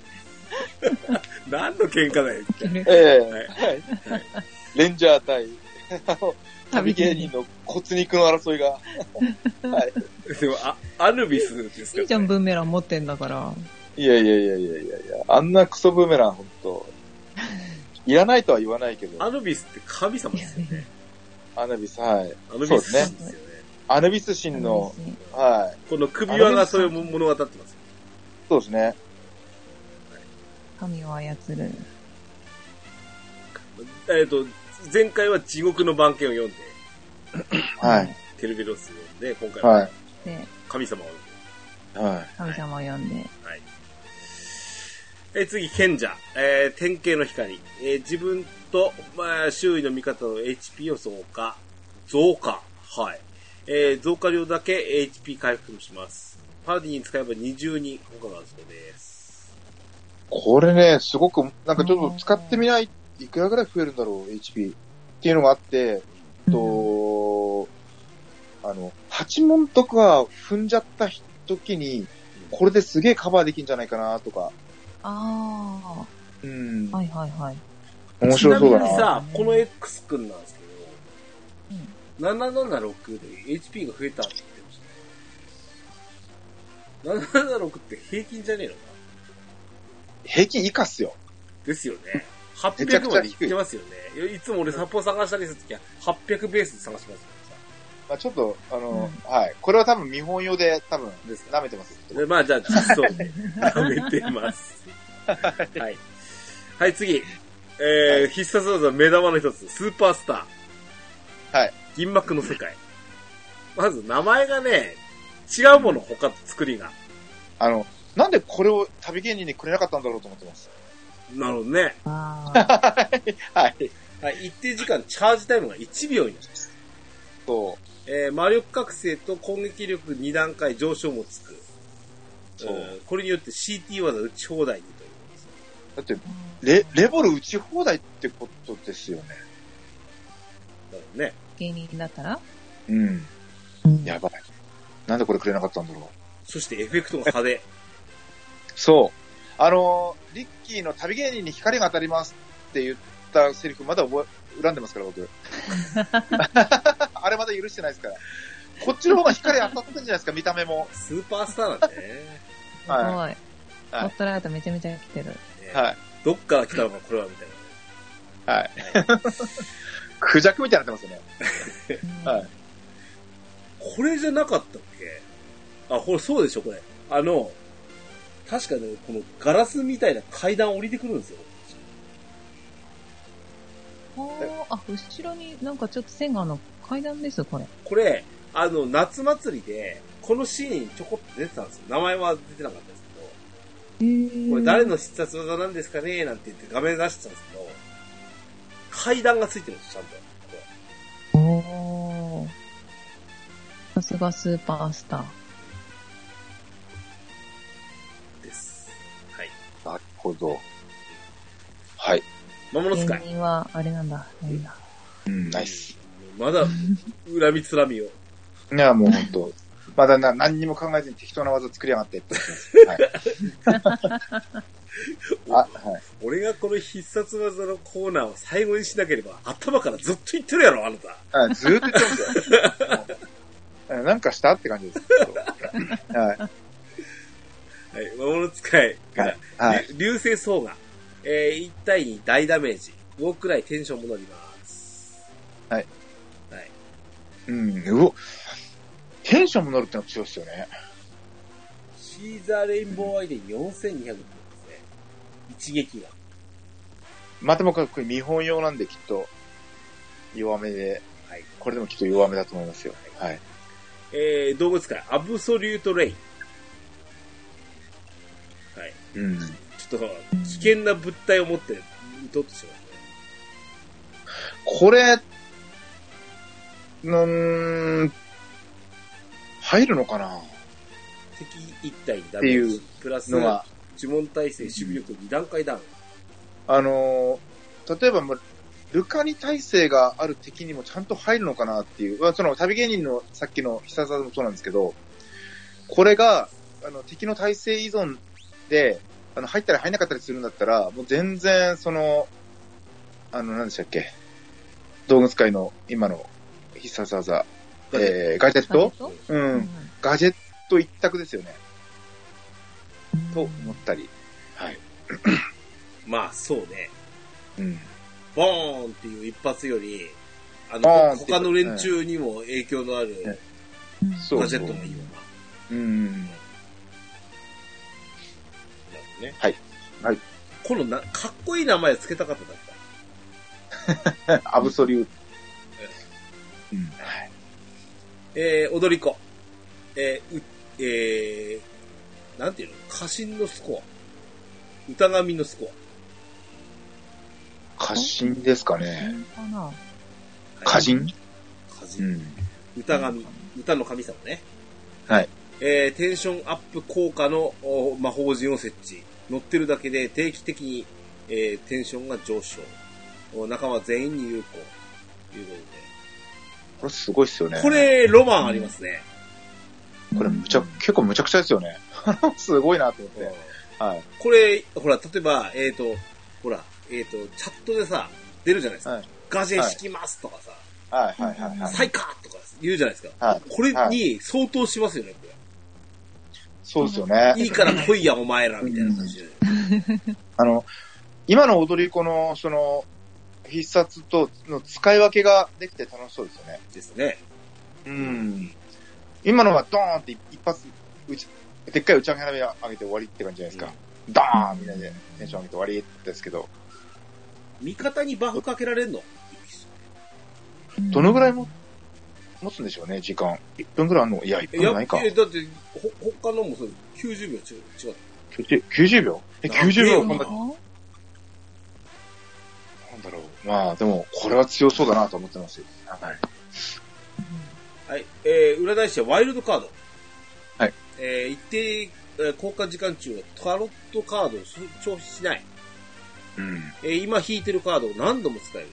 何の喧嘩だよ、一体は
え
い
えは。
はい
レンジャー対、あの、旅
旅
芸
芸
人
人
の骨肉の争いが。はい。
でも、あ、アヌビスですか
いいじゃん、ブーメラン持ってんだから。
いやいやいやいやいやいや、あんなクソブーメラン、ほんと。いらないとは言わないけど、
アヌビスって神様ですよね。
アナビス、はい。
アヌビ
そうで
ス
すね
神ですよね。
アナビス神の、
楽しい
はい。
この首輪がそれを物語ってますよ。
そうですね。
神を操る。
えっ、と、前回は地獄の番犬を読んで、
はい。
ケルベロスを読んで、今回
は。
はい
で、
神様を読ん
は
神様を呼んで。
で、はい。えー次、賢者。えー典型の光。えー自分と、まあ、周囲の味方の HP を増加。増加。はい。えー増加量だけ HP 回復します。パーティーに使えば二重に効果があるそうです。
い。これね、すごく、なんかちょっと使ってみない、いくらぐらい増えるんだろう、HP。っていうのがあって、と、あの、八問とか踏んじゃった時に、これですげえカバーできんじゃないかな、とか。
あ
うん
あ、。はいはいはい。
面白そうだ
ちなみに
な。
さ、この X 君なんですけど、
うん
776で HP が増えたって言ってました。776って平均じゃねえのか
平均以下っすよ。
ですよ ね。
めち
800
ゃく
ま
ちゃ
でいっ
低い
てますよね。いつも俺札幌探したりするときは800ベースで探しますか
まあ、ちょっと、あの、はい。これは多分見本用で多分
らさ。ですか
舐めてます。
でまあ じゃあ実装で舐めてます。はい。はい、次。えー必殺技目玉の一つ、スーパースター。
はい。
銀幕の世界。まず名前がね、違うもの、他と作りが。
あの、なんでこれを旅芸人にくれなかったんだろうと思ってます。
なるほどね。
ああ。
はい。
はい、一定時間、チャージタイムが1秒になります。
そう。
えー魔力覚醒と攻撃力2段階上昇もつく。
そう
えーこれによって CT 技打ち放題にということです。
だって、 レ、レボル打ち放題ってことですよね。
だよね。
芸人になったら
うん。やばい。なんでこれくれなかったんだろう。
そしてエフェクトが派手。
そう。あのー、リッキーの旅芸人に光が当たりますって言ったセリフまだ覚え、恨んでますから、 僕。あれまだ許してないですから。こっちの方が光当たってんじゃないですか、見た目も。
スーパースターなんだね。
すごい。
は
スポットライトめちゃめちゃ来てる。
ね
い。はい。
どっから来たのか、これは、みたいな。
はい。クジャクみたいになってますよね。はい
これじゃなかったっけあ、これそうでしょ、これ。あの、確かね、このガラスみたいな階段降りてくるんですよ。
はあ、あ後ろになんかちょっと線があるの階段ですよ、これ。
これ、あの、夏祭りで、このシーンちょこっと出てたんですよ。名前は出てなかったですけ
えー
ど、これ誰の必殺技なんですかねなんて言って画面出してたんですけど、階段がついてるんですよ、ちゃんと。これ
おーさすがスーパースター。
です。はい。
なるほど。はい。
魔物使
芸
い。
人は、あれなんだ、なんだ。
うん、ナイス。
まだ、恨みつらみを。
いや、もう本当まだな、何にも考えずに適当な技作りやがってって言って ます。はい。あ、はい。
俺がこの必殺技のコーナーを最後にしなければ、頭からずっと言ってるやろ、あなた。
あずーっと言ってますよもう。なんかしたって感じです。はい。
はい、魔物使いから、
はい。
り流星層が、えー、1対2大ダメージ、5くらいテンション戻ります。
うん、うお。テンションも乗るってのは強いですよね。
シーザーレインボーアイで4200ですね。一撃が。
まあでもこれ見本用なんできっと弱めで、
はい。
これでもきっと弱めだと思いますよ。はい。
えー、動物界、アブソリュートレイン。はい。
うん。
ちょっと、危険な物体を持って、撃とうとしてますね。
これ、うーん、入るのかな
敵1体にダメー
って
ジ
いう。
プラス、
のは、
呪文耐性、守備力2段階ダウン。
あのー例えばもう、ルカニ体制がある敵にもちゃんと入るのかなっていう、まあその旅芸人のさっきの必殺技もそうなんですけど、これが、あの、敵の体制依存で、あの、入ったり入んなかったりするんだったら、もう全然、その、あの、何でしたっけ、動物界の今の必殺技、えー、ガジェット
と
うん、ガジェット一択ですよね、と思ったり。はい。
まあ、そうね。
うん。
ボーンっていう一発より、あ
ボーン
の、
って
他の連中にも影響のある
そう
ガジェットがいいわ
うん。
な。なるほどね。
はい。はい。
このな、かっこいい名前つけたかっただった。
アブソリュート。うん。
えー、踊り子。えー、う、えー、なんていうの過信のスコア。歌神のスコ
過信ですかね。
うんかな
ア。
過信
はい過
う
信。
ん。
歌神。歌の神様ね。
はい。
えー、テンションアップ効果のお魔法陣を設置。乗ってるだけで定期的に、えー、テンションが上昇。お仲間全員に有効。ということ
これすごいっすよね。
で。こ、れ、ロマンありますね。
これむちゃ、結構むちゃくちゃですよね。 すごいなと思って。はい。
これ、ほら、例えば、えっ、と、ほら、えっ、と、チャットでさ、出るじゃないですか。
はい
ガジェ敷きますとかさ、
はいはいはいはい。
サイカーとか言うじゃないですか。
はい
これ
はい
に相当しますよね、こ
そうですよ
れ。い
ね。
いから来いや、お前ら、みたいな感じで。
あの、今の踊り子の、その、必殺との使い分けができて楽しそうですよね。
ですね。
うん。今のはドーンって一発、打ち、でっかい打ち上げ花火上げて終わりって感じじゃないですか。ドーンみんなでテンション上げて終わりですけど、
味方にバフかけられんの
どのぐらいも持つんでしょうね、時間。1分ぐらいあんのいや、1
いや、
分ないか。
えだって、ほ、他のもそう、90秒違う、違う。
90 90秒え、90秒
あ
なん
い
だ
や
なんだろう。まあ、でも、これは強そうだなと思ってますよ。はい。
はい。えー、裏返しはワイルドカード。
はい。
えー、一定、えー、交換時間中はタロットカードをす消費しない。
うん。
えー今引いてるカードを何度も使える。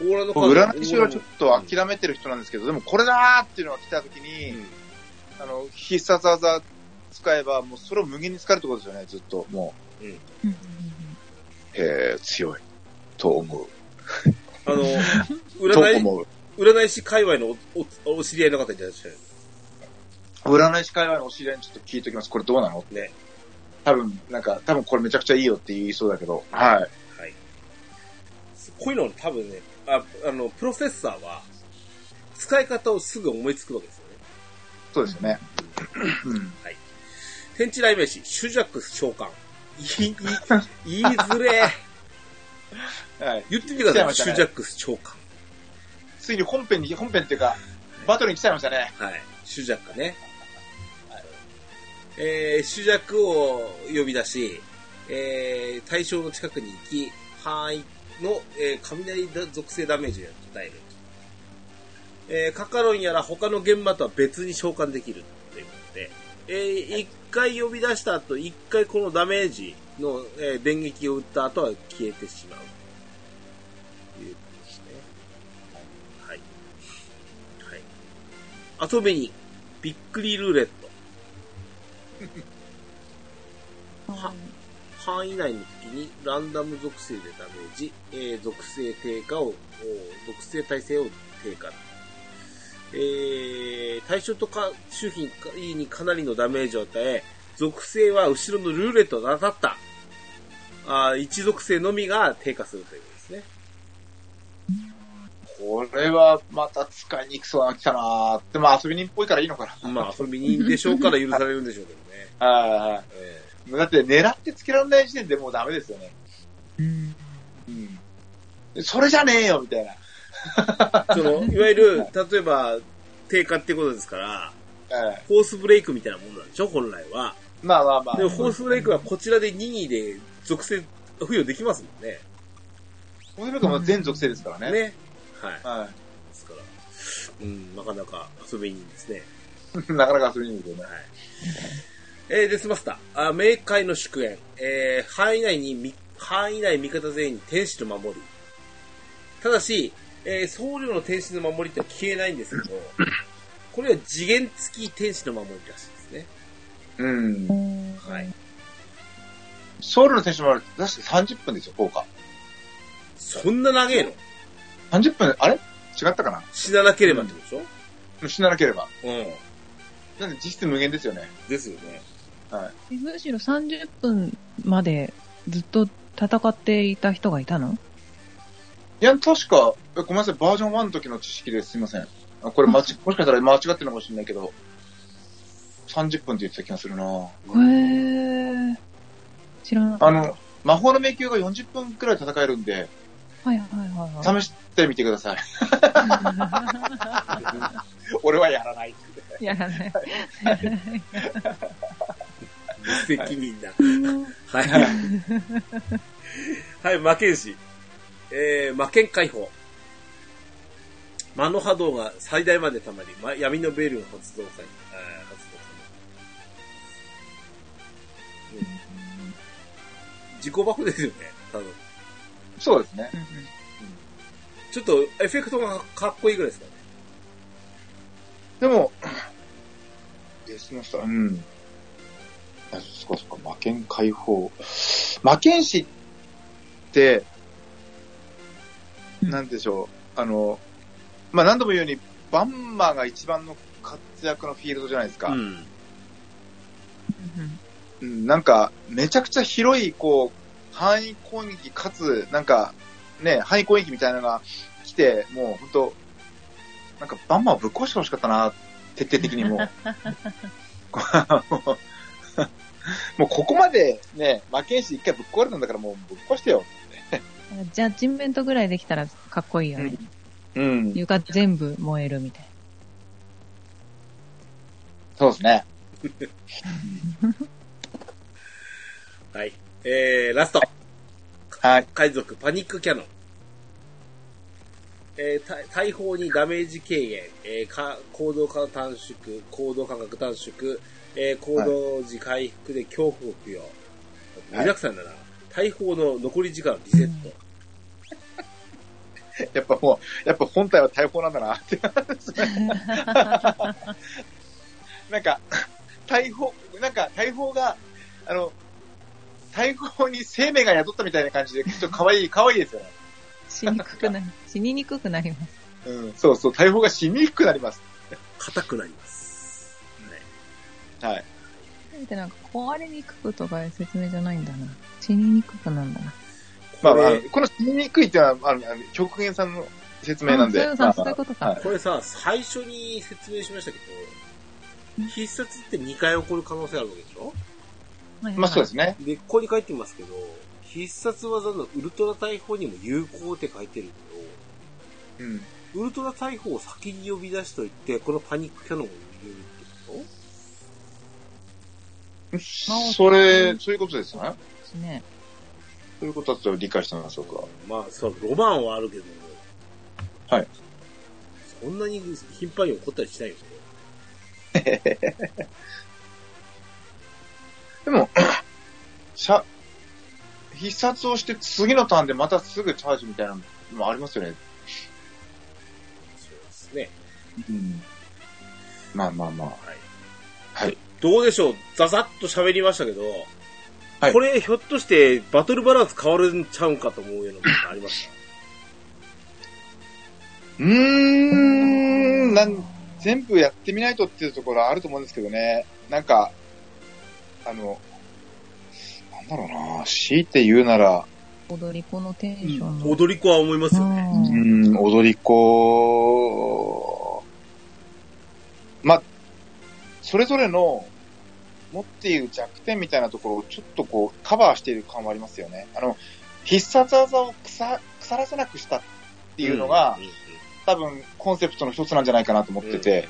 オーラのカード
占い師はちょっと諦めてる人なんですけど、でもこれだーっていうのが来た時に、
うん
あの、必殺技使えば、もうそれを無限に使えるってことですよね、ずっと。も
うん
う、へえ、強い。と思う。
あ の、
と
占い、
思う。
占い師界隈のおおお知り合いの方いらっしゃる。
占い師界隈のお知り合いにちょっと聞いておきます。これどうなの
ね。
多分、なんか、多分これめちゃくちゃいいよって言いそうだけど。はい。
こういうの多分ね、ああの、プロセッサーは、使い方をすぐ思いつくわけですよね。
そうですよね。うん。
天地雷鳴師、主弱召喚。言い、言い、言いづれー。
はい。
言ってみてください、シュジャックス長官。
ついに本編に、本編っていうか、バトルに来ちゃいましたね。
はい。シュジャックね。えー、シュジャックを呼び出し、えー、対象の近くに行き、範囲の、えー雷だ属性ダメージを与える。えー、カカロンやら他の現場とは別に召喚できるということで、えー、一回呼び出した後、一回このダメージの、えー電撃を打った後は消えてしまう。ということですね。はい。はい。後目に、びっくりルーレット。
うんうん
は範囲内の敵にランダム属性でダメージ、えー属性低下を、お属性耐性を低下。えー、対象とか周囲にかなりのダメージを与え、属性は後ろのルーレットが当たった。あー一属性のみが低下するということですね。
これはまた使いにくそうなの来たなーって、まあ遊び人っぽいからいいのかな。
まあ、遊び人でしょうから許されるんでしょうけどね。
はいはい
え
もうだって狙ってつけられない時点でもうダメですよね。
うん
うん。それじゃねえよみたいな。
ーその、いわゆる、例えば、低下ってことですから、
ええ
フォースブレイクみたいなもんなんでしょ本来は。
まあまあまあ。
でも、フォースブレイクはこちらで任意で属性付与できますもんね。
ホースブレイクはもう全属性ですからね。
ね。はい。
は
ですから、うん、なかなか遊び人ですね。
い。 なかなか遊び人ですよね。
えー、デスマスター、あ冥界の祝宴、えー、範囲内にみ、範囲内味方全員に天使の守り。ただし、えー、僧侶の天使の守りって消えないん ですけど、これは次元付き天使の守りらしいですね。
うん。
はい。
ソウルの選手もある。確か30分ですよ、効果。
そんな長えの
30分、あれ違ったかな
死ななければってことでしょ、
死ななければ。
うん、
なんで実質無限ですよね。
ですよね。
えむしろ30分までずっと戦っていた人がいたの
いや、確か、えごめんなさい、バージョン1の時の知識です。すいません。あこれ、間違、 もしかしたら間違ってるのかもしれないけど、30分って言ってた気がするな
へー。知らなか
あ
った。
の、魔法の迷宮が40分くらい戦えるんで、
はいはいはいはい。
試してみてください。 俺はやらない。
やらない。
無責任だ。はい。はい、魔剣士。えー、魔剣解放。魔の波動が最大まで溜まり、ま、闇のベールが発動され、えー発動されるうん自己爆ですよね、多分。
そうですね。
ちょっとエフェクトがかっこいいぐらいですかね。
でも、え、すみません。うん。あ、そっかそっか、魔剣解放。魔剣士って、
うん
なんでしょう、あの、まあ、何度も言うように、バンマーが一番の活躍のフィールドじゃないですか。
ん。
うん、なんか、めちゃくちゃ広い、こう、範囲攻撃かつ、なんか、ね、範囲攻撃みたいなのが来て、もう本当なんかバンマーをぶっ壊してほしかったな、徹底的にも う。もうここまでね、負けんし一回ぶっ壊れたんだからもうぶっ壊してよ。
ジャッジメントぐらいできたらかっこいいよね。
うん。
床全部燃えるみたい
そうですね。
はい。えー、ラスト。
はい。
海賊パニックキャノン。えーた大砲にダメージ軽減、えーか行動間短縮、行動間隔短縮、えー行動時回復で恐怖を供養、具だくさんだな。大砲の残り時間をリセット。
やっぱもう、やっぱ本体は大砲なんだなって。なんか、大砲、なんか大砲が、あの、大砲に生命が宿ったみたいな感じで、ちょっと可愛い、可愛いですよね。
死にくくなり、 死ににくくなります。
うん、そうそう、大砲が死にくくなります。
硬くなります。はい
はい。
せめてなんか壊れにくくとかいう説明じゃないんだな。死ににくくなんだな。
まあ、
こ
まあ
れ、
この死ににくいっていうのは、あの、あの極限さんの説明なんで。
あそういう
まあ
そういうことか
はい
これさ、最初に説明しましたけど、必殺って2回起こる可能性あるわけでしょ
まあそうですね。
で、ここに書いてますけど、必殺技のウルトラ大砲にも有効って書いてる
うん。
けど、ウルトラ大砲を先に呼び出しといて、このパニックキャノンを入れるって
それ、そういうことですね。
すね。
そういうことだと理解したんです、僕は。
ことまあ、そう、ロマンはあるけど
はい。
そんなに頻繁に起こったりしないよね。
でも、しゃ、必殺をして次のターンでまたすぐチャージみたいなのもありますよね。
そうですね。
うん。まあまあまあ。
はい。
はい。
どうでしょうザザッと喋りましたけど、
はい
これひょっとしてバトルバランス変わるんちゃうんかと思うようなことありま し
うーん、なん、全部やってみないとっていうところはあると思うんですけどね。なんか、あの、なんだろうな強いて言うなら、
踊り子のテンション
た
の。
踊り子は思いますよね。
う
うん
ん、踊り子、ま、それぞれの持っている弱点みたいなところをちょっとこうカバーしている感はありますよね。あの、必殺技を腐腐らせなくしたっていうのが、
んんん
多分コンセプトの一つなんじゃないかなと思ってて。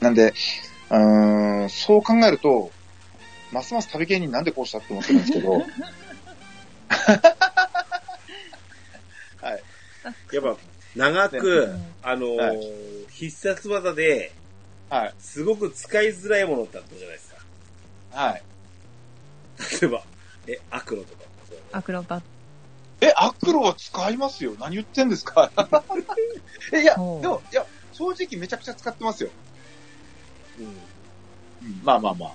なんで、うーん、そう考えると、ますます旅芸人なんでこうしたって思ってるんですけど、はい。
やっぱ長く
うん、
あのー
は
必殺技で
はい。
すごく使いづらいものってあったじゃないですか。
はい。
例えば、え、アクロとか。
アクロバッ
え、アクロは使いますよ。何言ってんですか え、いや、で
おう
も、いや、正直めちゃくちゃ使ってますよ。
うん
まあまあまあ。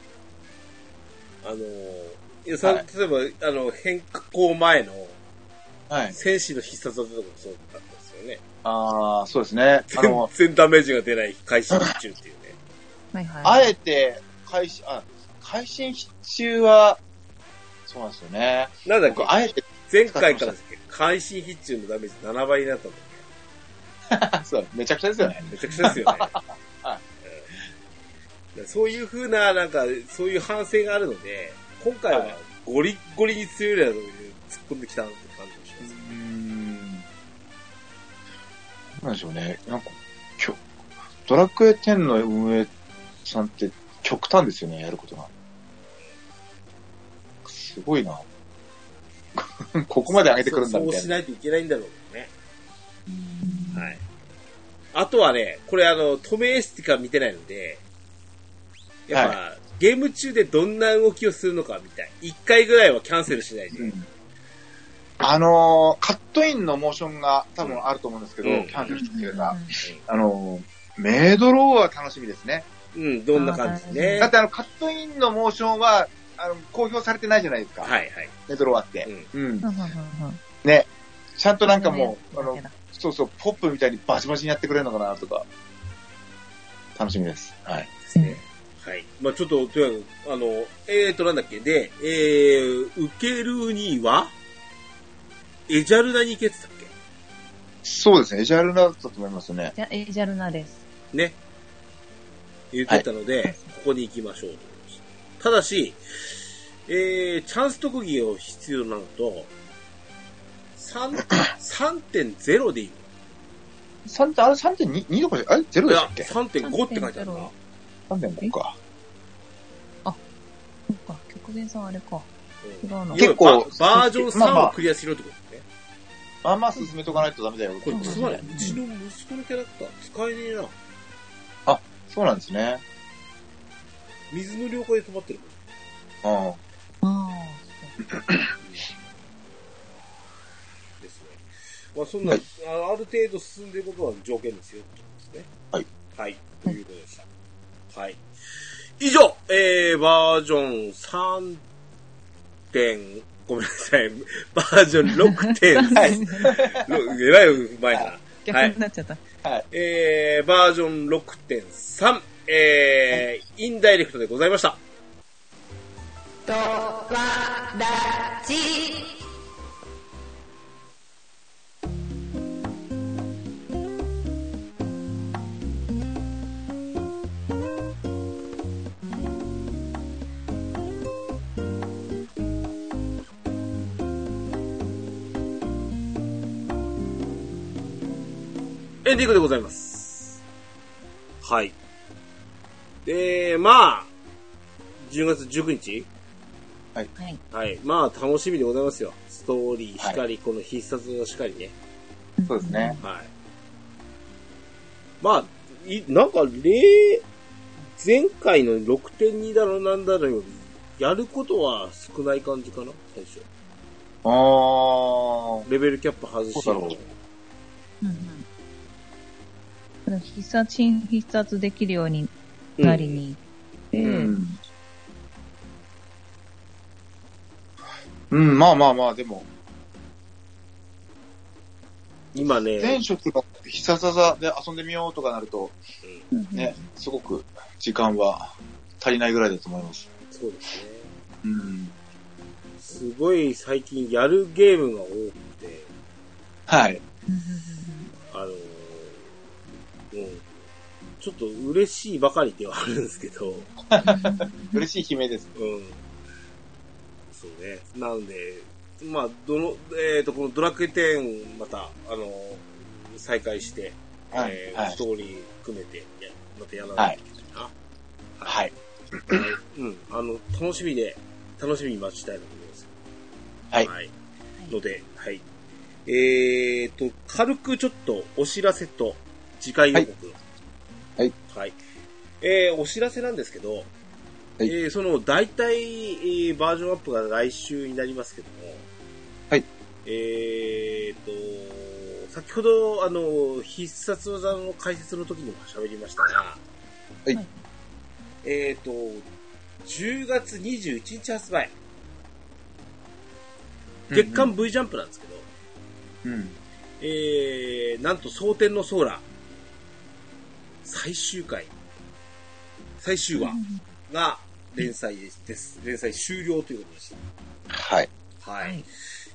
あのーいやさ
はい
例えば、あの、変更前の
はい。
戦士の必殺技とかもそうだったんですよね。
ああ、そうですね。あの
全、然ダメージが出ない回収中っていうね。
ト。はいはい。
あえて、会心、あ、会心中は、そうなんですよね。
なんだっけ
僕、あえて、
前回からだっけ会心必中のダメージ7倍になったんだっ
そう、めちゃくちゃですよね。
けめちゃくちゃですよ ね。
は
うんそういう風な、なんか、そういう反省があるので、今回は
はい
ゴリッゴリに強いようなとこに突っ込んできたって感じがしま
うー
す。
ん。なんでしょうね。なんか、きょドラクエ10の運営さんって極端ですよね、やることが。すごいな。 ここまで上げてくるんだ、
そうそ
みた
う
い
し
な。
ないといけないんだろうけどね。
うん
はい。あとはね、これあの、止め絵しか見てないので、やっぱ、ゲーム中でどんな動きをするのかみたい。一回ぐらいはキャンセルしないで。
うんあのーカットインのモーションが多分あると思うんですけど、
うん
キャンセルしてくれた。
うん
あの、メイドローは楽しみですね。
うん、どんな感じね。
だってあの、カットインのモーションは、あの、公表されてないじゃないですか。
はいはい。
メイドローはって。うん
うんうんうんうん
ね。ちゃんとなんかもう、あ
そう
の
だ、ね
そうそう、ポップみたいにバチバチにやってくれるのかなとか、楽しみです。はい。
ですね。はい。まあちょっと、とにかく、あの、えーと、なんだっけ、で、えー、受けるには、エジャルナに行けてたっ
そうですね。エジャルナだったと思いますね。
じゃあ、エジャルナです。
けね。言ってたので、
はい
ここに行きましょうと思いますただし、えー、チャンス特技を必要なのと、3 3.0でいい
3. あれ3.2とかじゃ、あれ ?0
の
で
いや
したっけ、
3.5って書いてあるな。
?3.5 か。
そっか、極限さんあれか。違うの
結構
いわゆるババージョン
まあ
3
まあ
をクリアしろってことですね。
あんま進めとかないとダメだよ。
これ、つまり、うち
うん
の息子のキャラクター使えねえな。
そうなんですね。
水の了解で止まってるも
うん。
あ
ですね。まあそんな、
はい
あある程度進んでいくことは条件ですよ、ってことですね。
はい。
はい。ということでした。はい。以上、えー、バージョン3点、ごめんなさい、 バージョン6点、
あ。
ろえらい前だな。
逆になっちゃった。
えー、バージョン6.3、えー、インダイレクトでございました。
ドワラジ
エンディングでございます。はい。で、まあ、10月19日
はい。
はい。まあ、楽しみでございますよ。ストーリー
は
し
い
かり、この必殺のしかりね。
そうですね。
はい。まあ、いなんか、例、前回の6.2だろなんだろより、やることは少ない感じかな最初。
あー。
レベルキャップ外し。
そうだろう
うんうん。必殺品必殺できるようになりに。う
う。ん。うん、まあまあまあ、でも、
今ね、
前職の必殺技で遊んでみようとかなると、ね、すごく時間は足りないぐらいだと思います。
そうですね。
うん。
すごい最近やるゲームが多くて、
はい。
あのーうん、ちょっと嬉しいばかりではあるんですけど、
嬉しい悲鳴です。
うん。そうね。なんで、まあ、どの、えっ、と、このドラクエ10、また、あのー再開して、
はい
えー
はい
ストーリー含めてや、またやらないといけないな。
はい。
うん、あの、楽しみで、楽しみに待ちたいなと思います。
はい
ので、はい。えーと、軽くちょっとお知らせと、次回予告。
はいはい。
はい。えー、お知らせなんですけど、え
い
ーその、大体、えーバージョンアップが来週になりますけども、
はい。
えーと、先ほど、あの、必殺技の解説の時にも喋りましたが、
はい
はい。
えーと、10月21日発売、月刊 V ジャンプなんですけど、
うん。
えー、なんと、蒼天のソーラー、最終回、最終話が連載です。連載終了ということでし
はい。
た。は
はいい。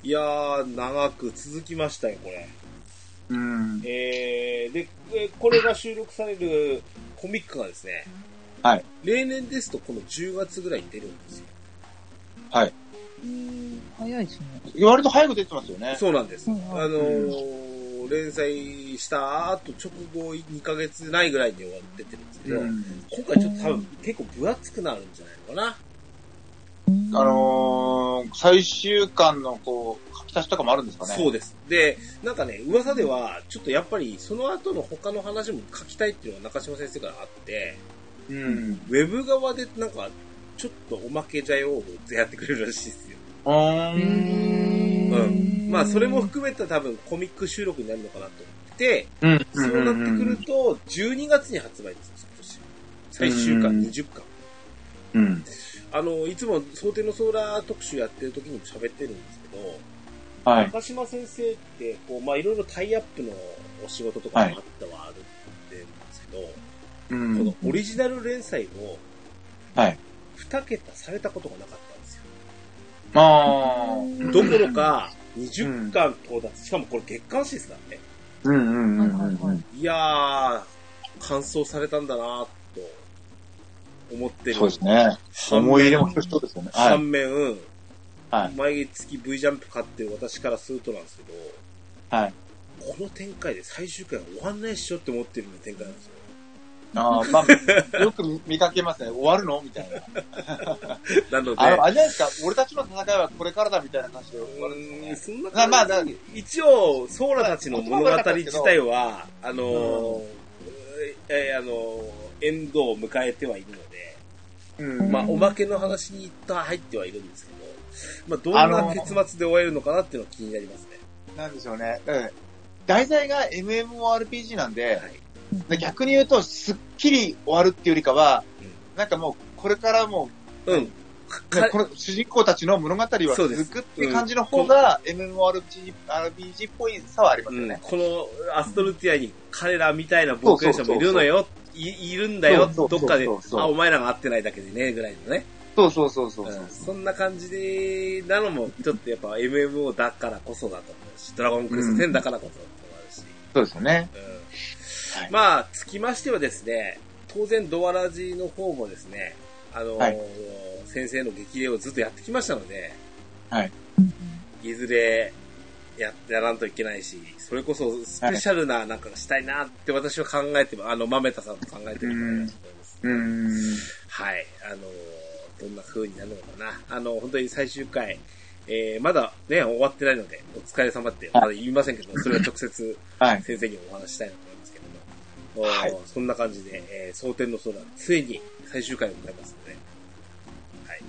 いやー、長く続きましたよ、これ。
うん。
えー、で、えーこれが収録されるコミックがですね、
はい。
例年ですとこの10月ぐらいに出るんですよ。
はい。
早いですね。
割と早く出てますよね。
そうなんです。あ
う
の
ん
ー、連載した後直後2ヶ月ないぐらいに終わっててるんですけど、
ん。
今回ちょっと多分結構分厚くなるんじゃないのか
あのー、最終巻のこう、書き足しとかもあるんですか
な。
ね。
そうです。で、なんかね、噂では、ちょっとやっぱりその後の他の話も書きたいっていうのが中島先生からあって、
う。うん。
ウェブ側でなんか、ちょっとおまけじゃよをやってくれるらしいですよ。
うーん。
うん。まあ、それも含めた多分コミック収録になるのかなと思ってて、
うん。
そうなってくると、12月に発売です、今年。最終
う
巻
ん
20巻。
うん。
あの、いつも想定のソーラー特集やってる時にも喋ってるんですけど、
はい。
中島先生って、こう、まあ、いろいろタイアップのお仕事とかもあったはあるんですけど、
う
この
ん。
オリジナル連載を
はい。
2桁されたことがなかったんですよ。
まあ。うん
どころか、20巻到達、しかもこれ月刊誌ですからね。
うんうん
はいはいはい
いやー、完走されたんだなと思ってる。
そうですね。
半面
思い入れも一つですよね。はい。
反面、
はい。
毎月 V ジャンプ買ってる私からするとなんですけど、
はい。
この展開で最終回終わんないっしょって思ってる展開なんですよ。
あーま あ、よく見かけますね。終わるのみたいな。
なので、
あの、あれじゃないですか。俺たちの戦いはこれからだみたいな感じで終わるんですよ
うーん
ね。
そんな
まあまあ、
感
だ
じ一応、ソーラたちの物語自体は、あのー、えーあのー、エンドを迎えてはいるので、
うん。
まあ、おまけの話に一旦入ってはいるんですけど、まあ、どんな結末で終えるのかなっていうのは気になりますね。
なんでしょうね。うん。題材が MMORPG なんで
は、い。
で逆に言うと、すっきり終わるっていうよりかは、なんかもう、これからも
うん。
う、ね
か
この主人公たちの物語は
そう
続
です
くっていう感じの方が、MMORPG RPG っぽい差はありますよ
うん
ね。
このアストルティアに彼らみたいな冒険者もいるのよ、いいるんだよ、
そ
ど
うそうそう
っかで
そう、そう
あ、お前らが会ってないだけでね、ぐらいのね。
そうそうそうそううそうん
そんな感じで、なのも、ちょっとやっぱ MMO だからこそだと思うし、ドラゴンクエスト10だからこそだと思うし。
そうですよね。
うん
はい
まあ、つきましてはですね、当然ドアラジの方もですね、あのー
はい
先生の激励をずっとやってきましたので、
うん
いずれややらんといけないし、それこそスペシャルななんかしたいなって私は考えても、あの、まめたさんも考えてるみたいだと思います。
うーん。
はい。あのー、どんな風になるのかな。あの、本当に最終回、えー、まだね、終わってないので、お疲れ様って、まだ言いませんけど、それは直接
はい。
先生にお話ししたいなと思いますけども、
はい
おーそんな感じで、えー、蒼天の空、ついに最終回を迎えますので、はい。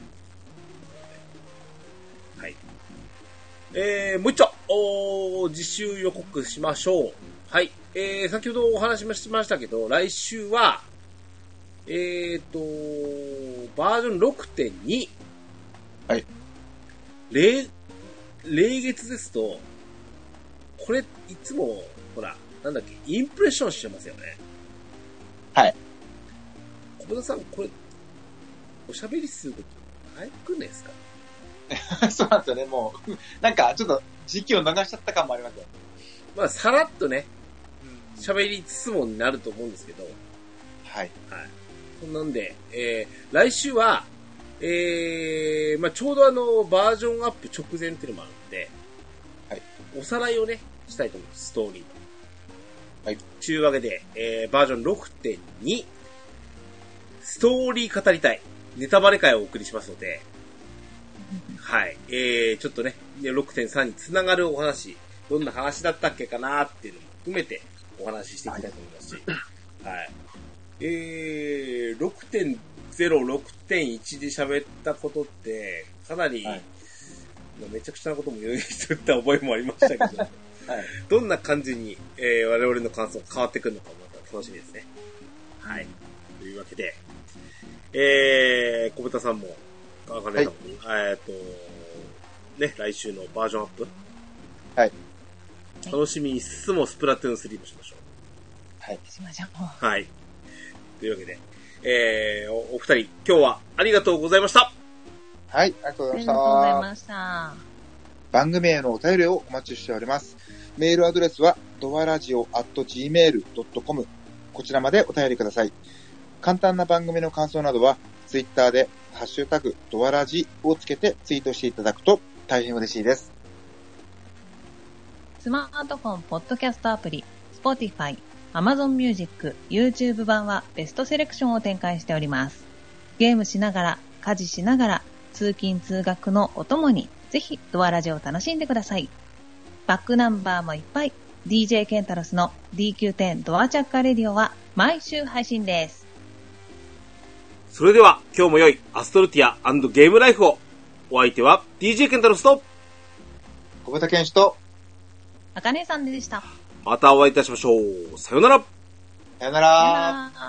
はい。えー、もう一丁おー、次週予告しましょう。はい。えー、先ほどお話もしましたけど、来週は、えーと、バージョン6.2。
はい。
例、例月ですと、これ、いつも、ほら、なんだっけ、インプレッションしてますよね。
はい。
小室さん、これ、おしゃべりするとき、早くないですか
そうなんですよね、もう。 なんか、ちょっと、時期を流しちゃった感もありますよ。
まあ、さらっとね、喋りつつもになると思うんですけど、
はい。
そんなんで、えー、来週は、えー、まあ、ちょうどあの、バージョンアップ直前っていうのもあるんで、
はい。
おさらいをね、したいと思います、ストーリーの。
はい。
というわけで、えー、バージョン6.2、ストーリー語りたい、ネタバレ会をお送りしますの で、はい。えー、ちょっとね、で6.3につながるお話、どんな話だったっけかなっていうのも含めてお話ししていきたいと思います し、はい。えー、6.0、6.1で喋ったことって、かなり、
はい
めちゃくちゃなことも言った覚えもありましたけど、
はい。
どんな感じに、えー我々の感想が変わってくるのかもまた楽しみですね。はい。というわけで、えー、小豚さんも、あかねさんも、えーっと、ね、来週のバージョンアップ。
はい。
楽しみにしつつもスプラトゥーン3もしましょ
しましょう。
う。はい。というわけで、えー、おお二人、今日はありがとうございました。
はい、ありがとうご
あ
ざい
りが
ま
とうござい
した。
ました。
番組へのお便りをお待ちしております。メールアドレスは、ドアラジオ at gmail.com。こちらまでお便りください。簡単な番組の感想などは、ツイッターで、ハッシュタグ、ドアラジをつけてツイートしていただくと大変嬉しいです。
スマートフォン、ポッドキャストアプリ、Spotify、Amazon Music、YouTube 版はベストセレクションを展開しております。ゲームしながら、家事しながら、通勤通学のお供に、ぜひドアラジオを楽しんでください。バックナンバーもいっぱい、DJ ケンタロスの DQ10 ドアチャッカレディオは毎週配信です。
それでは、今日も良いアストルティアゲームライフを。お相手は DJ ケンタロスと、
小豚健志と、
あかねさんでした。
またお会いいたしましょう。さよなら。
さよなら。
さよなら